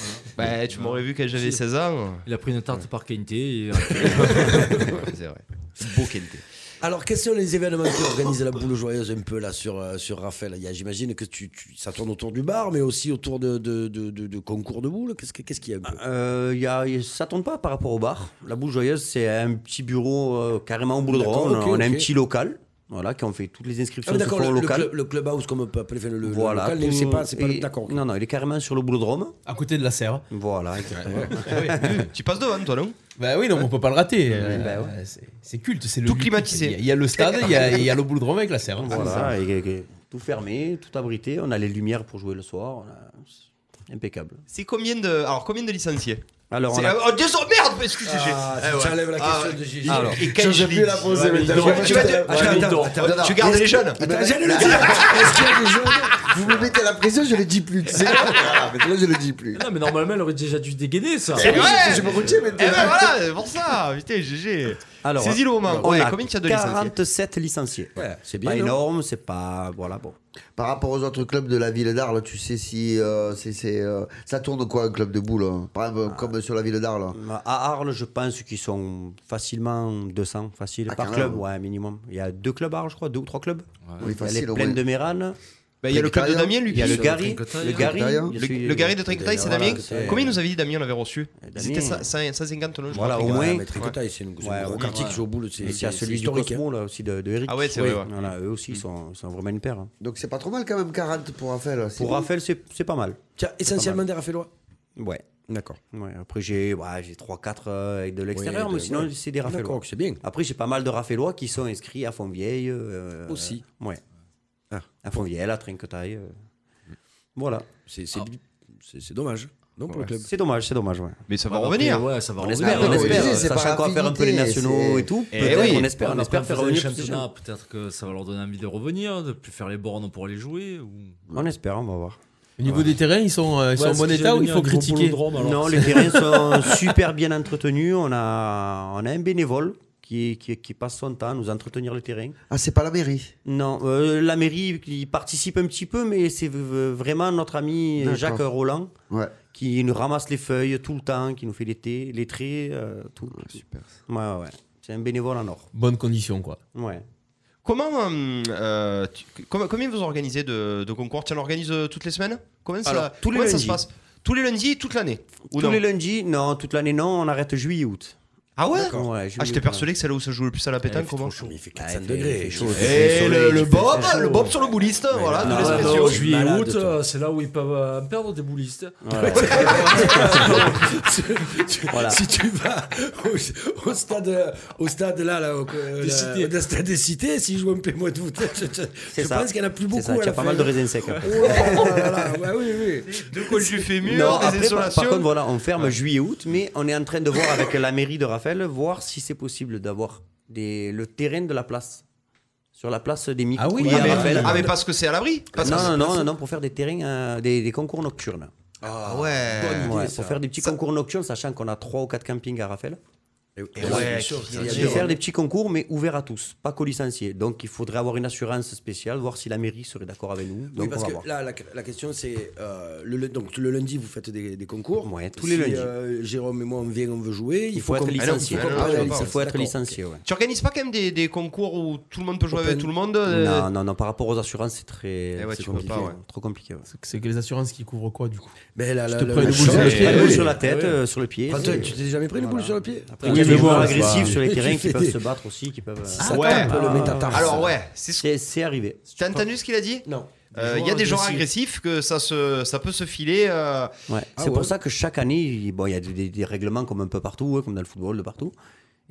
*laughs* bah, tu m'aurais vu quand j'avais
Si.
16
*laughs*
ans.
Il a pris une tarte par Kente et. euh,
c'est vrai. Beau Kente.
Alors, quels sont les événements qui organisent la boule joyeuse un peu là sur, euh, sur Raphaël Il y a- J'imagine que tu, tu- ça tourne autour du bar, mais aussi autour de, de, de- de- de concours de boules. Qu'est-ce que- qu'est-ce qu'il y a un peu
Euh, y a- y- ça tourne pas par rapport au bar. La Boule Joyeuse, c'est un petit bureau euh, carrément au boulodrome.
D'accord,
On a-
ok,
on a un
ok.
petit local, voilà, qui on fait toutes les
Ah,
inscriptions
mais
se
D'accord,
font
le,
au
le
local.
club- le clubhouse, comme on peut appeler le, le
voilà.
local,
tout-
c'est pas, c'est pas
et-
d'accord.
Non, non, il est carrément sur le boulodrome.
À côté de la serre.
Voilà, exactement.
Euh, tu passes devant, toi, non
Bah oui, non, mais on peut pas le rater. euh,
Bah
c'est- C'est culte, c'est le
Tout
but.
climatisé.
Il y a- Il y, a le stade, il y a, il y a le boulodrome avec la serre.
Ah,
Voilà, et- et- et tout fermé, tout abrité. On a les lumières pour jouer le soir. on a- c'est Impeccable.
C'est combien de, alors combien de licenciés
Alors,
C'est-
on a-
oh, désolé, merde, excusez moi
Ah, tu t'enlèves la question de Gigi.
Alors,
Je
et quand
sais
je
plus
lis-
la poser,
Ouais,
mais
mais
t'as-
non,
ouais,
tu vas-
mais
tu-
t'as-
attends,
ouais,
attends,
mais
attends,
t'as-
tu gardes les jeunes.
Attends, j'allais le dire.
Est-ce qu'il y a des jeunes Vous me mettez à la prison, je le dis plus. C'est là, maintenant, je le dis plus.
Non, *laughs* mais normalement, elle aurait déjà dû dégainer ça.
C'est vrai.
Je me routier
Eh
maintenant.
ben voilà, c'est pour ça, putain, GG.
Alors,
Saisis le moment.
on
Ouais,
a
combien tu as de licenciés
47 licenciés.
Ouais, c'est bien.
Pas
non
énorme, c'est pas. Voilà, bon.
Par rapport aux autres clubs de la ville d'Arles, tu sais si euh, c'est- c'est, euh, ça tourne quoi un club de boule hein Par
Ah.
exemple, comme sur la ville d'Arles. hein.
À Arles, je pense qu'ils sont facilement 200, facile,
Ah,
par
quand même.
club, ouais, minimum. Il y a deux clubs à Arles, je crois, deux ou trois clubs.
Oui,
Il y a les
facile, au
plaines
moins.
de Mérane,
Bah, Il y a le club de
Trinquetail.
Damien, lui.
il y a le
qui-
Gary, le Gary,
Trinquetail.
il y a
Le,
celui-
le Gary de Trinquetail, c'est Bah,
voilà,
Damien.
c'est-
Combien il nous avait dit Damien, on l'avait reçu
Damien.
C'était cin- cin- 150 tonneaux, je
Voilà,
crois.
au moins.
Ouais, mais Tricotail, c'est une c'est
Ouais,
une gros
ouais.
quartier qui joue au boule. C'est
Et il y a
c'est-
celui
c'est
du
historique, hein.
Cosmo, là aussi, de, de Eric.
Ah ouais, c'est vrai, ouais.
Voilà, eux aussi, ils sont, ils sont vraiment une paire. hein.
Donc c'est pas trop mal quand même 40 pour Raphaël. hein. c'est
Pour
bien.
Raphaël, c'est c'est pas mal.
Tiens, essentiellement des Raffaellois.
Ouais.
D'accord.
ouais. Après, j'ai ouais, j'ai 3-4 euh, avec de l'extérieur,
Ouais,
mais
de-
sinon,
ouais.
c'est des Raphaélois.
D'accord, c'est bien.
Après, j'ai pas mal de Raphaélois qui sont inscrits à Fontvieille. euh,
Aussi.
Ouais.
Ah.
À Fontvieille, à Trinquetail. euh. Voilà.
C'est c'est- c'est- c'est dommage. Non, Ah, pour le club.
C'est dommage, c'est dommage, ouais.
Mais ça va revenir.
Ouais, ça va
On
revenir.
espère, on
oui,
espère.
oui, c'est
Sachant
par
qu'on va faire un peu les
affinité,
nationaux
c'est-
et tout,
Eh
peut-être,
oui.
on espère, on espère faire
le
revenir tous ces
championnat.
gens.
Peut-être que ça va leur donner envie de revenir, de plus faire les bornes pour les jouer. Ou...
On espère, on va voir.
Au niveau des terrains, ils sont, euh, ils sont en bon état ou il faut critiquer
Oh, bah
Non, les terrains sont super bien entretenus. On a, on a un bénévole qui, qui, qui passe son temps à nous entretenir le terrain.
Ah, c'est pas la mairie.
Non, euh, la mairie il participe un petit peu, mais c'est v- vraiment notre ami
D'accord.
Jacques Roland
Ouais.
qui nous ramasse les feuilles tout le temps, qui nous fait les thés, les traits, euh, tout.
Super.
Ouais, ouais. C'est un bénévole en or.
Bonne condition, quoi.
Ouais.
Comment, euh, euh, tu- com- combien vous organisez de, de concours Tu en organises euh, toutes les semaines Comment ça,
Alors, tous les
comment ça
lundis.
se passe Tous les lundis, toute l'année Ou
Tous
non
les lundis, non, toute l'année, non, on arrête juillet-août.
Ah ouais
D'accord. Ouais, j'ai
Ah,
oublié
j'étais
de-
persué que c'est là où se joue le plus à la pétanque. Comment
Il fait 400 degrés.
Et Eh, le, le bob, ah, le bob sur le bouliste, voilà,
Ah
tous les
ouais,
spéciaux.
non, juillet,
Malade,
août,
toi.
euh, c'est là où ils peuvent euh, perdre des boulistes.
Voilà.
Si *laughs* tu vas au, au stade, euh, au stade là, là, au, euh,
Des
là,
cités.
au- au stade des cités, si je joue un peu moins de foot, *laughs* je, je- je
ça.
pense qu'il n'y en a plus beaucoup.
C'est
à
ça, tu
la
as pas
fin.
mal de raisins secs. après.
Ouais, là, là, ouais, oui, oui.
Deux cols du fémur,
Non,
des
après, par- par,
insolations.
contre, voilà, on ferme juillet-août, mais on est en train de voir avec la mairie de Raphaël, voir si c'est possible d'avoir des- le terrain de la place. Sur la place des micros.
Ah oui,
Ah,
à
mais,
Raphaël.
ah, mais parce que c'est à l'abri. Parce que
non, non,
c'est-
non, non, non, pour faire des terrains, euh, des, des concours nocturnes.
Ah ouais.
Euh, Ouais, pour faire des petits concours nocturnes, sachant qu'on a 3 ou 4 campings à Raphaël.
Et ouais,
Il y a de faire des petits concours, mais ouverts à tous, pas qu'aux licenciés. Donc il faudrait avoir une assurance spéciale, voir si la mairie serait d'accord avec nous.
Oui,
Donc on
parce
va
que
voir.
là, la, la question c'est euh, le, le- donc le lundi vous faites des, des concours.
Ouais, tous les
Si,
lundis.
euh, Jérôme et moi on vient, on veut jouer.
Il faut,
qu'on-
être
Ah non,
licencié.
Il faut, qu'on
Ah
parle à la
Il faut
licence.
être
D'accord,
licencié, ouais.
Tu organises pas quand même des, des concours où tout le monde peut jouer avec
Open.
tout le monde euh,
Non, non, non, par rapport aux assurances, c'est très
Eh ouais,
c'est
tu peux
compliqué.
pas, ouais.
Trop compliqué. ouais.
C'est que les assurances qui couvrent quoi du coup
ok. Mais là, là,
te
là,
prends une
le
boule sur
choc-
le
Sur le,
pied,
pied,
oui.
sur la tête, euh, sur le pied.
Attends,
c'est-
tu t'es jamais pris une boule sur le pied
Après,
Oui,
il y a
mais
des
bon,
joueurs
c'est
agressifs
pas-
sur
*laughs*
les
Tu
terrains qui
fais
peuvent
des-
se battre aussi, qui peuvent. euh,
Ça
Ouais.
tape le
Ah.
métatarse.
Alors ouais, c'est ce
C'est c'est arrivé.
T'as entendu ce qu'il a dit
Non.
Euh, Il y a des joueurs agressifs que ça, se, ça peut se filer. euh,
Ah Ouais. c'est pour ça que chaque année, il bon, il y a des, des- des règlements comme un peu partout, hein, comme dans le football, de partout.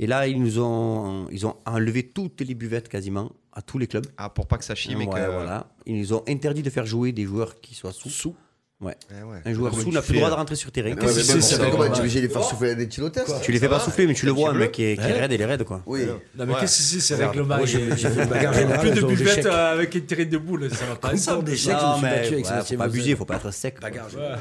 Et là, ils nous ont, ils ont enlevé toutes les buvettes quasiment à tous les clubs.
ah, pour pas que ça chie, mais
Ouais,
que.
voilà. Ils nous ont interdit de faire jouer des joueurs qui soient sous. Ouais.
Eh ouais.
Un joueur
Comment
sous
tu
n'a plus
fais, euh,
le droit
là
de rentrer sur terrain.
Ouais, mais
c'est-
bon,
c'est-
ça,
c'est-
comment
c'est-
tu es obligé de les faire souffler des test
Tu les fais pas souffler, mais tu le vois, un mec qui est, qui est raide, il est raide quoi.
Oui.
Non, mais
Ouais.
qu'est-ce que c'est, ces règlements
Moi,
il y
j'ai
a-
j'ai fait une bagarre générale.
Plus de
ils ont des
buvettes
chèques.
euh, avec une tirée de boules, ça va pas
Concours
ensemble.
des chèques, je me
Non,
suis
mais
battu avec
ouais, faut
Sébastien
pas
Bozet.
abuser, faut pas être sec. quoi.
Bagarre.
Ouais.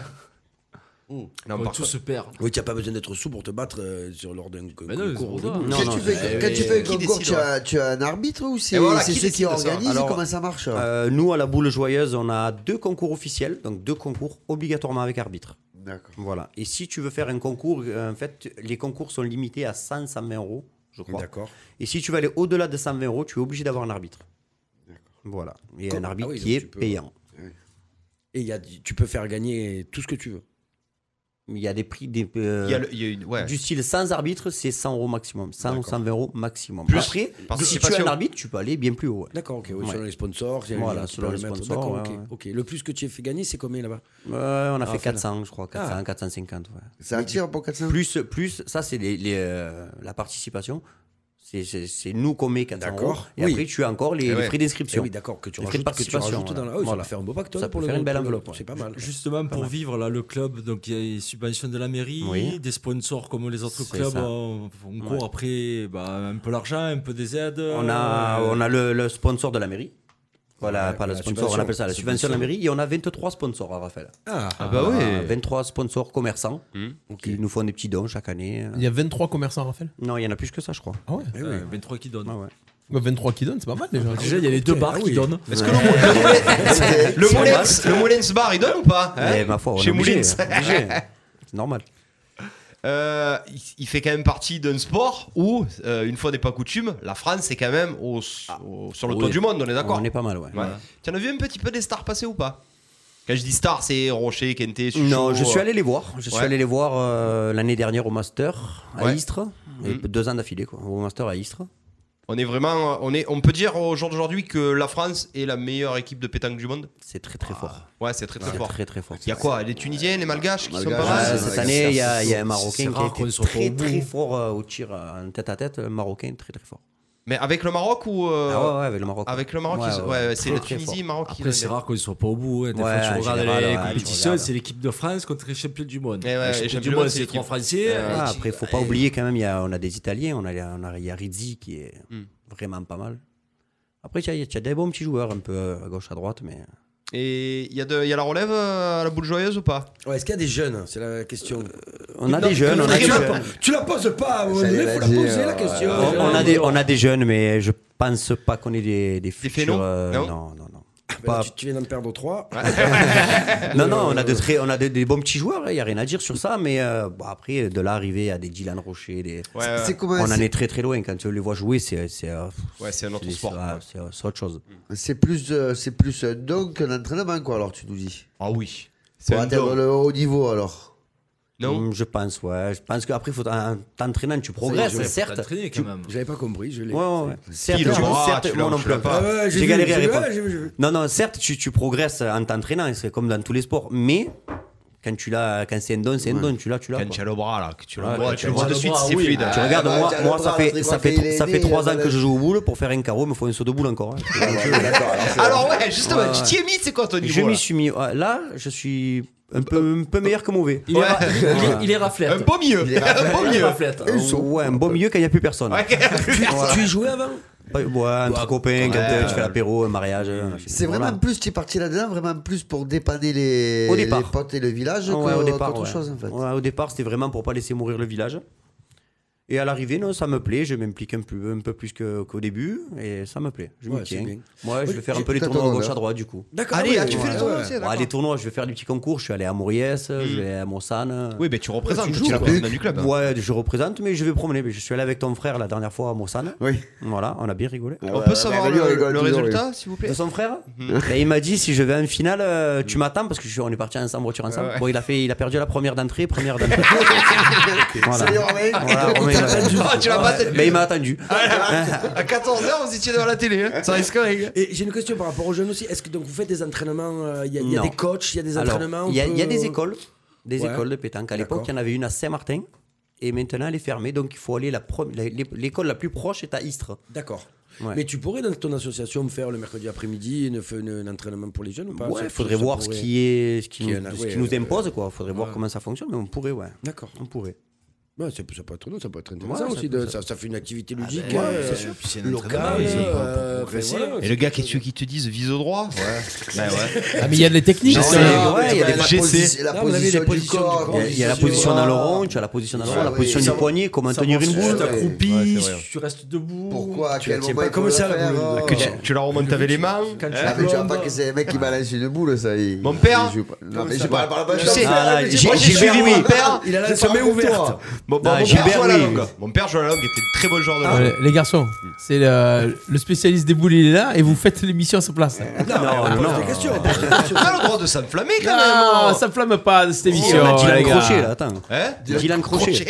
Non,
Bon,
par
tout
contre,
se perd.
Oui, tu n'as pas besoin d'être sous pour te battre euh, sur lors d'un con-
Mais non,
concours.
c'est pour
Non,
Quand
non,
tu
c'est-
fais, quand tu fais un
Qui
concours,
décide, hein.
tu as, tu as un arbitre ou c'est
Et voilà,
c'est
qui
ceux qui
décide de ça
organisent
Alors,
Comment ça marche
Euh, nous, à la boule joyeuse, on a deux concours officiels, donc deux concours obligatoirement avec arbitre.
D'accord.
Voilà. Et si tu veux faire un concours, euh, en fait, les concours sont limités à 100, 120 euros, je crois.
D'accord.
Et si tu veux aller au-delà de 120 euros, tu es obligé d'avoir un arbitre. Voilà. Et
Comme-
un arbitre
Ah oui,
qui
donc
est
tu peux-
payant.
Et il y a, tu peux faire gagner tout ce que tu veux.
Il y a des prix des, euh,
il y a le- il y a une. Ouais.
du style sans arbitre, c'est 100 euros maximum. 100 ou 120 euros maximum.
Plus
Après, si tu as
participation.
un arbitre, tu peux aller bien plus haut. ouais.
D'accord, ok. oui,
Ouais.
Selon les sponsors. s'il y a des
Voilà,
gens qui
selon
peuvent
les
le mettre.
sponsors,
D'accord,
ouais,
ok, ok. Le plus que tu as fait gagner, c'est combien là-bas
Ouais, Euh, on a fait
fin, là.
400, je crois. 400, 450. ouais.
Ça attire pour
Hein.
400
Plus, plus, ça c'est les, les, euh, la participation. C'est- C'est c'est nous qu'on met 400 euros.
D'accord,
Et
oui.
après, tu as encore
Eh
les, les
ouais.
prix
Eh
d'inscription.
oui, d'accord, que tu
Les frais
rajoutes,
de
que tu rajoutes
participation,
dans la.
voilà.
Ah oui, Ça
Voilà.
peut faire un beau pactole.
Ça peut
pour le
faire une
groupe,
belle
le-
enveloppe, ouais.
C'est pas mal.
Justement, pour vivre là, le club, donc il y a les subventions de la mairie,
Oui.
des sponsors comme les autres
C'est
clubs,
ça.
on, on court après bah, un peu l'argent, un peu des aides.
On a,
euh,
on a le, le sponsor de la mairie. Voilà,
Ouais,
pas le
la
sponsor, on
subvention.
appelle ça la subvention de la mairie. Et on a 23 sponsors à Raphaël.
Ah,
Ah bah oui. Hmm.
Voilà, 23 sponsors commerçants qui nous font des petits dons chaque année.
Il y a 23 commerçants, Raphaël
Non, il y en a plus que ça, je crois.
Ah ouais
euh, 23 qui donnent.
Ah ouais.
23 qui donnent, c'est pas mal déjà.
Déjà, il y a les deux bars qui donnent.
Est-ce que le, Moulins- le, Moulins- le Moulins Bar, il donne ou pas hein
Mais Eh, ma foi, on est
Chez
obligé,
Moulins.
hein,
*laughs*
obligé. C'est normal.
Euh, il, il fait quand même partie d'un sport où, euh, une fois n'est pas coutume, la France est quand même au, au- sur le
Ah. oui.
toit du monde, on est d'accord
On est pas mal, ouais.
Ouais. Tu en as vu un petit peu des stars passer ou pas Quand je dis stars, c'est Rocher, Kente, Suchot.
Non, je suis
euh,
allé les voir. Je suis
Ouais.
allé les voir euh, l'année dernière au Master à
Ouais. Mhm.
Istres. Et Deux ans d'affilée, quoi. Au Master à Istres.
On est vraiment, euh, on est, on peut dire au jour d'aujourd'hui que la France est la meilleure équipe de pétanque du monde.
C'est très très fort.
Ouais, c'est très Ah, très
C'est
fort.
très très fort.
Il y a quoi Les Tunisiens, les Malgaches qui sont
Malgaches,
pas
Ah,
mal.
ouais,
cette
c'est-
année, il y, a
c'est-
il y a
c'est
un Marocain qui a
rare
été
qu'on soit pas
très,
au bout.
très fort euh, au tir euh, en tête à tête. Un Marocain très très fort.
Mais avec le Maroc ou euh,
Ah ouais, ouais, avec le Maroc.
avec le Maroc,
Ouais,
ils-
ouais,
ouais,
ouais,
c'est
très,
la
très
Tunisie,
fort.
Maroc. qui
Après, c'est rare qu'on ne soit pas au bout. hein.
Ouais,
Des fois, tu
en
regardes
général,
les
ouais, tu
compétitions,
regardes.
c'est l'équipe de France contre les champions du monde.
Eh ouais,
les
les
champions
champions
du
du
monde,
monde,
c'est
c'est
les trois
l'équipe.
Français.
euh,
Ah, après, il faut pas oublier quand même, il y a, on a des Italiens, on a, on a, il y a Rizzi qui est
Hmm.
vraiment pas mal. Après, tu as, tu as des bons petits joueurs, un peu euh, à gauche, à droite, mais
Et il y, a de- il y a la relève euh, à la boule joyeuse ou pas
Ouais, Est-ce qu'il y a des jeunes C'est la question.
on a
Non,
des jeunes, Euh, on a des
tu la
jeunes.
poses- Tu la poses pas, il faut
J'allais
la
la dire,
poser la
ouais.
question.
euh, On,
Euh,
on a oh, des, on a des jeunes, mais je pense pas qu'on ait des, des futurs.
phénoms
euh,
Non.
non, non, non.
Ben,
Pas-
tu, tu viens d'en perdre trois. Ah,
Euh,
non, non, on a, de très, on a des, des bons petits joueurs, il n'y a rien à dire sur ça, mais euh, bon, après, de là arriver à des Dylan Rocher, des...
Ouais, ouais.
C'est comment
on en
c'est-
est très très loin. Quand tu les vois jouer, c'est c'est, euh,
Ouais, c'est un autre
c'est-
sport.
c'est- c'est- euh, c'est autre chose.
C'est plus, euh, c'est plus un don qu'un entraînement, quoi, alors tu nous dis.
Ah oui. C'est
Pour
un
atteindre
don.
le haut niveau, alors.
Non
Hum, Je pense, ouais. Je pense qu'après, faut t'en- t'entraîner, tu progresses,
je-
certes.
t'entraîner, quand même. J'avais pas compris, je l'ai.
Ouais, ouais, ouais.
C'est-
Certes,
Tu le
tu-
bras,
certes,
tu l'as-
moi non
tu
plus.
l'as pas. Ouais, ouais, j'ai
J'ai
vu,
galéré à
j'ai vu,
répondre.
ouais, j'ai vu, j'ai vu.
Non, non, certes, tu, tu progresses en t'entraînant, c'est comme dans tous les sports. Mais quand tu l'as, quand c'est un don, c'est un
Ouais.
don, tu l'as, tu l'as.
Quand
quoi.
tu as le bras, là, que tu le
Ouais,
vois,
quand
tu le vois de
as
suite,
bras,
c'est
oui.
fluide.
Tu
Ah,
regardes,
bah,
moi,
tu as le
moi,
bras,
ça fait,
c'est
ça
quoi, il
fait,
est
ça fait
né,
trois ans
voilà.
que je joue au boule pour faire un carreau, me faut un saut de boule encore. hein.
*laughs* Alors ouais, justement,
Ouais,
tu
ouais.
t'y es mis, c'est quoi ton niveau
Je
là
m'y suis mis. ouais, Là, je suis un peu, un peu meilleur que mauvais.
Il est ra- il est- il est
raflette.
Un beau milieu. Il est raflette. Un beau milieu.
raflette. Ouais, un beau milieu quand il n'y a plus personne.
Ouais, Bah,
Tu, tu y jouais avant
Ouais, entre copains, quand euh, tu fais l'apéro, un mariage. euh,
C'est
voilà.
vraiment plus, tu es parti là-dedans, vraiment plus pour dépanner les,
Au départ.
les potes et le village
Ah ouais,
que-
au départ,
qu'autre
ouais.
chose en fait.
Ouais, au départ, c'était vraiment pour pas laisser mourir le village. Et à l'arrivée, non, ça me plaît. Je m'implique un, peu- un peu plus que- qu'au début et ça me plaît. Je m'y
Ouais, c'est
tiens.
bien.
Moi, je
Oui,
vais faire un
j'ai-
peu les
t'as
tournois
ton
à gauche
honneur.
à droite, du coup.
D'accord, Allez, ouais, ah, tu ouais, fais les tournois ouais. aussi,
Ouais,
d'accord.
Les tournois, je vais faire des petits concours. Je suis allé à Mouriès, je vais à Monsanne.
Oui, mais tu représentes,
Ouais,
tu es le
quoi.
président du club.
Ouais, je représente, mais je vais promener. Mais Je suis allé avec ton frère la dernière fois à Monsanne.
Oui.
Voilà, on a bien rigolé.
On peut savoir le- le résultat, s'il vous plaît
De son frère Ben, il m'a dit si je vais en finale, euh, tu m'attends parce que je suis- on est parti ensemble, voiture ensemble.
Ouais, ouais.
Bon, il a fait, il a perdu la première d'entrée, première d'entrée.
Ça y est, on est-
on
Il
est-
t'a attendu. Ah, tu l'as pas attendu.
Ben, il m'a attendu.
À 14h, vous étiez devant la télé, hein. ça risque rien.
Et j'ai une question par rapport aux jeunes aussi. Est-ce que donc vous faites des entraînements euh, Il y a, il y a
Non.
des coachs, il y a des
Alors,
entraînements.
Il y, a-
on
il y a
peut-
des écoles, des
Ouais.
écoles de pétanque. À l'époque,
D'accord.
il y en avait une à Saint-Martin. Et maintenant, elle est fermée, donc il faut aller. la prom- la- L'école la plus proche est à Istres.
D'accord.
Ouais.
Mais tu pourrais dans ton association faire le mercredi après-midi une fe- une- un entraînement pour les jeunes ou pas
Ouais,
Ça-
il faudrait
ça
voir
pourrait-
ce qui est, ce qui,
Qui est
nous,
là,
ce
ouais,
qui
ouais.
nous impose quoi. Faudrait voir comment ça fonctionne, mais on pourrait, ouais.
D'accord.
On pourrait.
Ouais, c'est- ça peut être non, ça peut être intéressant
Ouais, ça
aussi.
peut-
de-
ça-
ça, ça fait une activité ludique,
ben,
euh,
ouais, c'est sûr.
euh,
Puis c'est un
locale.
entraînement,
ils ont
euh,
pas
enfin, voilà.
Et le gars, qu'est-ce qui te disent vise au droit Ouais. Bah ouais.
Ah, mais il y a de les techniques,
Non,
ça.
mais
Ouais,
ouais,
il y a
la
des-
GC.
La
Là, on avait
position
les
du
positions du
corps.
Il y a, il y a la position dans le rond, tu as la position dans le rond, la
Ouais,
position
oui,
du
ça-
poignet, comment
Ça
tenir
pense
une
que
boule.
Tu t'accroupis,
Ouais, c'est vrai.
tu restes debout.
Pourquoi à
la
quel
tiens
moment
pas
il
comme
faut
ça,
le
la
faire,
boule.
euh,
Que tu, tu la remontes avec les mains.
Quand tu
Ah, mais tu vois
blondes.
pas que c'est les mecs qui balancent une boule, ça. ils-
Mon père
ils jouent pas. Non, mais je parle par la bonne
Tu sais,
Ah, là,
j'ai-
j'ai-
moi, j'ai
j'ai
suivi
Gilbert,
mon
oui.
père.
Il a la semée ouverte.
Mon, mon-
Ah,
mon père
Gilbert,
jouait à la
oui.
longue. Mon père jouait à la longue, était très bon joueur de
Ouais,
longue.
les garçons, c'est le, le spécialiste des boules, il est là et vous faites l'émission à sa place.
Non, non,
Pose
non.
des questions.
On a le droit de s'enflammer quand
Ah,
même.
ça flamme pas de cette
Oh,
Il
émission.
a
les
Dylan
gars.
Crochet, là, attends.
Hein
Dylan Crochet.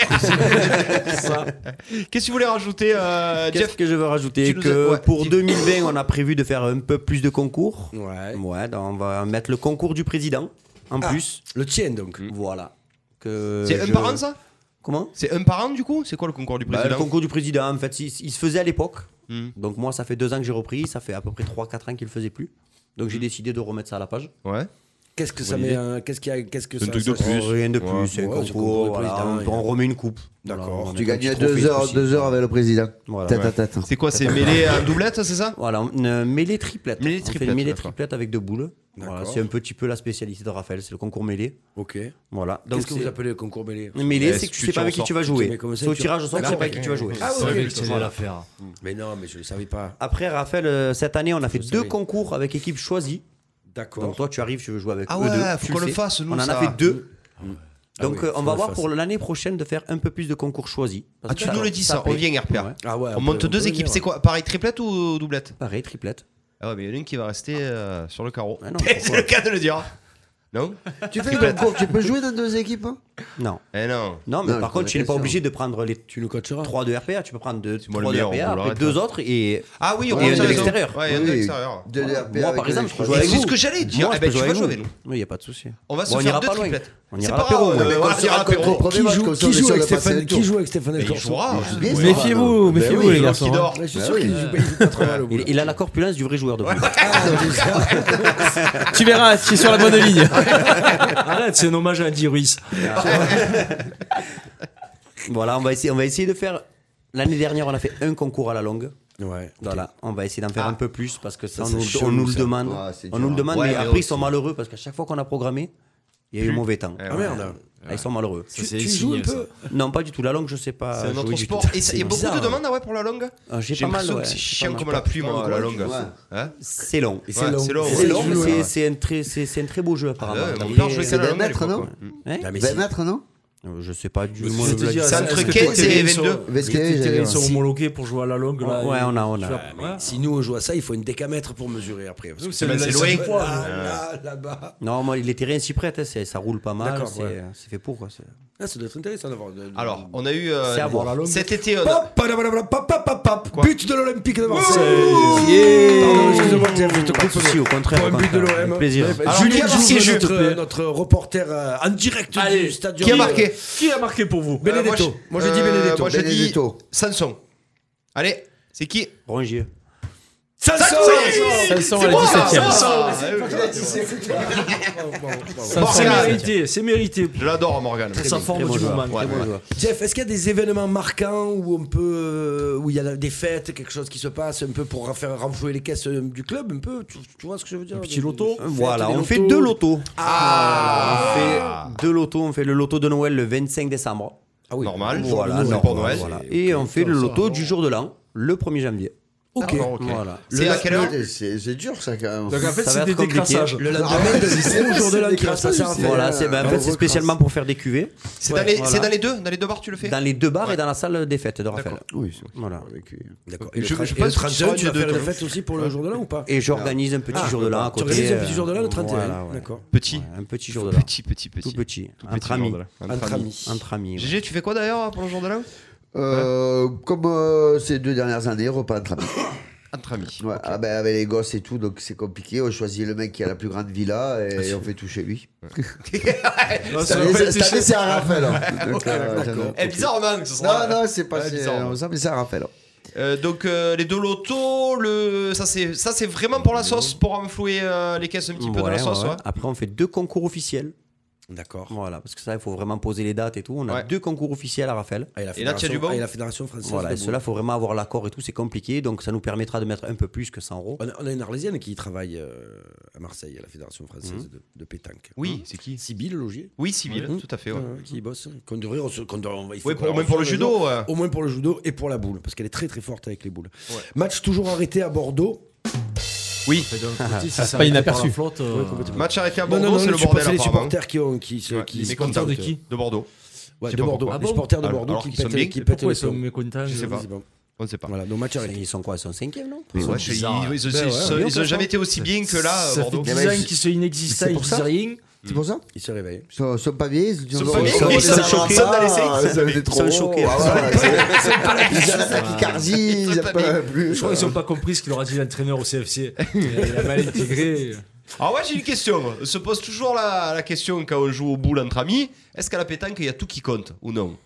Qu'est-ce que tu voulais rajouter, euh,
Qu'est-ce
Jeff
que je veux rajouter
tu nous
Que
as- ouais,
pour
dis-
2020, on a prévu de faire un peu plus de concours.
Ouais.
Ouais, donc on va mettre le concours du président en
Ah,
plus. Mm.
Le tien donc.
Voilà. Que
C'est un
Euh, je-
par an ça
Comment
C'est un par an du coup C'est quoi le concours du
Bah, Le
président
concours du président, en fait, il, il se faisait à l'époque.
Hmm.
Donc moi, ça fait deux ans que j'ai repris. Ça fait à peu près 3-4 ans qu'il le faisait plus. Donc j'ai décidé de remettre ça à la page.
Ouais.
Qu'est-ce que ça met un- Qu'est-ce qu'il y a Qu'est-ce que ça ça-
Oh, rien de plus,
Ouais,
c'est un
ouais, c'est le
concours.
concours du
voilà,
président,
on-
il y a-
on, remet une coupe.
D'accord.
Voilà, on
Tu
met un
gagnais
petit trophée,
deux heures,
ceci.
deux heures avec le président.
Voilà.
Tête à tête.
C'est quoi C'est mêlé en
*laughs*
doublette, c'est ça
Voilà, euh, une mêlée triplette.
Mêlée
On fait
triplette,
une mêlée
d'accord.
triplette avec deux boules. Voilà,
D'accord.
c'est un petit peu la spécialité de Raphaël, c'est le concours mêlée.
Ok.
Voilà.
Qu'est-ce que
c'est-
vous appelez le concours mêlé
Une mêlée,
Ouais,
c'est que
tu
tu sais pas avec qui
ressors.
tu vas
Mais
jouer.
comment ça,
C'est au
tu-
tirage au sort, tu sais pas avec qui tu vas jouer.
Ah
C'est vrai
oui.
que tu vas la faire.
Mais non, mais je le savais pas.
Après, Raphaël, euh, cette année, on a fait
le
deux
savais.
concours avec équipe choisie.
D'accord.
Donc toi, tu arrives, tu veux jouer avec
Ah
eux
ouais,
deux,
faut
tu
qu'on le
sais.
fasse, nous,
On en
ça.
a fait deux.
Ah
Donc
oui,
euh, on
faut
va
le
voir
faire,
pour
ça.
l'année prochaine de faire un peu plus de concours choisis. Parce
Ah,
que
tu nous le dis ça, on
plaît.
vient RPA.
Ouais.
Ah ouais.
On monte deux équipes, c'est quoi Pareil triplette ou doublette
Pareil, triplette.
Ah ouais, mais il y en a une qui va rester euh, sur le carreau.
Ah non,
*laughs* C'est
pourquoi
le cas de le dire. Non
Tu fais le concours, tu peux jouer dans deux équipes. hein
Non.
Eh non.
Non, mais
Non,
par contre,
je pose
tu
la
n'es pas
question.
obligé de prendre les
Tu nous coacheras.
trois de RPA. Tu peux prendre deux,
moi, le
trois
meilleur, on
de RPA,
vous
après
l'arrête,
deux
là.
autres et
Ah oui, on
Et
rentre
de
à la maison.
l'extérieur.
Ouais, il y en a de
Oui.
l'extérieur.
Deux de RPA
Moi,
avec
par
le
exemple, je peux
choix.
jouer avec
C'est
vous.
ce que j'allais dire.
Moi,
Eh ben,
je peux
tu
jouer
vas
avec
jouer
vous.
avec nous.
Oui, il n'y a pas de souci.
On va se
Bon,
faire
ira
deux
pas loin.
triplettes.
On
C'est
ira
pas
à l'apéro.
grave, on
Euh,
on
va
sera
faire
après
l'apéro.
au premier
Qui
match,
joue,
comme ça, on
qui
est
joue
sûr
avec
de passer
Stéphane
le tour.
Qui joue avec Stéphane
Mais
El
Il
Corso
jouera. hein. je sais
Bien
pas.
sûr.
Méfiez-vous,
Mais
méfiez-vous,
Ben oui,
les
je
pense
garçons.
qu'il
hein.
dort. Je suis sûr qu'il joue pas- il joue pas trop mal au bout.
Il, il a la corpulence du vrai joueur de foot.
Tu verras, tu es sur la bonne ligne.
Arrête, c'est un hommage à Andy Ruiz.
Voilà, on va essayer, on va essayer de faire. L'année dernière, on a fait un concours à la longue.
Ouais.
Voilà, on va essayer d'en faire un peu plus parce que ça,
Ça,
on,
c'est
nous,
chelou,
on nous le
ça.
demande.
Ouais, c'est
on
dur.
nous le demande,
Ouais,
mais
mais
après
aussi.
ils sont malheuré parce qu'à chaque fois qu'on a programmé, il y a eu mauvais temps.
Eh
Ah
ouais.
merde.
Ah, ils sont malheureux.
Tu, tu joues un peu
Non, pas du tout. La langue, je sais pas.
C'est un
jouer
autre
du
sport.
tout.
Et ça- il y a
Ah, C'est
beaucoup de
bizarre. hein.
demandes ah ouais, pour la longue
Ah, J'ai
J'ai
pas mal.
l'impression
ouais,
que c'est
j'ai
chiant
pas mal.
comme la pluie, moi, la longue.
Ah,
Hein
C'est long.
Et
Ouais,
long.
c'est long,
C'est
ouais.
long, mais
Ouais.
c'est- c'est un très, c'est c'est un très beau jeu
Ah
apparemment.
ouais, Mon
Il
père
est-
jouait
C'est
qu'à la
des
longue. à
mètres,
l'époque,
non
ouais.
Hein
Ah, mais
20
si.
mètres, non
Euh, Je sais pas du
Parce que
moins.
c'était dit,
la-
ah, est-ce que Tétéré sont- est-ce que Tétéré sont
Si-
homologués pour jouer à la longue là,
Ouais,
et-
on a, on a.
tu vois,
Ah, mais Si nous on joue à ça, il faut une décamètre pour mesurer après. Parce
Donc,
que
c'est
là,
le-
c'est
c'est le
loin.
poids.
Là, là, là-bas.
Non, moi, les terrains s'y prêtent, hein, c'est- ça roule pas mal,
D'accord,
c'est
ouais.
c'est fait pour. quoi, c'est-
Ah, ça doit être intéressant d'avoir. de- de-
Alors, on a eu. euh,
C'est à voir, la longue.
cet été, euh, on a-
Pop, palabalabla, pop, pop, pop, pop. But de l'Olympique de Marseille. Pardon, excusez-moi, Pierre, je te
Pas de
coupe,
souci,
mais
au contraire,
pour Euh, un
au
but de
contraire,
l'OM.
avec plaisir.
Ouais, bah,
Alors, qui
Julien
a
Jouve,
marqué,
notre,
Jules
notre reporter euh, en direct
Allez,
du stade
qui a
du-
marqué
Qui a marqué pour vous
Euh,
Benedetto. Moi,
moi,
je dis Benedetto.
Moi je dis
Benedetto.
Sanson. Allez, c'est qui
Rongier.
Sanson
Sanson à la 17ème.
Ah, ouais,
C'est
Morgan.
mérité, c'est mérité.
Je l'adore, Morgan.
Sa forme
bon
du
joueur.
moment.
Ouais, ouais.
Jeff, est-ce qu'il y a des événements marquants où on peut, euh, où il y a des fêtes, quelque chose qui se passe, un peu pour faire renflouer les caisses euh, du club, un peu, tu, tu vois ce que je veux dire Un
petit loto.
Euh, Voilà, on fait deux lotos.
Ah.
Ah,
On fait deux lotos. On fait le loto de Noël le 25 décembre.
Ah oui.
Normal.
Voilà,
C'est
normal,
pour Noël.
voilà. Et on fait le loto du jour de l'an, le 1er janvier.
Ok.
D'accord, ok.
Voilà.
C'est à quelle heure
C'est c'est dur ça quand même.
Donc en fait,
Ça va
c'est
être
des
compliqué.
décrassages.
Le lendemain de *laughs* le jour de l'an qui va se passer en fait.
Voilà, c'est ben, en fait, c'est spécialement pour faire des cuvées
C'est dans les-
voilà.
c'est dans les deux Dans les deux bars, tu le fais
dans les deux bars et dans la salle des fêtes de Raphaël.
Oui, c'est
Voilà.
D'accord. Et le
Je-
tra-
je
et
pense
le
qu'il sera
31, tu vas
de
faire des
Toulouse.
fêtes aussi pour le jour de l'an ou pas
Et j'organise un petit
Ah,
jour de l'an à
Tu
côté.
organises un petit
euh,
jour de l'an le 31
voilà, ouais.
D'accord.
Petit.
Ouais, un petit jour de l'an.
Petit, petit, petit.
Tout petit.
Tout petit
Entre
jour
amis.
de l'an.
Entre amis.
Entre amis. ouais.
GG, tu fais quoi d'ailleurs pour le jour de l'an
Euh, Comme euh, ces deux dernières années, repas entre amis.
Entre amis.
Ouais, ah ben, avec les gosses et tout, donc c'est compliqué. On choisit le mec qui a la plus grande villa et, on fait tout chez lui.
Non, ça
Cette
va
année,
pas être
cette année,
chez-
c'est à Raphaël. hein. Donc, euh, j'adore.
Eh, bizarrement, ce sera.
Non, non, c'est pas
Ouais,
c'est-
bizarre.
on semble, c'est à Raphaël. hein.
Euh, donc euh, les deux lotos, le... ça c'est ça c'est vraiment pour la sauce, pour renflouer euh, les caisses un petit peu de
Ouais,
la sauce.
ouais, ouais.
ouais.
Après, on fait deux concours officiels.
D'accord.
Voilà, parce que ça, il faut vraiment poser les dates et tout. On a
Ouais.
deux concours officiels à Raphaël.
Ah, la
Et là, tu as du
fédération-
bon
ah, et la Fédération française.
Voilà,
de
et cela, il faut vraiment avoir l'accord et tout, c'est compliqué, donc ça nous permettra de mettre un peu plus que 100 euros.
On a, on a une Arlésienne qui travaille euh, à Marseille, à la Fédération française de, de pétanque.
Oui, c'est qui
Sibylle Logier.
Oui, Sibyl,
Mhm.
tout à fait. Ouais.
euh, qui bosse. Qu'on devrait rece- qu'on doit- on- il faut
Oui,
qu'on
pour-
la
même pour le
reçoive jour.
judo. euh. ouais.
Au moins pour le judo et pour la boule, parce qu'elle est très très forte avec les boules.
Ouais.
Match toujours arrêté à Bordeaux.
Oui,
Ça
pas inaperçu.
flotte. euh,
match arrêté à
Non, non,
Bordeaux,
non,
c'est
les
le
supporters-
bordel
c'est les
apparemment. hein.
supporters qui ont qui, se-
Ouais,
qui
les
se-
mécontents.
de qui
De Bordeaux,
Ouais,
Je sais
de
pas
Bordeaux, les
pourquoi.
Ah bon
supporters de
Alors-
Bordeaux
alors
qui
qu'ils sont
pètent,
bien,
qui
mais
pètent
Pourquoi
les
ils sont
plombs.
mécontents
Je sais pas. on ne sait pas.
Voilà, donc match arrêté.
Ils sont quoi Ils sont 5 non
Ouais, je- ils ils- ils- ils- ils ont jamais été aussi bien que là, à
Ça fait
Bordeaux.
10 ans qu'ils sont inexistants,
C'est
ils
pour
disent
ça
rien.
C'est pour ça
Ils se réveillent.
Ils sont, sont pas vieillis Ils oh,
sont pas vieillis,
sont-
ils
sont
sont choqués.
Ah,
Ils sont
Ils
Ils sont choqués.
Ah, voilà, c'est- C'est pas la Ils ont la tachycardie,
Ils
ils
sont
ont
pas
pas
vieillis.
plus.
Je crois qu'ils n'ont pas compris ce qu'il leur a dit l'entraîneur au CFC. Il a mal intégré.
Ah ouais, j'ai une question. Se pose toujours la, la question quand on joue au boule entre amis est-ce qu'à la pétanque, il y a tout qui compte ou non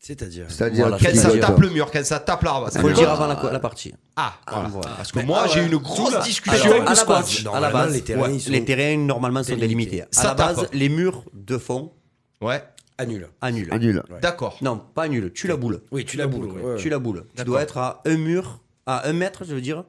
C'est-à-dire.
C'est-à-dire
Voilà,
qu'ils
Quand ça
veulent
tape
pas.
le mur, quand ça tape l'arbre. ça
Faut le
compte
dire avant la, la partie.
Ah, voilà.
voilà.
Parce que moi, j'ai eu une grosse discussion.
Alors, à la
squat.
base, à la
Normalement,
base,
les terrains,
ouais,
ils sont
les terrains, normalement sont délimités. À
Ça
la
tape.
base, les murs de fond
Ouais,
Annule.
annulent.
Annule.
d'accord.
Non, pas annulent. Tu la boule.
Oui, tu la boules. ouais.
Tu la boule. Tu dois être à un mur, à un mètre, je veux dire,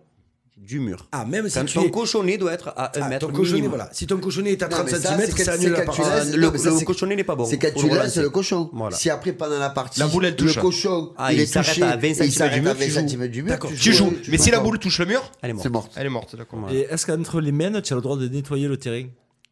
du mur.
Ah, même si
Quand
tu
ton
es-
cochonnet doit être à un
Ah,
mètre
ton cochonnet,
minimum.
voilà. Si ton cochonnet est à 30
mais ça,
cm,
c'est quand-
ça annule
c'est
la
quand tu
partie.
laisses-
Ah,
non,
le,
mais ça,
le
c'est-
cochonnet n'est pas bon.
C'est quand
Faut
tu
le
lances
relancer.
le cochon.
Voilà.
Si après pendant la partie,
La boule, elle touche.
le cochon,
Ah,
il,
il
est
s'arrête
touché,
à 20
et il
centimètres
s'arrête
du mur,
à
tu
20
joues.
centimètres du mur,
D'accord,
Tu joues.
tu
Mais si la
pas.
boule Ah, touche le mur,
Elle est morte.
c'est morte.
elle est morte, d'accord.
Voilà.
Et est-ce qu'entre les mènes, tu as le droit de nettoyer le terrain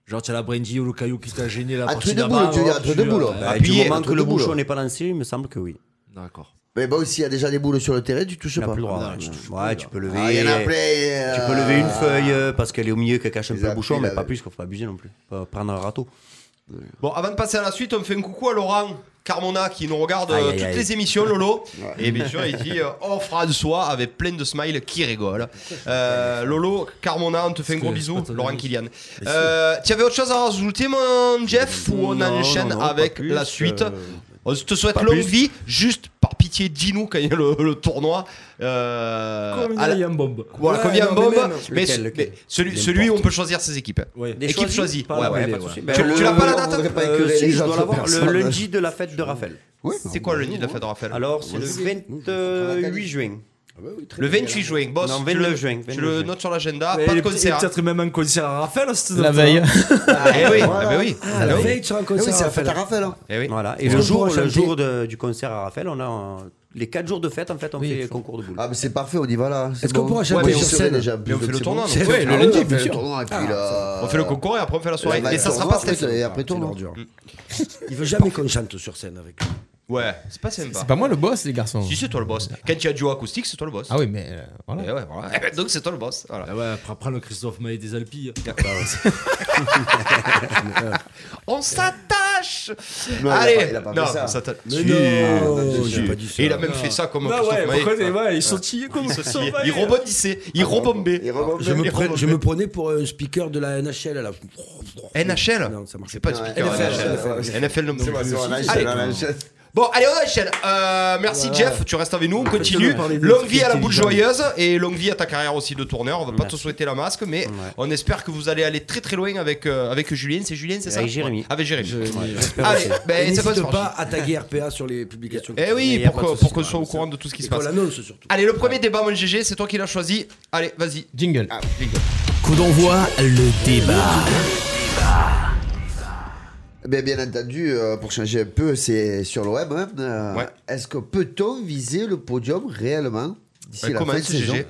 Genre, tu as la brindille ou le caillou qui t'a gêné la
Ah,
Un
partie
truc de
d'avant,
boule, Ah, tu veux dire,
alors
un truc de boule.
euh,
Bah,
Appuyez,
du moment
entre
que
deux
le
boules.
bouchon n'est pas lancé, il me semble que oui.
D'accord.
Mais bon, s'il y a déjà des boules sur le terrain, tu touches
Tu n'as
pas.
plus le droit.
Non,
ouais,
tu touches
Ouais, tu peux lever.
Ah, il y en a plein.
Tu peux lever une feuille euh, parce qu'elle est au milieu, qu'elle cache un
les
peu le bouchon,
appuis,
mais
là,
pas
ouais.
plus, qu'il faut pas abuser non plus. Faut prendre un râteau.
Bon, avant de passer à la suite, on fait un coucou à Laurent Carmona qui nous regarde euh,
Aïe, aïe,
toutes
aïe.
les émissions, Lolo. Et bien sûr, il dit euh, Oh François, avec plein de smiles qui rigole. Euh, Lolo Carmona, on te fait un gros
que
bisou,
c'est pas ton
Laurent
ami.
Kylian. Euh, tu avais autre chose à rajouter, mon Jeff Ou on
Non,
enchaîne
non, non,
avec
pas plus,
la suite
euh,
On te souhaite
pas
longue
plus.
vie. Juste par pitié, dis-nous quand il y a le, le tournoi. Euh,
Ah,
Comme
à la-
il y a une bombe.
Voilà,
Ouais,
combien
non, mais
bombe
même.
Mais,
Lequel,
ce-
lequel
mais celui, celui où on peut choisir ses équipes.
Ouais.
Des
Équipe
choisis,
choisie.
pas
Ouais,
la
ouais,
mêlée,
pas de
ouais.
souci.
Ben,
Tu-
le-
tu l'as pas la
on voudrait
date hein
pas
Euh,
écœurer
si,
les
je
gens
dois
sur
l'avoir le
personne.
lundi de la fête de Raphaël.
C'est quoi le nid de la fête de Raphaël
Alors, c'est le 28 juin.
Le 28 juin, boss.
Non,
tu
29
le-
juin,
Tu
29
le
juin.
notes sur l'agenda,
Et
pas de
il est- il
concert.
est Peut-être même un concert hein. à Raphaël. cette
La
date-là.
veille.
Ah,
Eh oui, eh ben oui.
Ah, la veille, tu seras en
Ah oui,
concert.
c'est la
Raphaël.
fête à Raphaël. hein.
Eh oui.
Voilà. Et
Est-ce
le
qu'on
jour,
pourra
le
chanter
jour de- du concert à Raphaël, on a un- les 4 jours de fête, en fait, on fait concours de boules.
Ah, mais c'est parfait, on y va là.
Est-ce qu'on pourra chanter sur scène
déjà
Mais on fait le tournoi,
on
donc. Ouais, le
lundi,
on
bien
fait le
sûr.
tournoi et puis là.
On fait le concours et après on fait la soirée.
là,
Et ça
tournoi,
sera pas
après,
stressant.
Et
Ah,
après tournoi.
Il veut jamais qu'on chante sur scène avec lui.
Ouais, c'est pas sympa.
C'est pas moi le boss, les garçons.
Si c'est toi le boss. Quand il y a duo acoustique, c'est toi le boss.
Ah oui, mais euh, voilà.
Eh ouais, voilà. Donc c'est toi le boss. Voilà.
Ah ouais, après, après le Christophe Maé des Alpilles.
On s'attache
Non, il a pas-
Allez
il a pas
non,
fait ça.
on s'attache.
Mais
Si,
non,
si.
il a pas dit ça.
Et il a même fait ça comme
Ah
Christophe
ouais,
Maé.
pourquoi les- ouais, ils sont tillés comme
Il
ça.
se- Il rebondissait, il rebombait.
Je me,
Il
prenais, je
rebombait.
me prenais pour un speaker de la NHL là.
NHL
Non, ça marchait
C'est pas
pas.
du speaker,
NFL.
NFL. NFL non plus. Allez.
Allez,
Bon, allez, on enchaîne. Euh, merci Jeff, tu restes avec nous, on continue.
parler de
Longue
trucs
vie à la boule
intelligents.
joyeuse et longue vie à ta carrière aussi de tourneur. On va pas te
Merci.
souhaiter la masque, mais on espère que vous allez aller très très loin avec, euh, avec Julien. C'est Julien, c'est ça
Avec Jérémy.
Ouais, Avec Jérémy.
Ouais, j'espère
Allez,
aussi.
ben,
Et
c'est pas
n'hésite pas à taguer RPA sur les publications.
Eh oui,
y a
pour
pas de
que-
souci.
pour qu'on soit au courant de tout ce qui
Et
se
qu'on
passe.
l'annonce surtout.
Allez, le premier débat, mon GG, c'est toi qui l'as choisi. Allez, vas-y.
Jingle.
Ah, bingo.
Coup d'envoi, le débat.
Eh Bien, bien entendu, euh, pour changer un peu, c'est sur l'OM. hein, euh,
Ouais.
Est-ce que peut-on viser le podium réellement d'ici
Ouais,
la fin
comment
de
c'est
saison
GG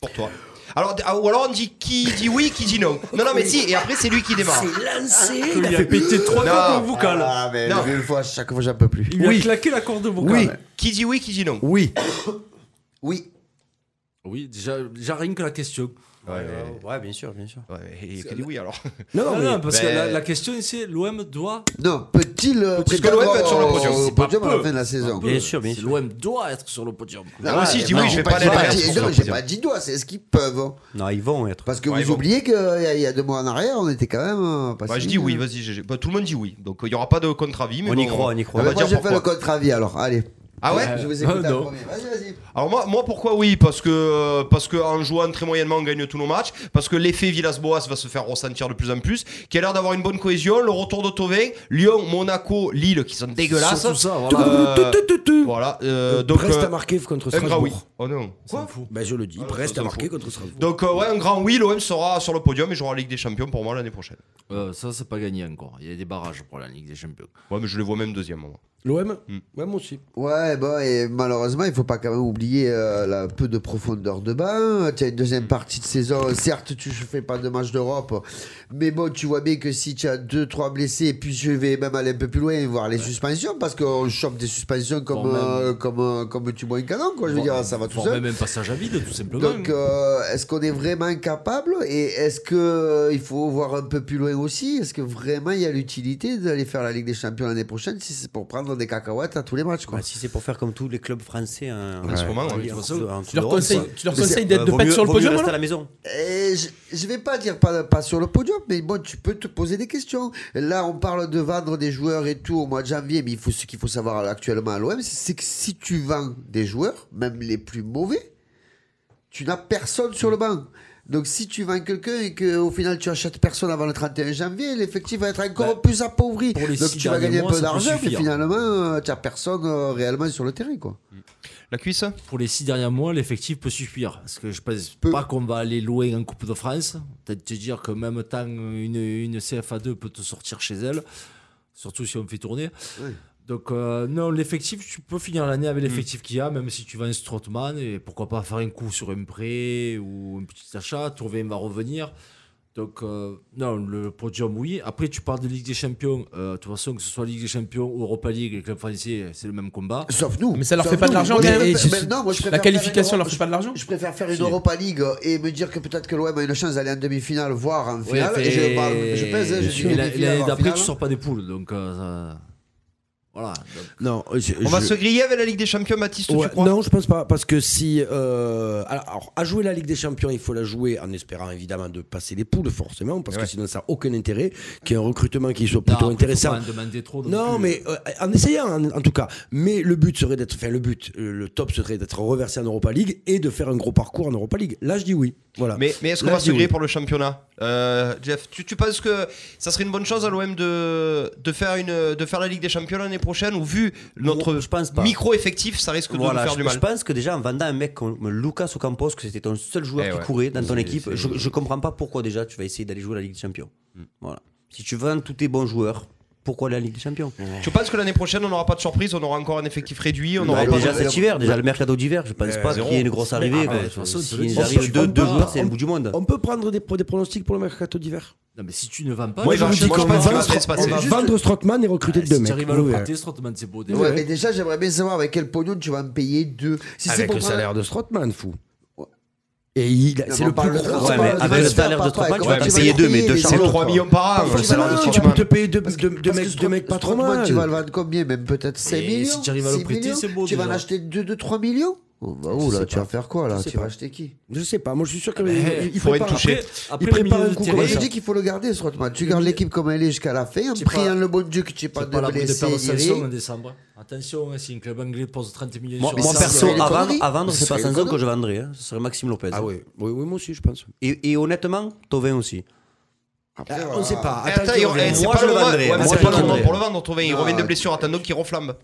Pour toi. Alors, d- ah, ou alors on dit qui dit oui, qui dit non. Non, non, mais si, et après c'est lui qui démarre.
Il a fait péter trois
Non.
cordes vocales.
Ah, mais
Non.
une fois, chaque fois, j'en peux plus.
Il a claqué la corde vocale.
Oui.
Qui dit oui, qui dit non.
Oui. oui.
Oui, déjà, déjà rien que la question.
Euh, ouais, bien sûr, bien sûr.
Ouais, et qui dit oui alors Ben,
Non, non, parce
mais-
que la, la question c'est l'OM doit.
Non, peut-il euh,
Parce que l'OM peut être sur le
prétendre
podium,
au
c'est
podium à
peu.
la fin de la saison
Bien sûr, bien
c'est
sûr.
L'OM doit être sur le podium.
Moi aussi, je dis oui, je vais pas
J'ai
aller
pas
les
dit-
mettre sur
non,
le
J'ai
podium.
pas dit doigt, c'est ce qu'ils peuvent. hein.
Non, ils vont être.
Parce que
Ouais,
vous
bon.
oubliez qu'il y, a deux mois en arrière, on était quand même. euh, pas
Bah,
si
je dis
nul,
oui,
hein.
vas-y, GG. Bah, tout le monde dit oui. Donc, il n'y aura pas de contre-avis. mais
On y
bon,
croit, on y croit.
on
Ah,
va
mais moi,
dire
j'ai fait le
pourquoi.
contre-avis alors, allez.
Ah ouais
Je vous écoute
Ah,
en
non.
premier. Vas-y, vas-y.
Alors moi, moi pourquoi oui Parce que parce que en jouant très moyennement, on gagne tous nos matchs. Parce que l'effet Villas-Boas va se faire ressentir de plus en plus. Qui a l'air d'avoir une bonne cohésion. Le retour de Tovin, Lyon, Monaco, Lille, qui sont dégueulasses.
Surtout ça, voilà.
Euh, voilà. euh, donc
Brest
euh,
a marqué contre
un grand oui.
Strasbourg.
Oh non.
Quoi fou.
Bah, je le dis,
Ah,
Brest
ça,
a
c'est
marqué
faux.
contre Strasbourg.
Donc euh, ouais, un grand oui. L'OM sera sur le podium et jouera la Ligue des Champions pour moi l'année prochaine.
Euh, ça, c'est pas gagné encore. Il y a des barrages pour la Ligue des Champions.
Ouais, mais je les vois même deuxième. moi.
L'OM
Hmm.
Ouais, moi aussi.
Ouais, bon, et malheureusement, il faut pas quand même oublier euh, la peu de profondeur de bain. Tu as une deuxième partie de saison. Certes, tu ne fais pas de match d'Europe, mais bon, tu vois bien que si tu as deux, trois blessés, et puis je vais même aller un peu plus loin et voir les suspensions, parce qu'on chope des suspensions comme,
Voire
euh, comme, euh, comme tu bois un canon, quoi. Je veux
Voire-
dire, ça va tout
voire
seul.
même un passage à vide, tout simplement.
Donc, euh, est-ce qu'on est vraiment capable et est-ce que euh, il faut voir un peu plus loin aussi Est-ce que vraiment il y a l'utilité d'aller faire la Ligue des Champions l'année prochaine si c'est pour prendre des cacahuètes à tous les matchs quoi
Bah, si c'est pour faire comme tous les clubs français hein,
En ce moment, ouais.
en- en- en-
Tu leur
en- en-
conseilles,
en-
tu leur
Mais c'est- Bah,
conseilles d'être de
vaut
pas être
mieux-
sur le
vaut mieux
podium
rester à
alors
la maison.
Et je, je vais pas dire pas, pas sur le podium, mais bon, tu peux te poser des questions. Là, on parle de vendre des joueurs et tout au mois de janvier, mais il faut, ce qu'il faut savoir actuellement à l'OM, c'est que si tu vends des joueurs, même les plus mauvais, tu n'as personne sur le banc. Donc si tu vends quelqu'un et qu'au final tu achètes personne avant le 31 janvier, l'effectif va être encore
Ben,
plus appauvri.
pour les
Donc
six
tu vas gagner
derniers
un
mois,
peu
ça peut
d'argent, mais
suffire.
finalement euh, tu n'as personne euh, réellement sur le terrain. quoi.
La cuisse
Pour les six derniers mois, l'effectif peut suffire. Parce que je pense
Peu.
pas qu'on va aller loin en Coupe de France. Peut-être te dire que même temps, une, une CFA2 peut te sortir chez elle. Surtout si on fait tourner.
Oui.
Donc, euh, non, l'effectif, tu peux finir l'année avec l'effectif qu'il y a, même si tu vas un Strottman. Et pourquoi pas faire un coup sur un prêt ou un petit achat. Tourvin va revenir. Donc, euh, non, le podium, oui. Après, tu parles de Ligue des Champions. Euh, de toute façon, que ce soit Ligue des Champions ou Europa League, les clubs français, c'est le même combat.
Sauf nous.
Mais ça leur
Sauf
fait pas de
nous.
l'argent,
Moi, je
quand même.
préfère-
Et
mais non, moi, je préfère
La
faire une
qualification
Europe-
leur fait pas de l'argent
Je préfère faire une
Si.
Europa League et me dire que peut-être que l'OM a une chance d'aller en demi-finale, voire en
Oui,
finale.
fait-
et je, parle, je pèse, hein, je
Bien
dis
sûr. Et la-
demi-finale,
L'année
voire
d'après,
finale.
tu sors pas des poules. Donc, euh, ça- voilà. Donc,
Non, euh, je-
On va
je-
se griller avec la Ligue des Champions, Mathis,
Ouais,
tu crois
non, je pense pas. Parce que si. euh, alors, alors, à jouer la Ligue des Champions, il faut la jouer en espérant évidemment de passer les poules, forcément, parce
Ouais.
que sinon ça n'a aucun intérêt. Qu'il y ait un recrutement qui soit plutôt
non, après,
intéressant.
faut pas en demander trop non
Non,
plus.
mais euh, en essayant en, en tout cas. Mais le but serait d'être. Enfin, le but, euh, le top serait d'être reversé en Europa League et de faire un gros parcours en Europa League. Là, je dis oui. Voilà.
Mais, mais est-ce qu'on
Là,
va
je
se
dis
griller
oui.
pour le championnat Euh, Jeff, tu, tu penses que ça serait une bonne chose à l'OM de, de, faire une, de faire la Ligue des Champions l'année prochaine ou vu notre
Je pense pas.
micro-effectif, ça risque de
Voilà,
nous faire
je,
du
je
mal
pense que déjà en vendant un mec comme Lucas Ocampos, que c'était ton seul joueur
Eh
qui
ouais.
courait dans ton
C'est-
équipe,
c'est- Mm.
je, je comprends pas pourquoi déjà tu vas essayer d'aller jouer à la Ligue des Champions. Voilà. Si tu vends tous tes bons joueurs, pourquoi la Ligue des Champions
Tu penses que l'année prochaine, on n'aura pas de surprise, on aura encore un effectif réduit, on
Bah,
aura
déjà
pas
cet hiver, déjà le mercato d'hiver, je pense
Mais
pas
zéro.
qu'il y ait une grosse
Mais,
arrivée.
ah,
quoi.
mais, de toute façon,
Si
de toute
ils
façon,
arrivent
on
deux, deux
part-
joueurs, c'est
on-
le bout du monde.
On peut prendre des, pro- des pronostics pour le mercato d'hiver
Non, mais si tu ne vends pas,
Moi,
tu
je vous
marches
dis
pas.
qu'on va
Tu
vendre,
vas te laisser
on
passer.
va vendre Strockman et recruter
Ah,
deux
Si
mecs.
tu arrives à le
Vous verrez.
prêter, Strootman, c'est beau déjà.
Ouais, mais déjà, j'aimerais bien savoir avec quel pognon tu vas me payer deux. Si c'est
Avec
pour
le
prendre-
salaire de Strottmann, fou. Et il,
Non,
c'est
on
le plus
parle de
gros.
Ouais,
Strootman,
mais
tu vas
avec
le
le
faire
salaire de
par- par-
Strootman, tu
comment
vas
vas
payer
le
deux, mais
payer,
deux
les
Charlotte,
C'est
gens
3 millions par an, hein, le
Non,
salaire de
non, tu
Strootman.
peux te payer deux, deux, deux
Parce
mecs,
que
deux mecs pas trop
Strootman,
mal.
Tu vas le vendre combien Même peut-être 5
Et
millions
si tu arrives à le
6
prêter,
millions
c'est beau
Tu vas en
déjà.
acheter 2-3 millions Oh, bah, oh là, tu vas faire quoi là
sais
Tu vas
pas.
acheter qui
Je sais pas, moi je suis sûr que.
Mais
il- il
faut
faut
être touché.
Après,
prépare
le milieu
un
de
coup
terrain,
comme
Moi
ça.
je dis qu'il faut le garder ce Rotman. Tu gardes l'équipe comme elle est jusqu'à la fin, en
C'est
priant
pas-
le bon Dieu que tu n'aies pas
c'est
de
pas la peine de
blessés.
perdre
ni
500 en
rien.
décembre. Attention, hein, si un club anglais pose 30 millions
Moi,
sur
moi,
ça,
Strootman,
perso,
c'est des
à vendre,
conneries.
à vendre,
Ce
c'est pas
serait des
Sanson que
conneries.
je vendrais. hein. Ce serait Maxime Lopez.
Ah oui, oui, oui, moi aussi je pense.
Et, et honnêtement, Tovin aussi.
Après,
On sait pas.
Eh,
Attends,
attends,
qu'il
il- eh,
revienne.
c'est
Moi,
pas
je
le
le
moment
vendrai.
ouais, mais
Moi,
c'est
je
pas
le
le moment
vendrai.
pour le vendre, on trouve, il
Non,
revient de
tu-
blessure, attends donc qu'il reflambe.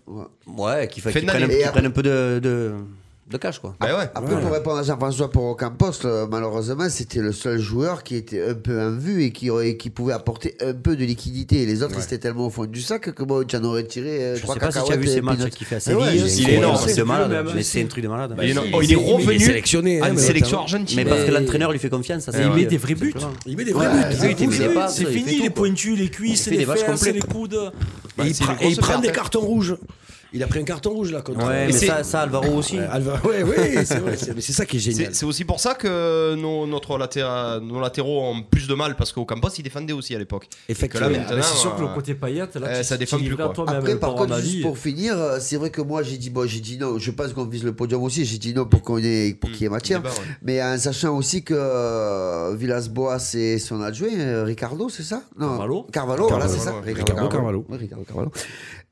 Ouais, qu'il fa-
Fait
qu'il
de
prenne, un-
l'année.
qu'il prenne un peu de, de, de cash, quoi.
Bah ouais.
Après, pour répondre à Jean-François pour Ocampos, euh, malheureusement, c'était le seul joueur qui était un peu en vue et qui, et qui pouvait apporter un peu de liquidité. Et les autres, ils étaient tellement au fond du sac que moi, tu en aurais tiré euh,
Je
trois
sais pas si tu as vu
cacahuètes et
ces matchs
peanuts.
qu'il fait à
Ah ouais,
Séville. hein.
c'est-
il est énorme.
C'est un truc de
C'est
malade.
le
Mais
même.
c'est un truc de malade.
Il est,
Mais-
énorme. Oh, il est
Il est
revenu
sélectionné. hein,
en
mais
sélection
attends.
argentine.
Mais parce que
Mais-
l'entraîneur lui fait confiance, ça
Et
c'est
il
vrai.
met des vrais buts.
Il met des vrais buts.
Ah oui, t'es-
C'est-
mais pas-
C'est
il fait
fini,
tout,
les
quoi.
pointus, les
Il
cuisses,
fait
les
des vaches
fesses,
complètes.
les coudes.
Bah,
Et il
c'est
prend-
une
et
grosse
il prend
perte,
des
hein.
cartons rouges. Il a pris un carton rouge là contre.
Ouais, mais
c'est-
ça, ça, Alvaro aussi.
Euh, Alva- ouais, ouais, c'est vrai, c'est- mais c'est ça qui est génial.
C'est c'est aussi pour ça que nos, notre latéra- nos latéraux ont plus de mal parce qu'au Campos il défendait aussi à l'époque.
Effectivement.
que là,
Ah, mais
Maintenant,
C'est sûr que
euh,
le côté paillette,
euh,
là,
ça défend plus, quoi.
Après,
Après,
par contre, juste pour finir, euh, c'est vrai que moi, j'ai dit, bon, j'ai dit non. Je pense qu'on vise le podium aussi. J'ai dit non pour qu'on ait, pour qu'il y ait matière.
débat, ouais.
Mais en sachant aussi que euh, Villas-Boas et son adjoint, euh, Ricardo, c'est ça Non,
Carvalho.
Carvalho, voilà, c'est ça.
Carvalho, ouais.
Ricardo Carvalho.
Oui, Ricardo Carvalho.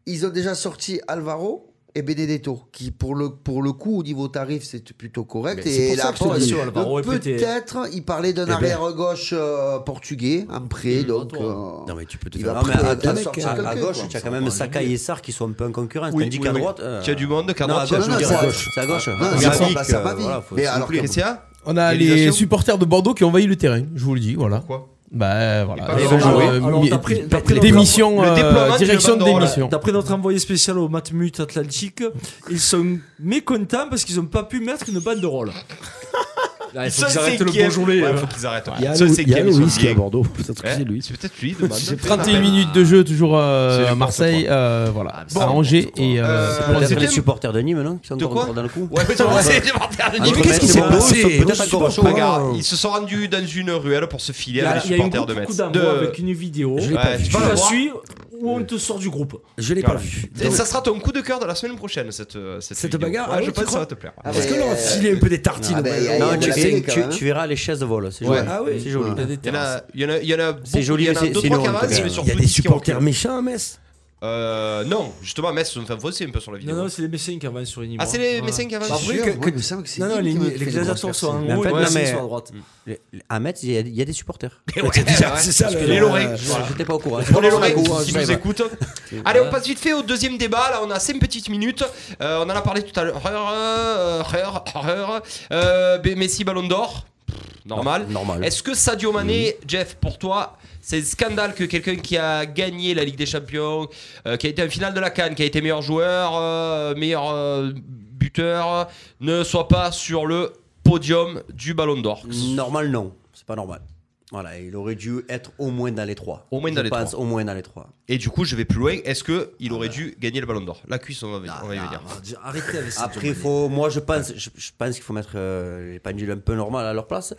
Ils ont déjà sorti Alvaro et Benedetto, qui pour le, pour le coup, au niveau tarif, c'est plutôt correct.
Mais c'est
et
pour ça
là,
que je te
bon,
dis,
euh,
Alvaro est pété. Eh ben.
peut-être, il parlait d'un arrière-gauche euh, portugais, en prêt, donc.
toi.
euh,
Non, mais tu peux te
il
faire.
va
Non, mais à,
peut-être
à-
sortir
à- à
quelqu'un,
gauche,
quoi.
tu as quand même Saka et Essar qui sont un peu en concurrence.
Oui,
Tandis
oui,
qu'à
oui.
droite.
euh,
Tu as du monde, qu'à droite,
non,
il y euh, a
à
du
gauche,
monde.
c'est à gauche. C'est à gauche.
non,
Mais
c'est
Milik,
Ah, pas- c'est
euh,
pas vie.
voilà, faut-
Mais
s'il vous
alors,
plaît.
Christian
On a les
Réalisation.
supporters de Bordeaux qui ont envahi le terrain, je vous le dis, voilà.
Pourquoi
Bah
Ils
voilà.
peuvent
Euh,
jouer.
euh,
Alors,
mi-
d'après- d'après le-
démission,
le
euh,
déploiement du
direction de
bandeau, là.
démission.
D'après notre envoyé spécial au Matmut Atlantique, ils sont mécontents parce qu'ils n'ont pas pu mettre une bande de rôle. il faut qu'ils arrêtent le
cinquième.
bourgeois. euh.
Ouais, faut qu'ils arrêtent. ouais.
Il y a
Ceux
Lou- il y a
cinquièmes, ils sont
Louis qui est à
bien.
Bordeaux. Peut-être que
Hein
c'est lui.
C'est peut-être lui, demande.
31 minutes de jeu toujours euh,
C'est n'importe
à Marseille, euh, voilà,
c'est
à
n'importe
Angers et euh,
Euh,
c'est pour
Peut-être
Deuxième-
les supporters de Nîmes, non Qui sont
De
encore
quoi
dans le coup.
Ouais, mais non, c'est supporter de
Entre
Nîmes.
qu'est-ce qui
Metz et
s'est
Bordeaux,
passé
ils sont
Nos
Peut-être encore chaud.
Regarde, ils se sont rendus dans une ruelle pour se
Il y
filer à
a,
les
il y a eu
supporters de
beaucoup
Metz.
d'envois avec une vidéo.
Je l'ai pas
Ouais,
vu.
tu
Tu
vas le
la
voir.
suis ou on te sort du groupe.
Je l'ai pas
Voilà.
vu.
Et ça sera ton coup de cœur de la semaine prochaine, cette euh,
Cette
vidéo.
bagarre,
Ouais,
ah
Je
oui, tu
pense que ça
crois
va te plaire.
Ah,
Est-ce
mais,
que l'on a
euh,
filé un peu des tartines
ah,
au
bah,
mais,
Bordeaux
euh,
Non, tu,
la série,
tu-
quand même.
tu verras les chaises volent. C'est
Ouais.
joli.
Ah oui.
C'est joli.
Il y a des
Il y en
terrasses.
a- il y en a- il y en a beaucoup-
C'est joli,
il y en a
c'est-
deux,
c'est
trois qui
une honte,
avancent,
quand
mais
même.
Il y
surtout
a des
dix qui
supporters
reculent.
méchants à Metz.
Euh, non, justement, Metz se fait fausser un peu sur la
Non,
vidéo.
non, c'est les mécènes qui avancent sur les niveaux.
Ah, c'est les mécènes qui avancent
Après,
Sûr,
que-
ouais,
que- il me semble que c'est
Non, non,
lui
les,
qui m'a fait
les
des
gladiateurs
grosses
sont en
percées.
Mais en
haut et
fait,
les
non,
mécènes
mais- Mm.
sont à droite.
Les- les- À Metz, il y a- il y a des supporters. Euh,
ouais.
C'est ça. le-
Les Lorrains.
Je J'étais pas au courant.
Pour les Lorrains
Au courant,
qui
je
nous
savais pas.
écoutent. Allez, on passe vite fait au deuxième débat. Là, on a 5 petites minutes. Euh, on en a parlé tout à l'heure. Euh, euh, euh, euh, Messi Ballon d'Or. Pff, Normal.
Normal.
Est-ce que Sadio Mané, Jeff, pour toi, c'est le scandale que quelqu'un qui a gagné la Ligue des Champions, euh, qui a été en finale de la Cannes, qui a été meilleur joueur, euh, meilleur euh, buteur, ne soit pas sur le podium du Ballon d'Or
euh, Normal, non. C'est pas normal. Voilà, il aurait dû être au moins dans les trois.
Au moins dans
Je
les
pense
trois.
au moins dans les trois.
Et du coup, je vais plus loin. Est-ce que il aurait dû gagner le Ballon d'Or La cuisse, on va, on va y
Ah,
venir.
merde, Arrêtez
Ah,
avec ça.
Après, faut, moi, je pense, je, je pense qu'il faut mettre euh, les pendules un peu normales à leur place.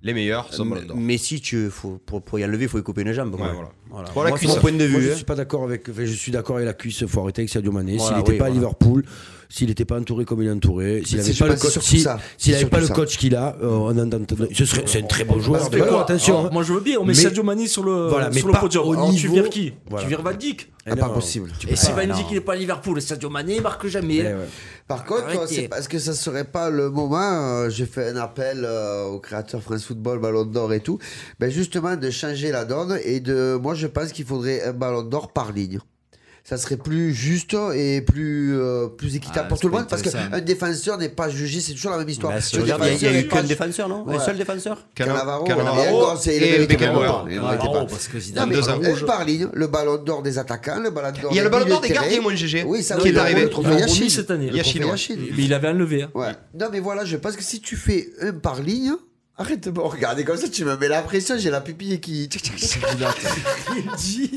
Les meilleurs sont Ballon
Euh, Mais-
d'Or.
mais si tu faut, pour, pour y enlever, il faut y couper une jambe. quoi.
Ouais, voilà. Pour la
Moi, c'est
cuisse.
mon point de
Moi,
vue.
je
hein.
suis pas d'accord avec. enfin, je suis d'accord avec la cuisse. Faut arrêter avec Sadio Mané.
Voilà,
s'il n'était
oui,
pas à
voilà.
Liverpool, s'il n'était pas entouré comme il est entouré, s'il
Mais
n'avait
c'est-
pas
je
le
suis pas
coach,
sûr que
si-
ça.
s'il
C'est
avait pas le
surtout ça.
coach qu'il a, euh, on en entend- ce serait, c'est un très bon joueur.
Mais quoi,
attention.
alors,
hein.
Moi je veux bien, on met
Mais-
Sadio Mané sur le,
Voilà, mais
sur le
pas
podium.
au
Alors, tu
niveau-
vires qui
Voilà.
Tu vires Van Dijk.
Eh
Ah,
non.
pas possible.
Et si
Ah,
Van
non.
Dijk il n'est pas à Liverpool, Sadio Mané marque jamais.
Par contre, euh,
Arrêtez.
c'est parce que ça serait pas le moment. euh, J'ai fait un appel euh, au créateur France Football, Ballon d'Or et tout. Ben justement, de changer la donne et de. Moi, je pense qu'il faudrait un Ballon d'Or par ligne. ça serait plus juste et plus, euh, plus équitable
Ah,
pour
c'est
tout le
pas
monde parce
intéressant.
qu'un défenseur n'est pas jugé, c'est toujours la même histoire.
Bah, si
Le
regarde, il y a- il y a
défenseur
eu
est
qu'un
pas-
défenseur, non Un seul défenseur
Cannavaro,
Cannavaro
et encore, c'est- il
et
méritait pas
Beckenbauer.
longtemps, il méritait
Cannavaro,
pas.
parce que
Non,
Zidane
mais
donne un
euh,
rouge.
par ligne, le ballon d'or des attaquants, le ballon d'or
Il y a le ballon
milieux
d'or
de
des
terrain.
gardiens, mon GG,
Oui, ça
qui
oui,
est
le-
arrivé.
le trophée
Ils l'ont
Yachine.
remis cette année, le
Le
trophée
trophée
Yachine.
Yachine.
Mais il avait enlevé. hein.
Ouais. Non, mais voilà, je pense que si tu fais un par ligne, arrête de me regarder comme ça, tu me mets la pression, j'ai la pupille qui. *laughs*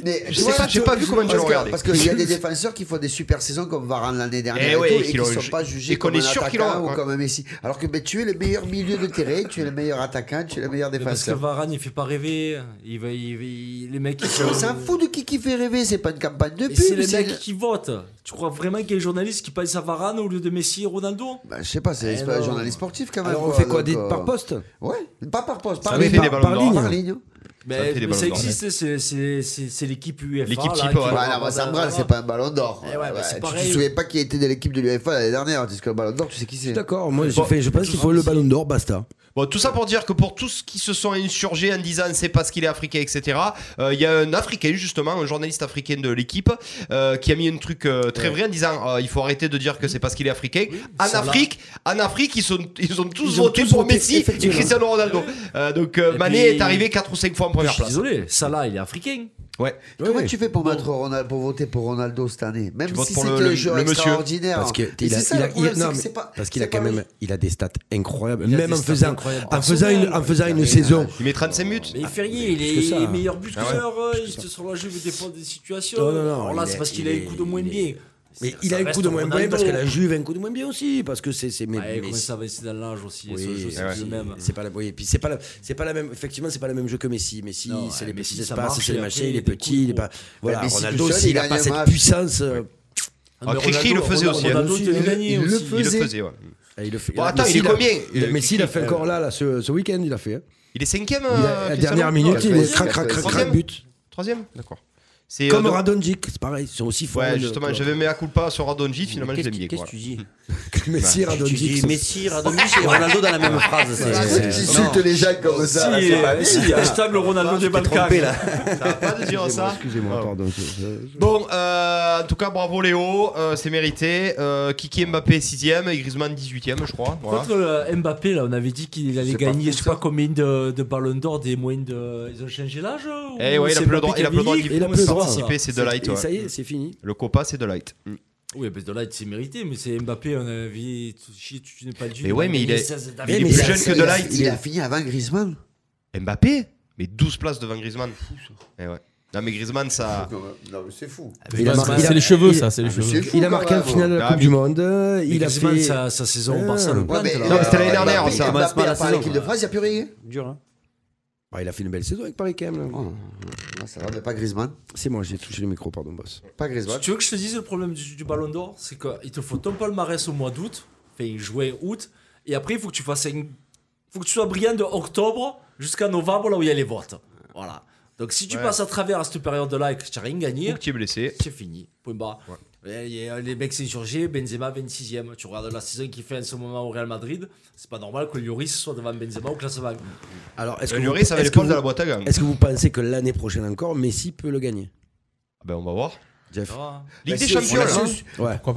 mais,
Je
tu
sais
vois,
pas, j'ai
tu-
pas vu comment tu
parce
l'as
que-
regardé.
Parce qu'il y
*laughs*
a des défenseurs qui font des super saisons comme Varane l'année dernière
Eh
et,
ouais,
tout,
et
et
qui
qui
l'ont-
sont pas
et
jugés
qu'on
comme
est
un
sûr qu'il
attaquant
aura,
ou
ouais.
comme un Messi. Alors que ben, tu es le meilleur milieu de terrain, tu es le meilleur attaquant, tu es le meilleur
Parce que
défenseur.
Varane, il fait pas rêver. Il va, il va- il- les mecs, ils
On
sont.
s'en fout de qui qui fait rêver, c'est pas une campagne de
Et
pub.
c'est les
c'est-
mecs qui votent. Tu crois vraiment qu'il y a des journalistes qui passent à Varane au lieu de Messi et Ronaldo
Bah, je sais pas, c'est
Eh
c'est pas un
non.
journaliste sportif quand même.
Alors on fait quoi
donc,
des-
euh,
Par poste
Ouais, pas par poste,
Ça
par
avait
ligne.
fait des
par-
ballons d'or.
Par
Ça
ligne.
fait
Mais,
des
mais
ballons
ça
d'or.
existe, c'est- c'est c'est- c'est l'équipe UEFA.
L'équipe
là,
type,
qui
ouais.
Ah
va-
Ouais, la
va-
Vincent
va-
Bral,
va-
c'est pas un ballon d'or.
Eh ouais, mais c'est
tu
pareil.
te souviens pas qui était de l'équipe de l'UEFA l'année dernière, parce que le ballon d'or, tu sais qui c'est.
D'accord, moi je, fais, je pense qu'il faut le ballon d'or, basta.
Bon, tout ça pour dire que pour tous ceux qui se sont insurgés en disant c'est parce qu'il est africain, etc., euh, il y a un africain, justement, un journaliste africain de l'équipe, euh, qui a mis un truc euh, très vrai en disant euh, il faut arrêter de dire que c'est parce qu'il est africain. en,
ça
Afrique, en Afrique, ils, sont, ils ont tous
Ils ont
voté
tous
pour
voté,
Messi et
effectivement.
Cristiano Ronaldo. Euh, donc euh,
Et
Mané
puis-
est arrivé 4 ou 5 fois en
Je
première
suis
place.
désolé, Salah, il est africain.
Ouais.
Comment tu fais pour, mettre Ronaldo, pour voter pour Ronaldo cette année Même
Tu votes
si
pour le-
c'était
le-
un jeu
le monsieur.
extraordinaire.
Parce que
Et
il a,
c'est ça
il a-
le problème,
il-
c'est
non,
que
mais
c'est pas-
parce qu'il a
c'est pas
quand même,
logique.
il a des stats incroyables.
Il a
Même
des
en
stats
faisant,
incroyables.
en faisant une, en faisant une saison.
Il met 35 minutes.
Mais Ferrier, il
que ça,
est
hein.
Ah
meilleur buteur, euh, il se sur la juve, il défend des situations.
Non, non, non,
Alors là,
il
c'est
est-
parce qu'il a
il
un coup de
est-
moins
il
bien.
Mais
Ça
il a un
reste
coup de moins bien
Ronaldo. Ah,
parce que la Juve a un coup de moins bien aussi parce que c'est c'est mais,
Ouais,
mais
comment
c'est-
ça va, c'est dans l'âge aussi.
oui,
ce jeu, c'est
ouais.
plus le même.
c'est pas la oui, et puis c'est pas la- c'est pas la même effectivement c'est pas le même jeu que Messi Messi
Non,
c'est
ouais,
les
Messi,
petits
ça
espaces
marche,
c'est
et
le
après,
machin
il
il est
est plus
petit il est
gros.
pas voilà
Messi tout
Ronaldo
seul,
s'il
il
a pas
gagne un
cette
match.
puissance euh,
Ah,
mais
Cricri, il le faisait aussi, hein.
Ronaldo, il
Il
a
le-
gagné
il le
aussi.
Il le
faisait.
faisait, ouais.
ah, il le fait
Bon,
là,
attends,
Messi,
il est
a-
combien Euh,
Messi il a fait encore là, là ce, ce week-end il a fait hein.
Il est 5
Il a- à la dernière minute il est crac crac crac crac
Troisième
but
3 D'accord. C'est, euh,
comme
donc-
Radonjic c'est pareil ils sont aussi forts
Ouais,
le-
justement,
que-
j'avais mis à coup pas sur Radonji, finalement je
Qu'est-ce
l'ai mis.
qu'est-ce
quoi.
que
*laughs*
tu dis
Messi et
Tu
Radonjic
dis
sont-
Messi, Radonjic et Ronaldo dans la même phrase. c'est-
Ah,
c'est-
Tu insultes les gens comme
Si,
ça. là, c'est pas-
euh, si, hashtag le
Ah,
Ronaldo des Balkans.
trompé, là.
*laughs*
Ça va pas de dire ça.
excusez-moi
Ah.
pardon je- je-
Bon, euh, en tout cas, bravo Léo, euh, c'est mérité. Euh, Kiki Mbappé 6ème et Griezmann 18ème, je crois. Voilà.
Contre euh, Mbappé, là, on avait dit qu'il allait
C'est pas
gagner,
fou,
je sais
ça.
pas combien de, de ballons d'or, des moyens de. Ils ont changé l'âge ou
Eh ouais, il a
c'est
plus le
Mbappé
droit,
qui
il a plus le droit
vieilli
d'y
il a plus le droit.
participer, c'est de light.
Et
ouais.
ça y est c'est fini
Le Copa, c'est de light. Mm.
Oui, mais de là, c'est mérité, mais c'est Mbappé, on avait. tu- chi- Tu n'es pas le
Mais ouais, mais il est- mais il est
Ah, mais
plus
ça-
jeune que de light.
Il a fini avant Griezmann.
Mbappé Mais 12 places devant Griezmann. Eh ouais. Non, mais Griezmann, ça.
Ah, Non, mais c'est fou.
Il a marqué- il a-
C'est les cheveux,
il-
ça, c'est les cheveux.
C'est fou.
Il a marqué en
un
finale de
Ah,
la Coupe
mais-
du Monde. euh, Il a
Griezmann,
fait.
sa, sa saison au
Ah.
Barça le plante, là.
Non, mais c'était l'année dernière, ça.
Ça
Commence
commence
pas la
pas
saison.
l'équipe de France, il n'y a plus rien.
Dur, hein.
Ah, il a fait une belle saison avec Paris quand même. là.
Ah, Ça va, mais pas Griezmann.
C'est moi, j'ai touché le micro, pardon, boss.
Pas Griezmann.
Tu veux que je te dise le problème du, du ballon d'or C'est qu'il te faut ton palmarès au mois d'août, enfin juin, août, et après il faut que tu fasses une... faut que tu sois brillant de octobre jusqu'à novembre, là où il y a les votes. Voilà. Donc si tu
Ouais.
passes à travers à cette période-là et que tu n'as rien gagné,
Ou que tu es blessé.
c'est fini. Point barre. Et- et, euh, Les mecs s'insurgés, Benzema 26ème. Tu regardes la saison qu'il fait en ce moment au Real Madrid, c'est pas normal que Lloris soit devant Benzema au classement.
Alors, est-ce que,
Lloris, ça
vous,
avait
est-ce,
les
que
poils de la
vous,
boîte à gants.
est-ce que vous pensez que l'année prochaine encore, Messi peut le gagner
Ben, on va voir.
Jeff
Ligue
Bah,
des
si, on
Champions,
l'a
là.
su.
Ouais.
Pourquoi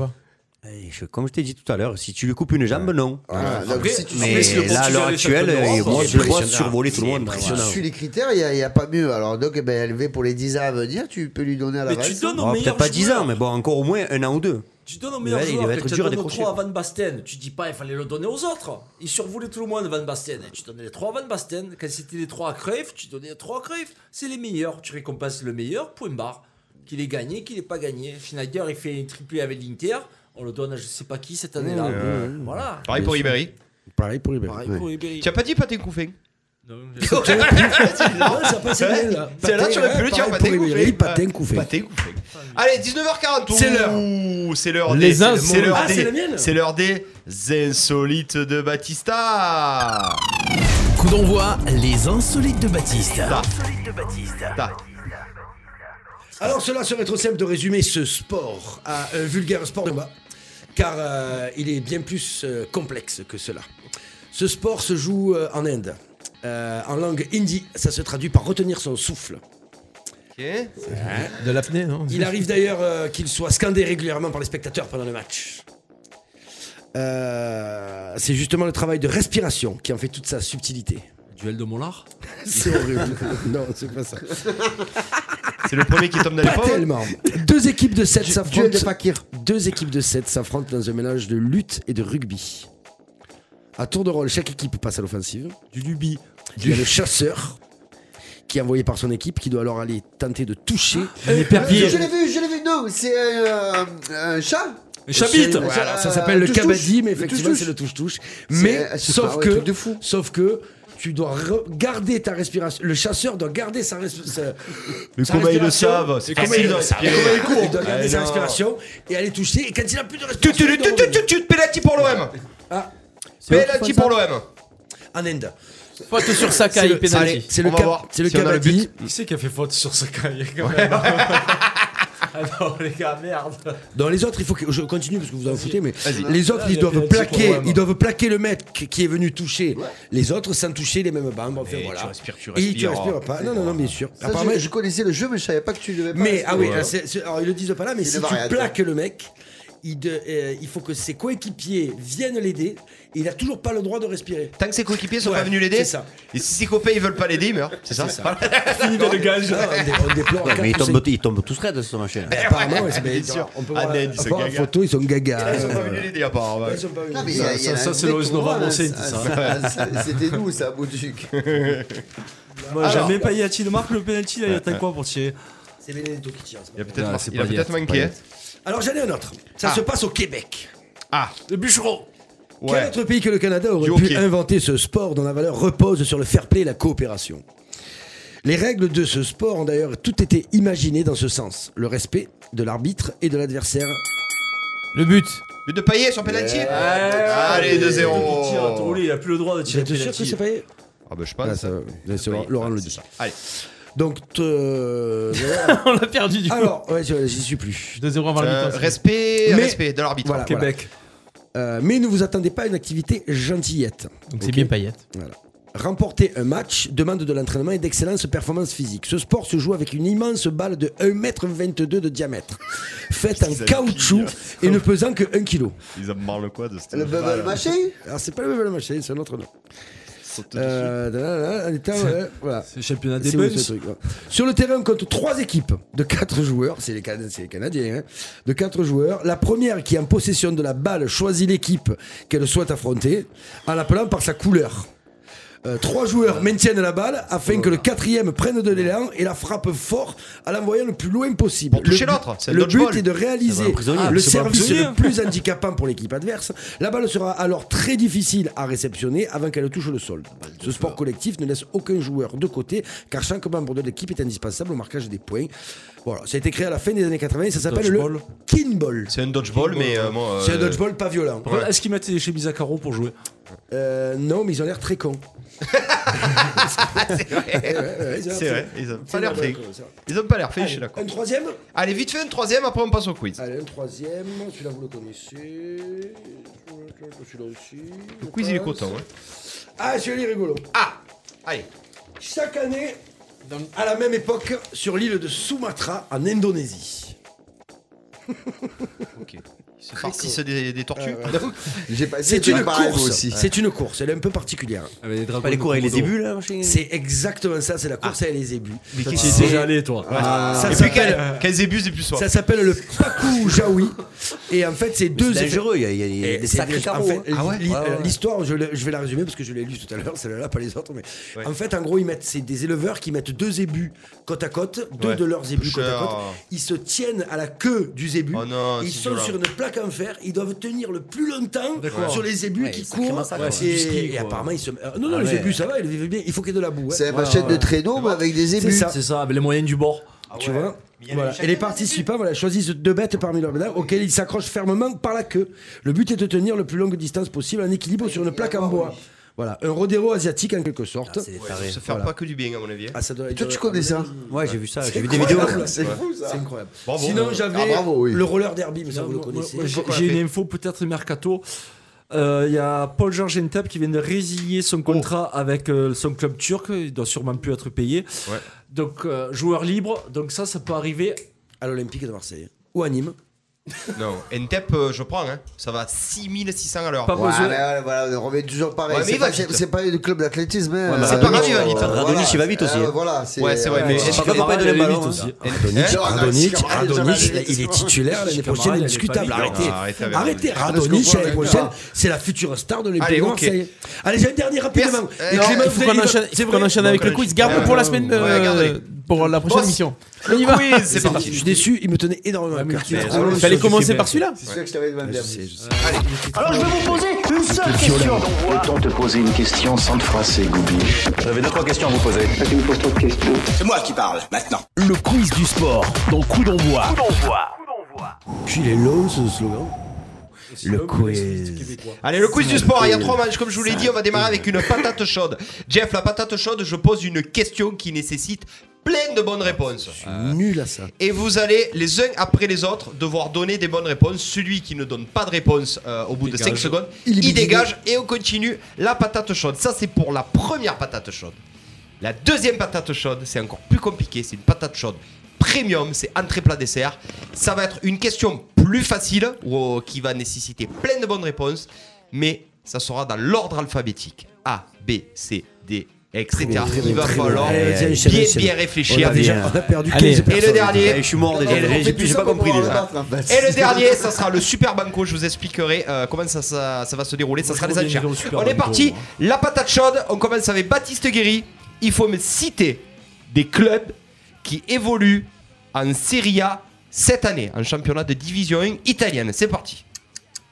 pas
Et je- Comme je t'ai dit tout à l'heure, si tu lui coupes une jambe, non.
Voilà, Ah, donc
Après,
si tu
Ah, Mais
Mais c'est le
là, à l'heure
Portugal,
actuelle,
les champions
et
d'Europe,
moi,
c'est
je le vois
impressionnant.
survoler tout le
C'est
monde.
impressionnant.
suis les critères, il n'y a, il y a pas mieux. Alors donc, eh ben, élevé pour les 10 ans à venir, tu peux lui donner à la
Mais tu donnes
Oh,
au
Peut-être
meilleur
pas 10 ans,
joueur.
mais bon, encore au moins un an ou deux.
Tu donnes au meilleur
Ouais, il
joueur,
va
que
être
tu
dur à
donnes aux
décrocher,
trois à Van Basten. Tu dis pas, il fallait le donner aux autres. Il survolait tout le monde, Van Basten. Et tu donnais les trois à Van Basten. Quand c'était les trois à Cruyff, tu donnais les trois à Cruyff. C'est les meilleurs. Tu récompenses le meilleur, point barre. Qu'il ait gagné, qu'il ait pas gagné. Schneider, il fait une triplée avec l'Inter. On le donne à je sais pas qui cette année-là. Voilà.
Pareil pour Ribéry.
Pareil pour Ribéry.
Pareil pour Ribéry.
Tu as pas dit Pathé Couffin
Non,
Ouais, ça passe bien, là.
C'est là, tu aurais pu le dire,
Pareil
Pathé
pour Ribéry,
Couffin.
Patin Couffin.
Pathé Couffin. Allez, 19h40.
C'est l'heure.
Ouh, C'est l'heure
Les
des.
ins-
C'est l'heure
Ah, c'est
des-
la mienne
C'est l'heure des insolites de Batista.
Coup d'envoi, les insolites de Baptiste.
Ta.
Alors, cela serait trop simple de résumer ce sport à un vulgaire sport de combat, car euh, il est bien plus euh, complexe que cela. Ce sport se joue euh, en Inde, Euh, en langue hindi, ça se traduit par retenir son souffle.
De l'apnée, non
Il arrive d'ailleurs euh, qu'il soit scandé régulièrement par les spectateurs pendant le match. Euh, c'est justement le travail de respiration qui en fait toute sa subtilité.
Duel de Mollard
C'est horrible. *laughs* non, c'est pas ça.
C'est le premier qui tombe dans les
Pas
pommes.
tellement. Deux équipes de 7
Duel de
s'affrontent.
Fakir.
Deux équipes de 7 s'affrontent dans un mélange de lutte et de rugby. À tour de rôle, chaque équipe passe à l'offensive.
Du Luby.
Il y a le chasseur qui est envoyé par son équipe qui doit alors aller tenter de toucher.
Un épervier.
Je l'ai vu, je l'ai vu. Non, c'est euh, un chat.
Chabit
Ouais, alors ça
Euh,
s'appelle le
touche-touche.
kabaddi, mais
Le
effectivement
touche-touche.
c'est le touche-touche.
C'est-
Mais
euh, c'est
sauf
pas- ouais,
que,
truc de fou.
sauf que tu dois re- garder ta respiration. Le chasseur doit garder sa respiration.
Mais comment ils le savent C'est
Comment
facile
il
de
le savent
Ah, respirer.
Comment il court Il doit
Ah,
garder sa
non.
respiration et aller toucher. Et quand il a plus de
Tu,
respiration,
tu,
il doit
tu, tu,
revenir.
tu, tu, penalty pour l'OM.
Ah,
Penalty pour l'OM.
en Inde.
Faute sur Sakai,
le-
pénalty.
C'est le,
On va
cap-
voir
c'est le
si on a le
kabaddi.
Qui c'est qui a fait faute sur ce cahier quand même Ah non, les gars, merde.
Dans les autres, il faut que je continue parce que vous en foutez, mais les autres,
Ah, il y
ils
a
doivent
pénalty pour
plaquer,
l'OM.
ils doivent plaquer le mec qui est venu toucher les autres sans toucher les mêmes bambes. Enfin,
Et
voilà.
tu respires, tu
Et tu
respires.
respires pas. Non, non, non, bien sûr.
Ça,
Apparemment,
je, je connaissais le jeu, mais je savais pas que tu devais pas.
Ah, Mais ah oui,
Ouais.
là, c'est- c'est- alors ils le disent pas là, mais si
C'est des
tu
variables.
plaques le mec, il, de- euh, il faut que ses coéquipiers viennent l'aider. et Il a toujours pas le droit de respirer.
Tant que ses coéquipiers sont
Ouais,
pas venus l'aider,
c'est ça.
et si ses copains ils veulent pas l'aider, il meurt. C'est ça,
Fini de dégage.
Ah, on, dé- on déplore.
mais ils
quatre ou
tombent, ils tombent tous raides sur ma chaîne.
cinq- Apparemment, ouais, c'est-
Bien
mais-
sûr.
On peut
Ah,
voir,
Ned, ils sont
voir en
gaga.
photo, ils sont gaga.
Ils sont pas
Euh,
venus l'aider à part. euh, ouais.
Ils sont pas venus.
Non, mais il y a-
Ça,
il y en
ça,
a
ça,
un
c'est le
mec pour
Nova
moi,
Moncé,
hein,
ça.
ça- ça- C'était nous, ça, Bouduc.
Moi, jamais Payati ne marque le penalty là, il attaque quoi pour tirer
C'est Benedetto qui tire. c'est pas
Il a
vrai.
peut-être
Non,
mar-
c'est
il a
pas
peut-être
Yet,
manqué.
Alors j'en ai un autre. Ça se passe au Québec.
Ah,
Le bûcheron
Quel
ouais.
autre pays que le Canada aurait
Du
pu
hockey.
inventer ce sport dont la valeur repose sur le fair play et la coopération Les règles de ce sport ont d'ailleurs tout été imaginées dans ce sens. Le respect de l'arbitre et de l'adversaire.
Le but.
But de Payet sur penalty.
Allez,
Allez, 2-0.
Il tire à tout rouler, il a plus le droit de tirer
Vous êtes sûr que
penalty.
c'est pas
Ah, bah je
Ah,
pense.
ça, ça, c'est
Payet,
vrai, Laurent
ouais,
le
c'est
dit.
ça. Allez.
Donc, euh,
*laughs*
voilà.
*laughs* On l'a perdu du coup.
alors, ouais, je- j'y suis plus.
2-0 avant la
Euh,
mi-temps.
Respect,
Mais-
respect de l'arbitre. hein.
Voilà,
Québec.
voilà. Euh, mais ne vous attendez pas à une activité gentillette.
Donc c'est
Ok.
bien paillette.
Remporter un match demande de l'entraînement et d'excellentes performances physiques. Ce sport se joue avec une immense balle de 1m22 de diamètre, faite en caoutchouc et ne pesant que 1 kg.
Ils en parlent quoi de ce
Le bubble machine
Alors, c'est pas le même match, hein, c'est un autre nom. Euh, da, da, da, da, da,
*laughs*
ouais, voilà.
C'est le championnat des
C'est où
Buns.
ce truc, ouais. Sur le terrain, on compte trois équipes de quatre joueurs. C'est les, Cana- c'est les Canadiens, hein, de quatre joueurs. La première qui est en possession de la balle choisit l'équipe qu'elle souhaite affronter en l'appelant par sa couleur. Euh, trois joueurs maintiennent la balle afin que le quatrième prenne de l'élan et la frappe fort en l'envoyant le plus loin possible.
Pour toucher
Le but-
l'autre, c'est un
Le
dodgeball.
but est de réaliser
Ah,
le
c'est pas un
service
prisonnier.
le plus handicapant pour l'équipe adverse. La balle sera alors très difficile à réceptionner avant qu'elle touche le sol. Ce sport collectif ne laisse aucun joueur de côté car chaque membre de l'équipe est indispensable au marquage des points. Voilà, ça a été créé à la fin des années 80 et ça s'appelle le
Dodgeball.
kinball.
C'est un dodgeball, mais euh, moi.
C'est un
euh,
dodgeball pas violent.
Voilà, euh, Est-ce qu'ils mettent des chemises à carreaux pour jouer
Euh, non, mais ils ont l'air très
*laughs*
cons.
C'est vrai, ils ont pas l'air faits. Ils ont pas l'air faits, je suis d'accord.
Un troisième
Allez, vite fait, une troisième, après on passe au quiz.
Allez, un troisième. Celui-là, vous le connaissez. Celui-là aussi.
Le quiz, il est content. hein.
Ah, celui-là, il est rigolo.
Ah Allez.
Chaque année, à la même époque, sur l'île de Sumatra, en Indonésie.
Ok. Ils se farcissent des, des tortues. *laughs*
Ah, ouais.
J'ai pas
C'est une course.
aussi.
C'est une course. Elle est un peu particulière.
Ah,
les dragons.
Pas les cours avec les ébus là, ma chaîne
C'est exactement ça. C'est la course
Ah.
à les ébus. Ah.
Tu es déjà allé, toi.
Ça
Et puis
s'appelle.
qu'elles qu'elles ébusent et plus soir.
Ça s'appelle le Paku Jawi. Et en fait, c'est deux.
C'est dangereux, il y a, il y a- il y a
Et
des
c'est-
sacrés
en
carreaux.
fait,
hein.
l-
ouais
li-
Ouais, ouais.
L'histoire, je, l'ai- je vais la résumer parce que je l'ai lu tout à l'heure, *laughs* celle-là, pas les autres. Mais
Ouais.
en fait, en gros, ils mettent c'est des éleveurs qui mettent deux ébus côte à côte, deux
Ouais.
de leurs ébus côte à
Cher.
côte. Ils se tiennent à la queue du zébu.
Oh non,
ils
c'est
sont
violent.
sur une plaque en fer. Ils doivent tenir le plus longtemps
D'accord.
sur les ébus
Ouais,
qui
sacrément
courent.
ça, quoi.
et,
c'est du ski,
et
quoi.
apparemment, ils se. euh, Non, non,
Ah
les
ouais.
ébus, ça va, ils vivent bien. Il faut qu'il y ait de la boue. hein.
C'est
Ouais.
ma chaîne de traîneau, mais avec des
C'est
ébus.
ça.
C'est ça, avec les moyens du bord.
Ah
Ah
Tu vois Voilà. Et les participants voilà, choisissent deux bêtes parmi leurs bêtes auxquelles ils s'accrochent fermement par la queue. Le but est de tenir le plus longue distance possible en équilibre sur une plaque
ah
en bois. Voilà, un rodéo asiatique en quelque sorte.
bah C'est des
Ouais,
tarés.
se faire pas que du bien, à mon avis. hein.
Ah, ça doit être-
Toi, tu connais ça
Ouais, j'ai vu ça, j'ai vu des vidéos.
Incroyable.
C'est fou, ça.
C'est incroyable.
Bravo.
Sinon, j'avais
Ah, bravo, oui.
le roller derby, mais ça
Non,
vous le
moi- moi-
connaissez.
moi, j'ai-
Pourquoi
J'ai
elle
une info peut-être mercato. Euh, Il y a Paul-Georges Entep qui vient de résilier son contrat
Oh.
avec euh, son club turc. Il doit sûrement plus être payé.
Ouais.
Donc, euh, joueur libre. Donc, ça, ça peut arriver.
À l'Olympique de Marseille. hein. Ou à Nîmes.
Non, Entep, euh, je prends, hein. ça va à 6600 à l'heure.
Pas besoin.
Voilà, voilà, on revient toujours pareil.
Ouais, mais
c'est
il va
pas-
vite.
c'est c'est pas le club d'athlétisme. hein.
Ouais, mais
Euh,
c'est pas grave, il va
voilà.
vite. Radonjic, il va vite aussi,
Euh,
hein.
Voilà, c'est
Ouais, c'est vrai, mais
C'est
est-ce
pas
que-
comme Paredes, le ballon, hein.
Hein
Radonic,
Radonjic, Radonjic,
il est titulaire l'année
Radonjic,
prochaine,
il est
indiscutable.
pas
vite.
Arrêtez,
Non, arrêtez avec
arrêtez.
Radonjic.
Radonjic l'année
Radonjic,
prochaine, c'est la future star de l'Olympique
Allez,
de
ok.
Marseille. Allez, j'ai une dernière rapidement.
Yes.
Et
Eh,
Clément,
il
Il faut qu'on
Frédéric,
enchaîne,
c'est
faut
vrai.
qu'on enchaîne avec le
Ouais,
quiz. Garde-le pour la semaine,
ouais,
euh,
gardez.
pour la prochaine
Boss.
mission. On y va.
Quiz, hein. c'est
Je
parti.
suis déçu, il me tenait énormément à Ah, cœur.
Il fallait commencer par celui-là.
C'est sûr que je t'avais demandé.
Alors je vais vous poser une seule question.
Autant te poser une question sans te froisser, Goubiche. J'avais deux, trois questions à vous poser.
C'est moi qui parle maintenant.
Le quiz du sport dans Coup d'envoi.
Puis il est low ce slogan. Le quiz.
Allez, le quiz du sport, il y a trois matchs, comme je vous l'ai dit, on va démarrer avec une patate chaude. Jeff, la patate chaude, je pose une question qui nécessite plein de bonnes réponses.
Nul à ça.
Et vous allez, les uns après les autres, devoir donner des bonnes réponses. Celui qui ne donne pas de réponse euh, au bout de 5 secondes, il, dégage et on continue la patate chaude. Ça, c'est pour la première patate chaude. La deuxième patate chaude, c'est encore plus compliqué. C'est une patate chaude premium, c'est entrée plat dessert. Ça va être une question plus facile ou, euh, qui va nécessiter plein de bonnes réponses, mais ça sera dans l'ordre alphabétique A, B, C, D, etc. Il va falloir
Allez,
bien,
tiens, Michel, Michel.
bien
On
réfléchir.
a déjà on a perdu
Allez.
15
Et le
personnes.
dernier,
Eh, Je suis mort déjà.
Et-
J'ai j'ai pas compris déjà.
hein. et
*laughs*
le dernier, ça sera le Super Banco. Je vous expliquerai euh, comment ça, ça, ça va se dérouler. Ça
Moi,
sera
je
les
reviens
enchères.
dans le Super
On est
Banco,
parti.
moi.
La patate chaude. On commence avec Baptiste Guéry. Il faut me citer des clubs qui évoluent en Serie A cette année, en championnat de division 1 italienne. C'est parti.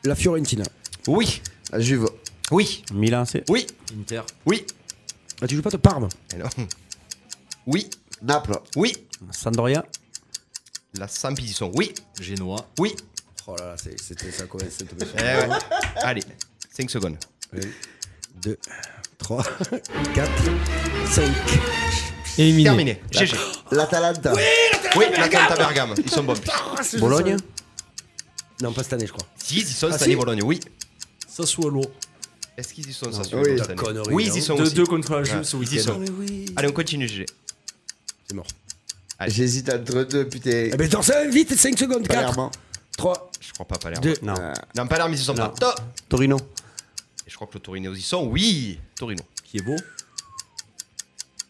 La Fiorentina.
Oui,
Ah, Juve.
oui,
Milan, c'est.
oui,
Inter.
oui.
Ah, tu joues pas de Parme
Et non. *laughs* Oui,
Naples.
oui.
Sandoria.
La Sampisson. Oui,
Génois.
oui.
Oh là là, c'est- c'était ça quoi cette
Eh ouais. Allez, 5 secondes.
2, *laughs* 3, 4, 5.
Éliminé.
Terminé. GG.
L'Atalanta.
Oui, la Tenta Bergame. Ils sont bons.
Bologne.
Non, pas cette année, je crois.
Si, ils y sont,
Ah,
Stanley
si
Bologne, oui.
Sassuolo.
Est-ce qu'ils y sont, ça
oui,
cette
la
année
connerie,
Oui,
non.
ils y sont aussi.
2-2 contre la Juve
Ouais,
ce
ils y
week-end.
sont. Allez, on continue, GG.
C'est mort.
J'hésite entre deux, putain.
Eh ben, t'en sais vite, 5 secondes. 4,
Clairement.
3,
Je crois pas Palerme.
Deux.
Non.
Non, Palerme, ils y sont
Non.
pas. Top
Torino.
Et je crois que le Torino, ils y sont. Oui Torino.
Qui est beau.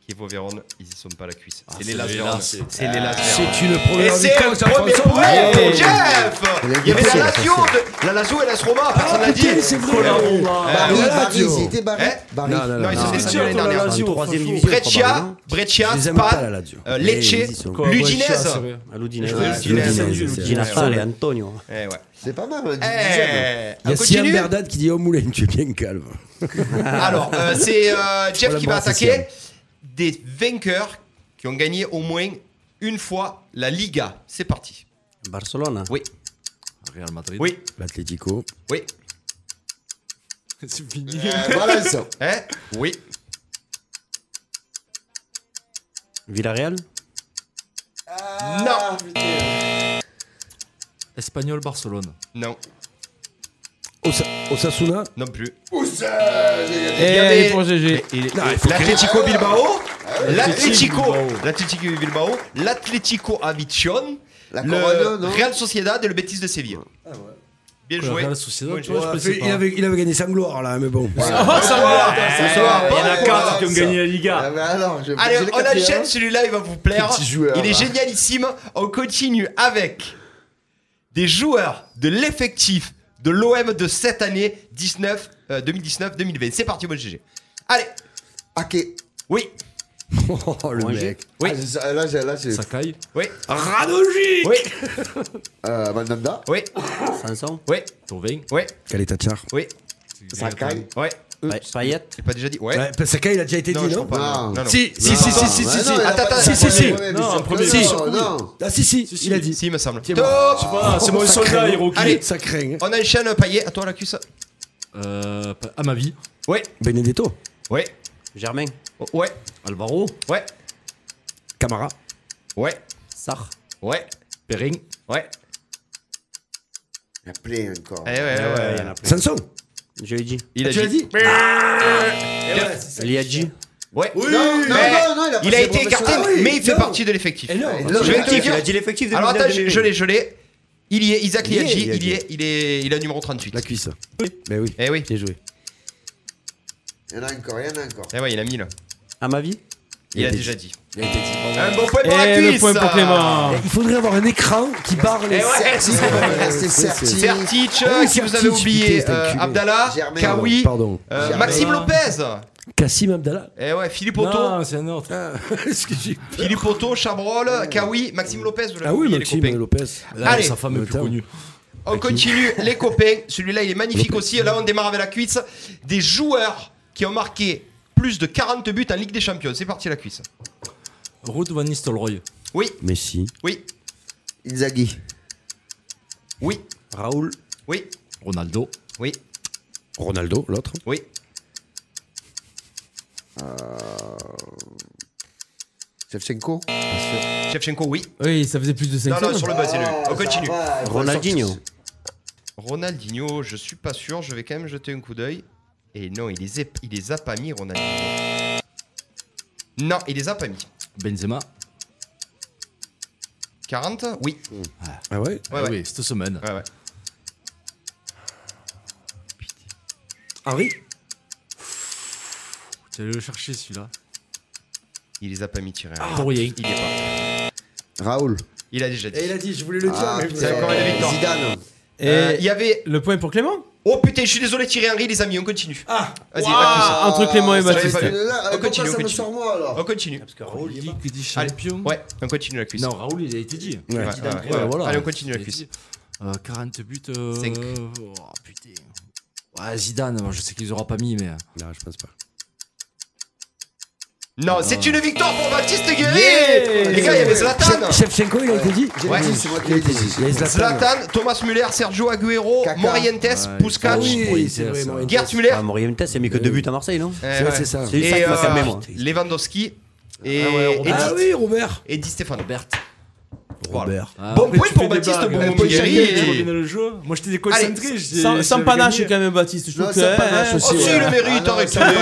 Kievo Vérone, ils y sont pas la cuisse. C'est les
c'est
Las
les
Vérones.
Las.
C'est les Las Vérones.
C'est une
Et
première
c'est
victoire
un
de San
premier
François.
point pour
Ouais.
Jeff Il y avait la
difficile,
Lazio, de- la Lazio et la Roma, personne l'a dit
putain, c'est vrai.
Eh oui.
Roma.
Eh
Paris,
oui.
Voilà,
Paris,
Dio.
c'était Paris.
Eh
Paris.
Non, non, non.
Non, ils
non.
se sont
C'est
descendus
sûr,
l'année
toi, la
dernière.
En
Lazio. Lazio,
troisième
franchement.
division.
Breccia,
probablement.
Breccia,
Je les aime pas, la
Spal,
Lazio. Mais
euh,
ils y
Lecce,
sont.
Quoi, Brescia,
l'Udinese.
c'est vrai.
À l'Udinese.
Ouais,
L'Udinese, c'est-
Ginastale et Antonio.
Eh ouais.
C'est pas
hein,
mal. on est dixième.
Eh,
Il y
on
a Siam
continue.
Berdad qui dit Oh Moulin, tu es bien calme.
Alors, euh, c'est
*laughs*
euh, Jeff
On
qui va
l'embrasse,
attaquer des vainqueurs qui ont gagné au moins une fois la Liga. C'est parti.
Barcelone.
Oui,
Real Madrid.
oui,
L'Atletico.
oui.
*laughs* C'est fini. *laughs*
Valence.
Hein oui,
Villarreal.
Ah.
non,
Espagnol Barcelone.
non,
Osa- Osasuna.
non plus.
Ah,
Eh,
Il y avait-
Et pour GG.
Et- et-
Ah
L'Atlético Bilbao, l'Atlético,
Bilbao.
l'Atlético Bilbao, l'Atlético Avicion,
La Corona,
le
non Ah
Real Sociedad et le Betis de Séville. Bien
Quoi,
joué.
Real Sociedad,
Bonne
tu vois,
joué.
je pensais
Il
pas.
avait, il avait gagné 5 gloires là, hein, mais bon.
Ça va,
Ah, Il y en a
pas, quoi.
quatre qui ont gagné la
Ah,
Liga.
mais alors, je
Allez,
j'ai le
on
quatrième.
hein.
enchaîne, celui-là il va vous plaire.
hein Petit joueur,
il est
là.
génialissime. On continue avec des joueurs de l'effectif de l'OM de cette année euh, 19, 2019-2020. C'est parti, mon GG. Allez,
Ok.
oui,
Oh le mec.
Oui.
Ah, c'est ça, là, j'ai. Là, j'ai.
Sakai.
oui,
Radoji
oui,
Euh, Mandanda.
oui,
Sanson.
oui,
Tovin.
oui,
Caletachar.
oui,
Sakai.
oui.
Pa- Payet.
J'ai pas déjà dit, ouais.
Ouais, parce que Saka, il a déjà été
Non,
dit,
je
non
crois pas.
Non.
Non, non.
Si, si, si,
Ah,
si, si, si, si.
attends, attends,
Si, si, si.
Non, en premier.
Si.
Non, non.
Ah, si, si, il a dit. Oh,
Si, il me semble.
C'est
Top.
Ah, c'est mon soldat, Hiroki.
Allez.
Ça craint.
On enchaîne, Payet, à toi la cuisse.
Euh, à ma vie.
Oui,
Benedetto.
oui,
Germain.
oui,
Alvaro.
oui,
Camara.
oui,
Sar.
oui,
Perrin.
ouais.
Il y a plein encore.
Eh ouais, ouais, ouais.
Il y en a plein.
Sanson.
Je l'ai dit.
Il a
Tu l'as
dit.
dit
Il y a dit.
Ouais.
Oui, non, non,
mais
non, non, il
il a
a passé les
été écarté,
professionnels.
mais il fait
Non.
partie de l'effectif.
Et non,
Je vais te
L'effectif,
dire-
Il a dit l'effectif de
Alors attends, je, je
l'ai.
l'ai, je l'ai. Il y est, Isaac
Il y est,
Liadji,
Liadji.
il y est, il est, il a numéro 38.
La cuisse. Mais oui,
Eh oui,
bien joué.
Il y en a encore, il y en a encore.
eh ouais, il a mis là.
À ma vie
Il, a déjà dit.
Il a été dit.
Un bon point pour la
Et
cuisse.
le point pour Clément.
Eh, Il faudrait avoir un écran qui barre les
Eh ouais,
cercles.
c'est
vrai, c'est
Ouais,
certi.
c'est-
Certic,
Ah oui,
qui vous
Certic,
avez oublié,
putain, c'est un
euh,
culé.
Abdallah,
Germain,
Pardon,
Kawi,
Pardon.
euh,
Germain.
Maxime Lopez.
Kassim Abdallah.
Eh ouais, Philippe Otto,
Non, c'est un autre.
Ah, *laughs* Est-ce que j'ai-
Philippe Otto, Chabrol, Kawi, Maxime Lopez. vous l'avez
Ah oui,
oublié, les
Maxime
copains.
Lopez.
Allez,
Sa femme est plus
Attends.
connue.
On continue, les copains. Celui-là, il est magnifique aussi. Là, on démarre avec la cuisse. Des joueurs qui ont marqué plus de 40 buts en Ligue des Champions. C'est parti, la cuisse.
Ruth Van Nistelrooy.
Oui,
Messi.
oui,
Inzaghi.
oui,
Raoul.
oui,
Ronaldo.
oui,
Ronaldo, l'autre.
oui.
Shevchenko.
Shevchenko, oui.
Oui, ça faisait plus de 5
Non, non, sur le bas, c'est lui. On continue.
Ronaldinho.
Ronaldinho, je suis pas sûr. Je vais quand même jeter un coup d'œil. Et non, il les, est- il les a pas mis, Ronaldinho. Non, il les a pas mis.
Benzema.
40 Oui.
Ah ouais
Ouais, ouais.
Oui, cette semaine.
ouais, ouais.
Henri
Tu allais le chercher celui-là.
Il les a pas mis tirés.
Pour rien.
Il est pas.
Raoul.
Il a déjà dit.
Et il a dit, je voulais le dire,
Ah,
mais
putain.
C'est encore une victoire.
Zidane.
Et
Euh, Il y avait.
le point est pour Clément
Oh putain, je suis désolé, Thierry Henry, les amis, on continue.
Ah
Vas-y,
Ouah, Entre Clément et
ça, j'avais
Baptiste.
pas vu.
Là,
On
euh,
continue,
pourquoi
on
ça me
continue.
sort moi alors
On continue.
Ligue des
Allez.
champions.
Ouais, on continue la cuisse.
Non, Raoul, il a été dit.
Ouais, ouais,
Zidane,
ouais,
ouais,
ouais.
voilà.
Allez, on continue la
Il a
cuisse.
été dit. Euh, 40 buts. euh,
Cinq.
Oh putain. Ouais, Zidane, moi, je sais qu'il les aura pas mis, mais.
Non, je pense pas.
Non, c'est une victoire pour Baptiste Guéry Les gars, il y avait Zlatan
Shevchenko, il a été dit
J'ai
Ouais.
dit, c'est moi qui l'ai dit.
Il y a Zlatan.
Zlatan, Thomas Muller, Sergio Agüero,
Caca.
Morientes,
Ouais,
Puskac,
Ah oui, c'est
Morientes,
vrai,
ouais.
Morientes.
Gerd Muller,
Ah, Morientes, il a mis que deux buts à Marseille, non
eh,
C'est
ouais.
vrai, c'est ça.
C'est lui ça
et
qui m'a
euh,
calmé, moi.
Lewandowski et Edith,
Ah oui, Robert
Edith Stéphane.
Robert.
Robert.
Ah,
Bon
après,
point
tu
pour
fais des
Baptiste
blagues.
Beaumont
Après,
Guéry.
chacun, tu reviens dans le jeu. Moi, j'étais déconcentré.
Sans, sans panache quand même Baptiste, je trouve
Non,
que...
sans panache
hein,
aussi.
Oh, si,
ouais.
il le mérite,
Ah, non,
arrêtez.
ça va.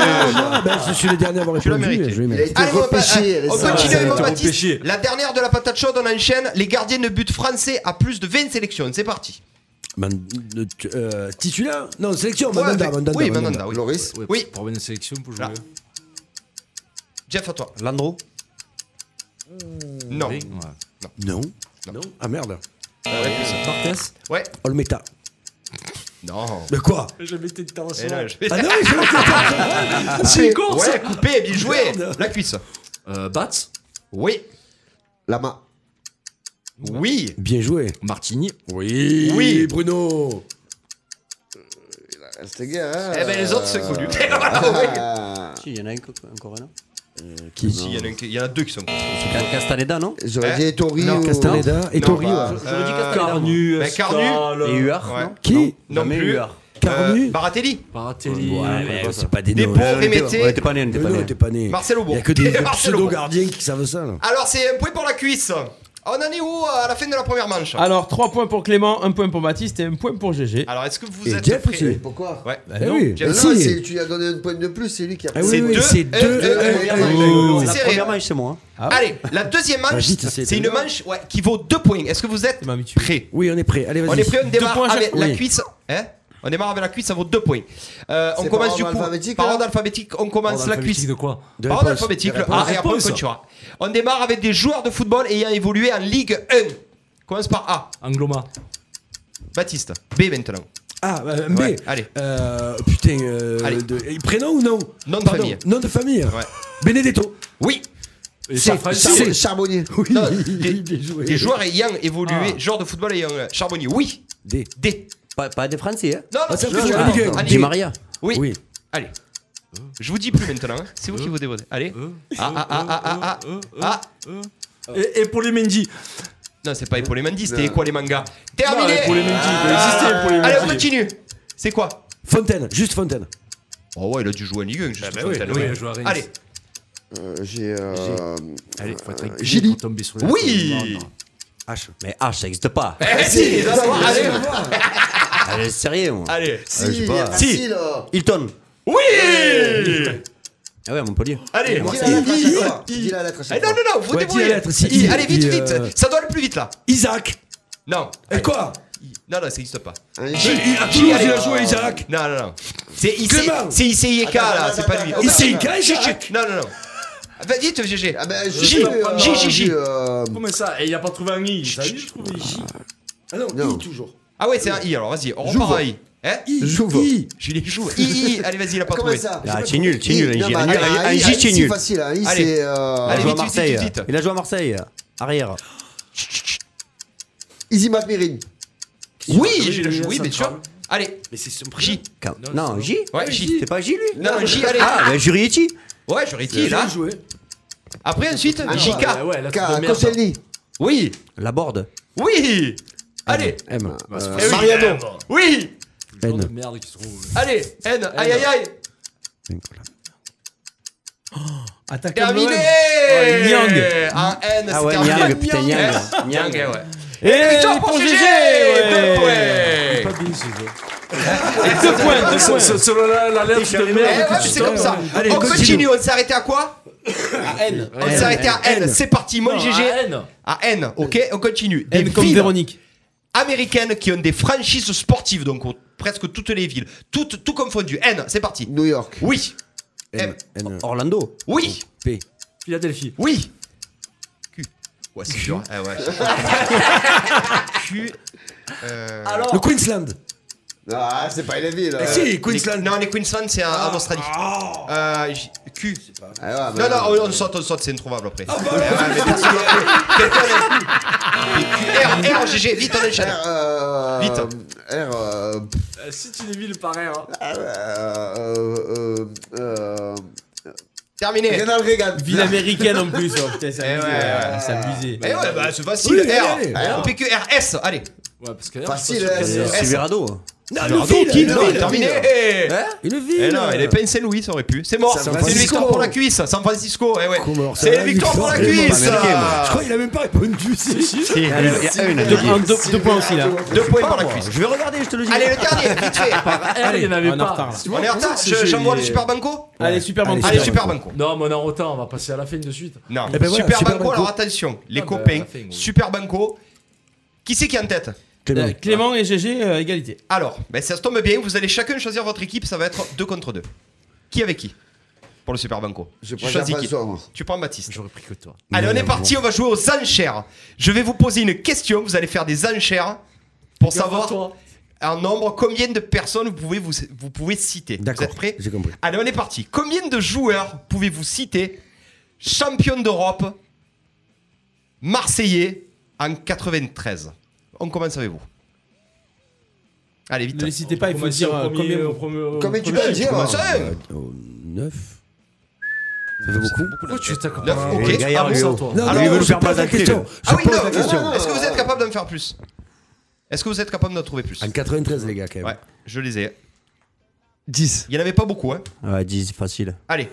Ah, ben, je suis le dernier à avoir
Tu l'as
répondu.
mérité.
Je vais
Il a
mettre.
été
Allez, mon
repêché.
Baptiste, on ah,
récemment.
continue
ça,
avec mon
ça,
Baptiste.
repêché.
La dernière de la patate chaude, on enchaîne. Les gardiens de but français à plus de 20 sélections. C'est parti.
Man- euh, tu- euh, Titulaire Non, sélection,
Ouais,
Oh, Mandanda,
avec-
Mandanda,
oui,
Mandanda.
Mandanda, oui.
Loris.
Oui.
Oui. Pour une sélection, pour jouer.
Là. Jeff, à toi.
Landro.
Non.
Ouais.
Non. Non. Ah merde.
Barthes.
Ouais.
Olmeta.
Non.
Mais quoi
Je mettais de temps
Et là, je vais-
Ah non, je
C'est con, ça.
Ouais, coupé, bien joué. La cuisse.
Euh, Batz.
Oui.
Lama.
Oui.
Bien joué.
Martini.
Oui.
Oui.
Bruno.
C'est gars. hein.
Eh ben, les autres, c'est *laughs* connu.
Ah.
Si, il y en a un co- encore un. non
Qui
Si, il y en a un qui- il y, en a deux qui sont connus.
Ca- Castaneda, non
J'aurais
Eh.
dit Tori.
Non,
ou-
Castaneda et
Non,
Tori.
bah,
ouais.
Euh,
Carnu.
Mais Carnu.
Escal,
Et Huard
Ouais.
non
Qui
Non,
Non
jamais
plus.
Huard.
Carnu.
Euh, Baratelli.
Baratelli.
c'est pas des
Des
noms.
bons
Euh,
On était-
Remettez.
on était pas nés, on était
Mais
pas
non,
nés.
t'es pas né.
Marcel Aubon.
Il y a que
*laughs*
des
Marcel Aubon.
pseudo-gardiens qui savent ça, là.
Alors, c'est un point pour la cuisse. On en est où euh, à la fin de la première manche
Ah.
Alors 3 points pour Clément, 1 point pour Baptiste et 1 point pour GG.
Alors, est-ce que vous
Et
êtes
Jeff
prêts
aussi.
Pourquoi
Ouais.
Eh oui,
Jeff-
eh
Non,
si.
c'est- tu lui as donné une pointe de plus, c'est lui qui a
Ah oui,
C'est
oui, oui,
deux,
c'est
un,
deux.
deux,
un,
un,
un,
un,
un.
Oh.
La
Serré.
première manche, c'est moi. hein.
Ah
Allez, la deuxième manche,
Vas-y, t'essaies,
c'est une
t'essaies.
manche ouais, qui vaut deux points. Est-ce que vous êtes
C'est ma habitude.
prêts
Oui, on est prêt. Allez, vas-y.
On est prêt, on démarre
points
avec
chaque-
la
oui.
cuisse. Hein on démarre avec la cuisse, ça vaut deux points. Euh, on
C'est
commence
par
du
ordre
coup
alphabétique, hein
par
là
ordre alphabétique. On commence la cuisse.
de quoi
De
Par
la
ordre
poste.
alphabétique,
Des
le A et après on
réponses.
continuera. On démarre avec des joueurs de football ayant évolué en Ligue 1. Commence par A.
Angloma.
Baptiste. B maintenant.
Ah, bah, B.
Ouais, allez.
Euh, putain. euh,
Allez.
de- et Prénom ou non
Nom de
Pardon,
famille.
Nom de famille.
Ouais.
Benedetto.
Oui.
C'est-
Francis.
c'est-
Charbonnier.
Oui,
Non,
il est joué.
Des joueurs ayant
Ah.
évolué, joueurs de football ayant euh, charbonnier. Oui.
D.
D.
Pas, pas des Français, hein
Non, non,
Ah, ça
je-
fait
je-
jouer
je-
la Ligue 1.
Allez.
Di Maria.
Oui.
Oui.
Allez. Je vous dis plus maintenant. hein. C'est vous qui vous dévotez. Allez.
Euh,
Ah, ah, ah, ah, ah, ah. Ah.
Et, et pour les Mendy. Euh.
Non, c'est pas les Mandy, c'était quoi les mangas Terminé Ah.
Non, pour les Mendy, il peut exister pour les
Allez, on
Mendy.
continue C'est quoi
Fontaine. Juste Fontaine.
Oh ouais, il a dû jouer en Ligue 1, juste Fontaine,
Ah, bah oui,
oui.
il a joué à Reims.
Allez,
Euh, J'ai. euh,
Allez, faut être tranquille.
Gilly.
faut tomber sur les-
Oui.
Non, non.
H. Mais H, ça n'existe pas.
Eh, si, ça va, allez.
Allez, sérieux, moi.
Allez.
je sais pas.
Si, facile.
Hilton.
Oui
Ah ouais, à Montpelier.
Allez,
Dis la lettre à chaque fois.
I-
Dis la lettre à
Ah
chaque
non, non,
fois.
non, vous
Ouais, dis
débrouillez.
la lettre, si,
I-
I,
Allez, vite,
puis,
vite.
euh,
Ça doit aller plus vite là.
Isaac
Non.
Et Eh, quoi
I- Non, non, ça n'existe pas.
Un
J'ai-
J.
À Toulouse, il a joué Isaac
Non, non, non. C'est IC
Clément.
c'est ICIK là,
Attends,
c'est pas
attends,
lui.
attends,
Il s'est gagné,
Non, non, non. Ah, Vas-y, vite, GG.
Ah ben, je
J,
sais, euh,
J, J, J.
du, euh,
Comment ça Et il a pas trouvé un i. Ça y est, je trouve un i.
Ah non,
Non.
I toujours.
Ah ouais, c'est un I alors, vas-y, on
J'ouvre.
repart à I. Hein
I,
J'ouvre.
I.
Je les joue. I, I, allez, vas-y, il a pas
Comment
trouvé.
ça
Ah, c'est nul, c'est nul.
Non, bah, mais
Un
attends, un I,
J, c'est
c'est
nul.
facile, un I,
Allez.
Il
c'est. euh,
a
Allez,
joué
vite, vite,
à
vite,
Marseille.
vite.
Il a joué à Marseille. Arrière.
Easy McMirrin.
Oui, je le joue, oui, bien sûr. Allez,
Mais c'est son
J.
Cam- Non, J
Ouais, J.
C'est pas J, lui
Non, J, allez.
Ah, bah, Jurietti.
Ouais, j'aurais dit là.
joué.
Après, ensuite,
Ah,
JK.
Ouais, ouais, la
K,
trouve de merde.
Koscielny.
Oui,
La Borde.
oui. Allez,
M.
Ah, Euh,
Eh oui. Oui,
Genre de
Ben.
merde qui se trouve.
allez, N, aïe, aïe, aïe.
Attaque
Terminé
Oh, Nyang.
Un N, c'est
Ah ouais,
terminé.
Niang, putain, Niang.
Hein Nyang, ouais.
Et
Victoire pour GG Deux points Eh
Pas bien ce jeu.
Deux points, deux
Se-
points
se- Selon la la lettre de
Eh ouais,
merde. que tu
c'est
sors.
comme ça.
Allez,
on
continue.
continue. on s'est arrêté à quoi À N. On s'est arrêté à N. C'est parti, mon
Non,
GG.
à N.
À N, ok, on continue. Des
Eh,
N comme
villes
Véronique.
américaines qui ont des franchises sportives, donc au- presque toutes les villes. Toutes, tout confondu. N, c'est parti.
New York.
Oui. M.
Eh,
Orlando.
Oui.
Philadelphie.
Oui. Oh. Q. Ouais, c'est dur. Ah *laughs* ouais. Q. Euh...
Le Queensland.
Ah, c'est pas une ville.
Eh
hein.
si, Queensland.
Non, les Queensland, Ah. c'est un- en Australie. Euh, J- Q.
Ah ouais,
Non,
bah,
non, on, on saute, on saute, c'est introuvable après. Ah bah R, R, GG, vite, on enchaîne.
R, euh,
Vite.
R, euh,
Euh, Si tu les villes par hein. erreur.
euh, euh, euh,
Terminé. Eh
Ronald Reagan.
Ville américaine en plus. Oh, putain, c'est
Eh
abusé.
ouais, ouais.
euh, C'est abusé.
ouais, bah c'est facile.
Oui, allez,
R. On PQ, R, S, allez.
Ouais, parce que là,
Facile,
je suis pas sûr
hein,
que-
c'est-
Silverado.
Non, le ville,
Qui
le
non,
ville.
terminé.
Et le
Eh
ville.
non, il est pas une Saint-Louis, ça aurait pu. C'est mort.
San
C'est une victoire
Francisco.
pour la cuisse. San Francisco, eh ouais.
Comment alors,
C'est
ça,
une victoire pour la
victoire, c'est
cuisse. Ah.
pas américain, moi.
Je crois qu'il a même pas répondu. si, si.
Il y a une,
Deux, un, deux- deux points aussi là.
Deux points pour la cuisse.
Je vais regarder, je te le dis.
Allez, le dernier,
*laughs*
vite fait.
Ah, il y en avait
on est en
pas.
retard, là.
Tu vois
On est en retard. Je- J'envoie le Super Banco.
Allez, super bon.
Allez, Super Banco.
Non, mais on est en retard, on va passer à la fin de suite.
Non.
Eh ben voilà,
Super
Super
Banco,
Banco.
alors attention, les
Ah, bah,
copains.
la fin, oui.
Super Banco. Qui c'est qui est en tête
Euh, Clément et GG, euh, égalité.
Alors, ben ça se tombe bien, vous allez chacun choisir votre équipe, ça va être deux contre deux. Qui avec qui Pour le Super Banco.
Je
Tu
prends
choisis qui
Jean-François, moi.
Tu prends Baptiste.
J'aurais pris que toi.
Allez, on est parti, on va jouer aux enchères. Je vais vous poser une question, vous allez faire des enchères pour savoir
Toi.
en nombre combien de personnes vous pouvez, vous, vous pouvez citer. Vous
D'accord,
êtes prêts
j'ai compris.
Allez, on est parti. Combien de joueurs pouvez-vous citer champion d'Europe, marseillais en 93 On commence avec vous. Allez, vite.
Ne les citez pas, il faut
Commencez
dire
au
euh,
premier-
combien.
au premier- au
Combien tu
premier-
peux dire hein.
Cinq.
9. Ça fait beaucoup.
Pourquoi tu t'accordes
Neuf,
pas
ok.
Les gaillards,
Ah bon,
lui,
ça,
oh.
toi.
Non,
Alors,
non,
il veut
je
nous faire
pose
pas
la
d'acté,
question. Je
Ah oui,
pose
non,
la question.
Est-ce que vous êtes capable d'en faire plus Est-ce que vous êtes capable d'en trouver plus
En 93, les gars, quand même.
Ouais, je les ai.
10.
Il n'y en avait pas beaucoup, hein.
Ouais, 10, facile.
Allez,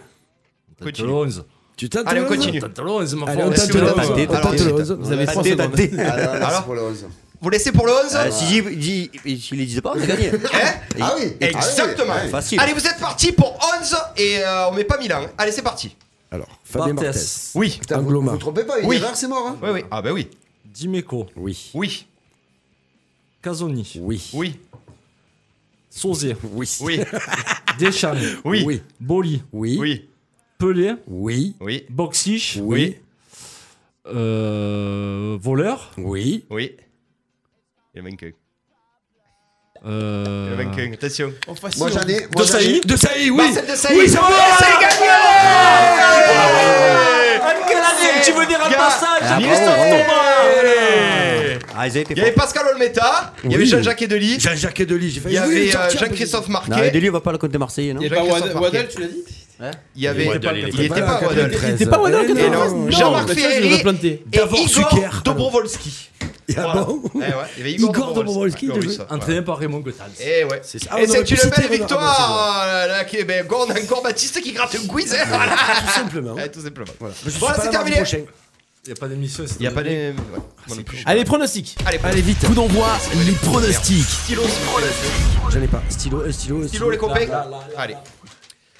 T'as
continue.
le 11.
Tu tentes
Allez, on
le onze
continue.
T'as le 11, ma
Allez, on
foi.
Est-ce
tente
que
le
vous
onze.
avez-
On
Alors,
tente le onze.
Vous avez 3
Tâté,
secondes.
tâté.
Alors, là,
Alors
c'est pour le 11.
Vous laissez pour le 11
Ah, Si j'y- j'y- il les disait pas, on a gagné.
Ah oui
Hein Exactement.
Ah oui.
Facile.
Allez, vous êtes parti pour 11 et euh, on met pas Milan. Allez, c'est parti.
Alors, Fabien Barthez.
Barthès.
Oui.
Putain, vous,
Angloma.
vous trompez pas, il
Oui.
est rare, c'est mort. Hein.
Oui, oui. Ah bah oui.
Dimeco.
Oui.
Oui.
Casoni.
Oui.
Oui.
Sauzé.
Oui. *laughs*
Oui.
Deschamps.
Oui.
Oui.
Boli.
Oui. Oui.
Oui.
Pelé.
Oui.
Oui.
Boxish.
Oui.
Euh, voleur.
Oui.
Oui. Il y en a manqué. Il y en a
Euh,
manqué. Attention.
Moi j'en ai.
De
Moi, j'en ai-
Saïd.
De Saïd, oui.
euh, Marcel de Sailly.
Oui, c'est bon.
C'est gagné
Tu veux dire un
Gars.
passage
Ah,
j'ai
bravo,
Christophe
bravo.
Allez.
Ah, ils avaient été
Il y avait
forts.
Pascal Olmeta, il y avait
Oui.
Jean-Jacques Edely,
Jean-Jacques Delis, j'ai
il
failli.
y
Oui,
avait euh,
sortir.
Jean-Christophe
Non, et
Marquet,
Delhi, on va pas le compter Marseillais, non
il y avait Jean-Christophe Marquet, Hein
tu l'as dit
il y avait.
Waddle, il
Il était
était pas
pas
là,
Waddle.
T'es pas malin que
Et non,
non.
Jean-Marc
mais ça, je
Ferreri.
vais me planter.
Et
Davor Zucker,
Igor
pardon.
Dobrovolski.
Ah
Voilà.
bon
Eh ouais, il y avait
Igor
Igor
Dobrovolski,
Ah oui,
de-
ça, voilà.
Entraîné par Raymond Gothals.
Eh ouais.
ça. Ah,
Et
on aurait
c'est
pu
une
citer
belle
Renaud
victoire. euh, là, qui- ben, Gordon- encore Baptiste qui gratte un quiz. hein, voilà. *laughs*
Tout simplement.
Ouais, tout simplement. Voilà,
Je suis
Voilà,
pas
c'est
là mardi
terminé.
prochain.
Il n'y a pas d'émission.
Il n'y a pas des. ouais.
Allez, pronostic.
Allez,
vite. Coup d'envoi, les pronostics.
Stylo,
J'en ai pas. Stylo, euh, stylo, euh,
stylo, les copains. Allez.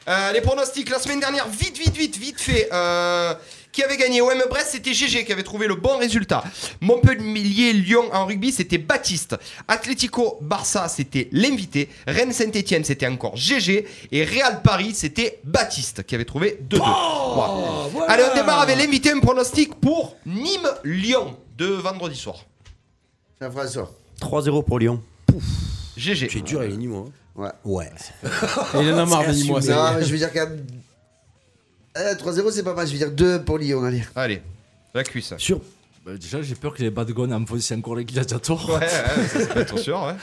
Euh, les pronostics la semaine dernière, vite, vite, vite, vite fait. Euh, qui avait gagné OM Brest, c'était GG qui avait trouvé le bon résultat. Montpellier, Lyon en rugby, c'était Baptiste. Atlético, Barça, c'était l'invité. Rennes, Saint-Etienne, c'était encore GG. Et Real Paris, c'était Baptiste qui avait trouvé 2-2. Voilà. Allez, on démarre avec l'invité, un pronostic pour Nîmes-Lyon de vendredi soir.
Jean-François.
3-0 pour Lyon.
GG.
C'est dur, il est ni moi.
Ouais.
Ouais.
Et il en a marre, dis-moi
Non,
ça.
mais je vais dire quand même. Euh, 3-0, c'est pas mal. Je vais dire 2 pour Lyon. Allez.
Allez, la cuisse.
Sur.
Bah, déjà, j'ai peur que les Badgones enfoncent encore les gladiators.
Ouais, ouais, ça, c'est pas trop sûr, ouais.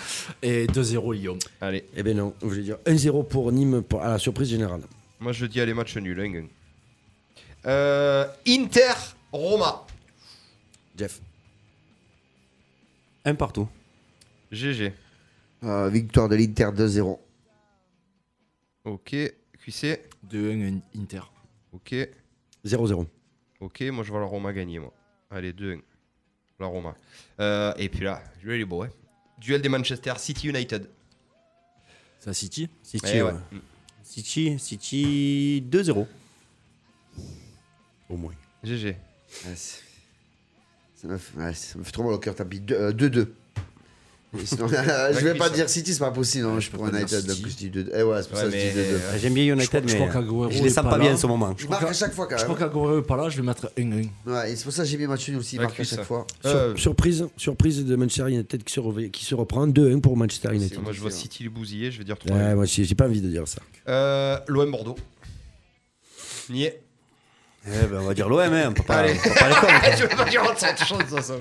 Et 2-0 Lyon.
Allez,
Eh ben non, je vais dire 1-0 pour Nîmes pour, à la surprise générale.
moi je dis allez match nul. hein, gang. Euh, Inter Roma.
Jeff.
Un partout.
GG.
Euh, victoire de l'Inter 2-0.
Ok, QC.
2-1 Inter.
Ok,
0-0.
ok, moi je vois la Roma gagner, moi. Allez, 2 La Roma. Euh, et puis là, lui il est beau, hein. Duel des Manchester City United.
C'est à City
City,
Eh ouais.
ouais. City, City 2-0.
Au moins.
GG.
Ouais, c'est- ça, me fait, ouais, ça me fait trop mal au cœur. T'as mis 2-2. Et sinon, *laughs* je vais pas
cuisse.
dire City, c'est pas possible. Non, je prends
pas dire
United.
City.
Donc je dis 2-2. Eh ouais, c'est pour
Ouais,
ça que je dis
mais-
2-2.
J'aime bien United,
je
mais
crois qu'Aguero
je les
est
sens
pas
pas bien
là.
en ce moment.
Je marque à chaque
Ah
fois quand
Je
même.
crois qu'Aguero est pas là, je vais mettre 1-1.
Ouais, et c'est pour ça que j'ai mis match nul aussi. Il
Ouais,
marque à
cuisse.
chaque fois.
Euh,
Surprise, surprise de Manchester United qui se, reve- qui se reprend. 2-1 pour Manchester United.
moi je vois City le bousiller, je vais dire 3
Ouais, moi j'ai j'ai pas envie de dire ça.
Euh, L'OM Bordeaux. Nier.
Eh ben, on va dire l'OM, hein, on peut pas,
Allez.
on peut
*laughs*
pas les convaincre.
je veux pas dire autre chose, ça, ça.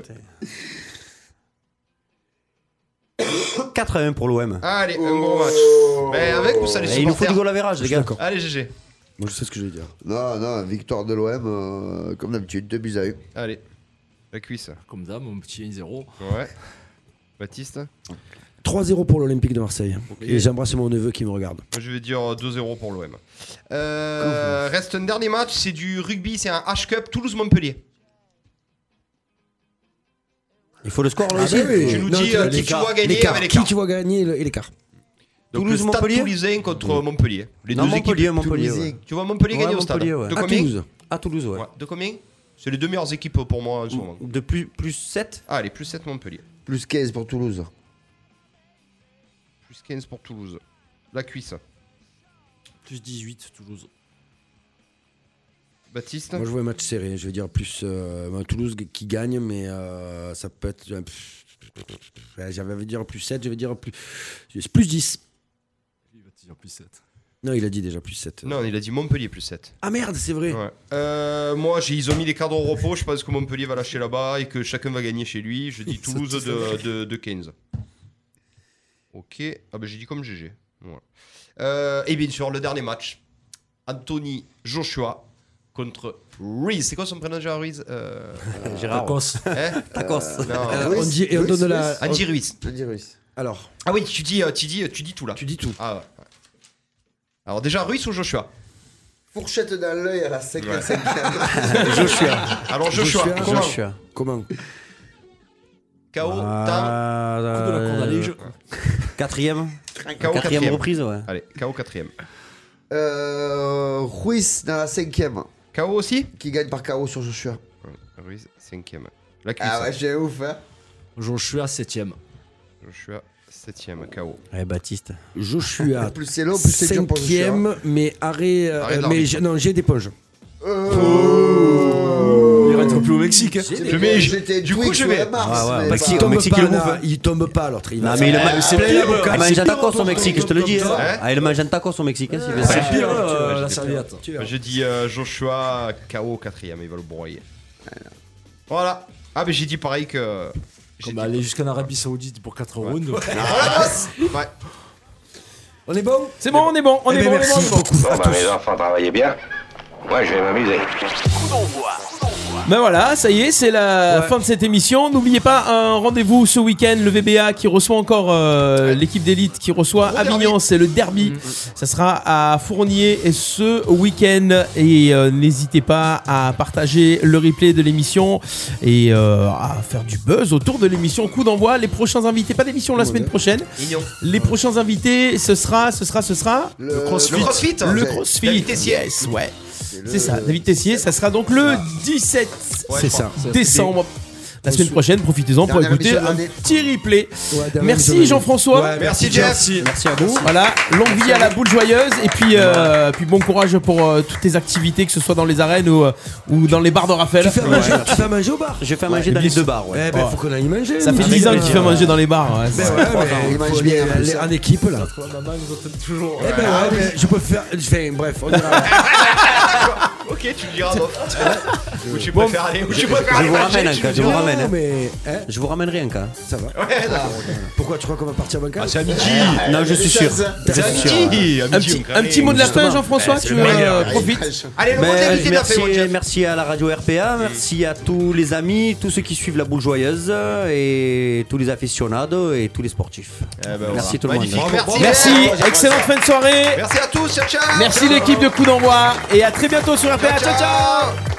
4 à 1 pour l'OM.
Allez, un bon match. Mais avec ou ça les
Et Oh. il nous faut
supporters
du goal average, les gars.
Allez, GG.
Moi je sais ce que je vais dire.
Non, non, victoire de l'OM, euh, comme d'habitude, 2 buts à 1.
Allez, la cuisse.
Comme d'hab, mon petit 1-0.
*laughs* Ouais. Baptiste
3-0 pour l'Olympique de Marseille.
Ok.
Et j'embrasse mon neveu qui me regarde.
Moi, Je vais dire euh, 2-0 pour l'OM. Euh, reste un dernier match, c'est du rugby, c'est un H-Cup Toulouse-Montpellier.
Il faut le score là
Ah
aussi.
bah oui.
Tu nous
Non,
dis
tu
euh,
l'as
qui
dit.
tu vois gagner
L'écart.
avec les
Qui tu vois gagner et le- et l'écart
Donc le stade
Toulouse-Montpellier
toulousain contre Montpellier. Les
Non,
deux
Montpellier,
équipes.
Montpellier.
Toulouse.
ouais.
Mmh. Tu vois Montpellier
Ouais,
gagner au stade.
Montpellier, ouais.
De
À
combien
Toulouse.
À Toulouse, ouais.
Ouais, Mmh. De combien C'est les deux meilleures équipes pour moi en ce moment.
De plus, plus 7
Ah, Allez, plus 7 Montpellier.
Plus 15 pour Toulouse.
Plus 15 pour Toulouse. La cuisse.
Plus 18, Toulouse.
Baptiste
Moi je vois un match serré. Je vais dire plus euh, ben, Toulouse qui gagne, mais euh, ça peut être. pff, pff, pff, pff, ouais, J'avais envie de dire plus 7, je vais dire plus. Plus 10.
Il va te dire plus 7.
Non, il a dit déjà plus 7.
Non, il a dit Montpellier plus 7.
Ah merde, c'est vrai.
Ouais. Euh, moi, j'ai- ils ont mis les cadres au repos. Je pense que Montpellier va lâcher là-bas et que chacun va gagner chez lui. Je dis Toulouse de, de, de 15. Ok. Ah ben, j'ai dit comme GG. Voilà. Euh, et bien sûr, le dernier match. Anthony Joshua contre Ruiz. C'est quoi son prénom, Gérard Ruiz
*laughs*
euh,
Gérard.
Tacos.
hein
Tacos.
Non.
Euh, Ruiz,
on dit- et on
Ruiz,
donne la-
Ruiz.
Andy Ruiz.
Andy Ruiz.
Alors,
Ah oui, tu dis, euh, tu, dis, tu dis tout là.
tu dis tout.
Ah, ouais. Alors déjà, Ruiz ou Joshua
Fourchette dans l'œil à la 55
Joshua.
Alors Joshua,
Joshua.
comment
Joshua.
Comment
KO, t'as
Coup de la cour
Euh,
d'alige.
Quatrième.
KO
Ah. Quatrième
quatrième.
reprise, ouais.
Allez, KO quatrième.
Euh, Ruiz dans la 5ème,
KO aussi
qui gagne par KO sur Joshua.
Ruiz, cinquième. La cuisse.
Ah ouais, j'ai ouf, hein.
Joshua 7ème.
Joshua, septième, KO.
Eh, Baptiste.
*laughs* Joshua.
Plus c'est long, plus c'est dur pour Joshua.
Ah, Cinquième, mais arrêt. euh,
Arrêt de
mais
l'arbitre.
j'ai- non, j'ai d'éponge.
Euh.
Il rentre plus au Mexique. hein.
Je mets-
J'étais
du coup,
Twix
je
ou
vais-
Mars,
Ah ouais,
mais
parce
pas-
qu'il-
Il tombe
Mexique,
pas,
il le
là.
bouffe.
il tombe pas, l'autre. Il
Non,
va-
mais il
Ah,
ma-
c'est pire,
il mange un tacos au Mexique, je te le dis.
Comme ça.
hein. Ah, il mange un tacos au Mexique, hein, Sylvain.
Ah,
C'est pire,
ouais,
euh,
ouais,
la
j'étais
serviette.
Je dis euh, Joshua, KO quatrième, il va le broyer. Voilà. Ah, mais j'ai dit pareil que. j'ai
Comme
dit-
aller jusqu'en Arabie Saoudite pour 4 rounds.
Ouais.
On est bon
C'est bon, on est bon, on
Eh
est
ben,
bon, on est bon.
Merci
on est bon.
beaucoup à
Bon, bah,
tous.
mes enfants, travaillez bien. Moi, je vais m'amuser.
Coup d'envoi.
Ben voilà, ça y est, c'est la
Ouais.
fin de cette émission. N'oubliez pas un rendez-vous ce week-end, le VBA qui reçoit encore euh, l'équipe d'élite qui reçoit Avignon, c'est le derby. Ça sera à Fournier ce week-end et euh, n'hésitez pas à partager le replay de l'émission et euh, à faire du buzz autour de l'émission. Coup d'envoi, les prochains invités, pas d'émission la semaine prochaine. Les prochains invités, ce sera, ce sera, ce sera
Le crossfit.
Le
Le
crossfit.
crossfit.
Le
David Tessier.
Yes, ouais.
le-
C'est ça, David Tessier, ça sera donc le 17
Ouais, C'est ça. ça.
décembre. La semaine prochaine, profitez-en pour
Dernière
écouter
émission de
un
l'année.
petit replay.
dernière émission de
merci
l'année.
Jean-François.
Ouais, merci, Jeff. Merci. Merci à vous.
Voilà, longue vie
Merci à
à la
vous.
boule joyeuse et puis, euh, puis bon courage pour euh, toutes tes activités, que ce soit dans les arènes ou, euh, ou dans les bars de Raphaël.
Tu fais, un manger, tu fais un manger au bar
Je fais
un manger dans les deux bars, ouais.
Eh ben,
Ouais.
faut qu'on aille manger.
Ça fait 10 ans qu'il fait manger dans les bars. ouais,
Ben
c'est-
ouais, mais il mange bien. Les, en équipe, là.
toujours.
Eh ben
Ah,
ouais, mais je peux faire. Je fais, bref, on ira.
Ok, tu me diras. non. Où tu
Bon,
préfères aller Où tu
je-
préfères
je
aller
vous
manger,
ramène un
tu
cas,
me
je vous
diras.
ramène, hein. mais,
Je vous hein. ramènerai un cas.
Ça va
Ouais, d'accord.
Pourquoi tu crois qu'on va partir à Bancal
Ah, c'est à midi.
Ah, non, je suis sûr. Je suis sûr.
Un petit, un petit mot de la fin, Jean-François, tu euh, profites.
Ben, merci,
merci.
merci à la radio RPA, merci à tous les amis, tous ceux qui suivent la boule joyeuse et tous les aficionados et tous les sportifs. merci tout le monde.
Merci, excellente fin de soirée.
Merci à tous, ciao ciao
Merci l'équipe de Coup d'envoi et à très bientôt sur RPA. ciao. ciao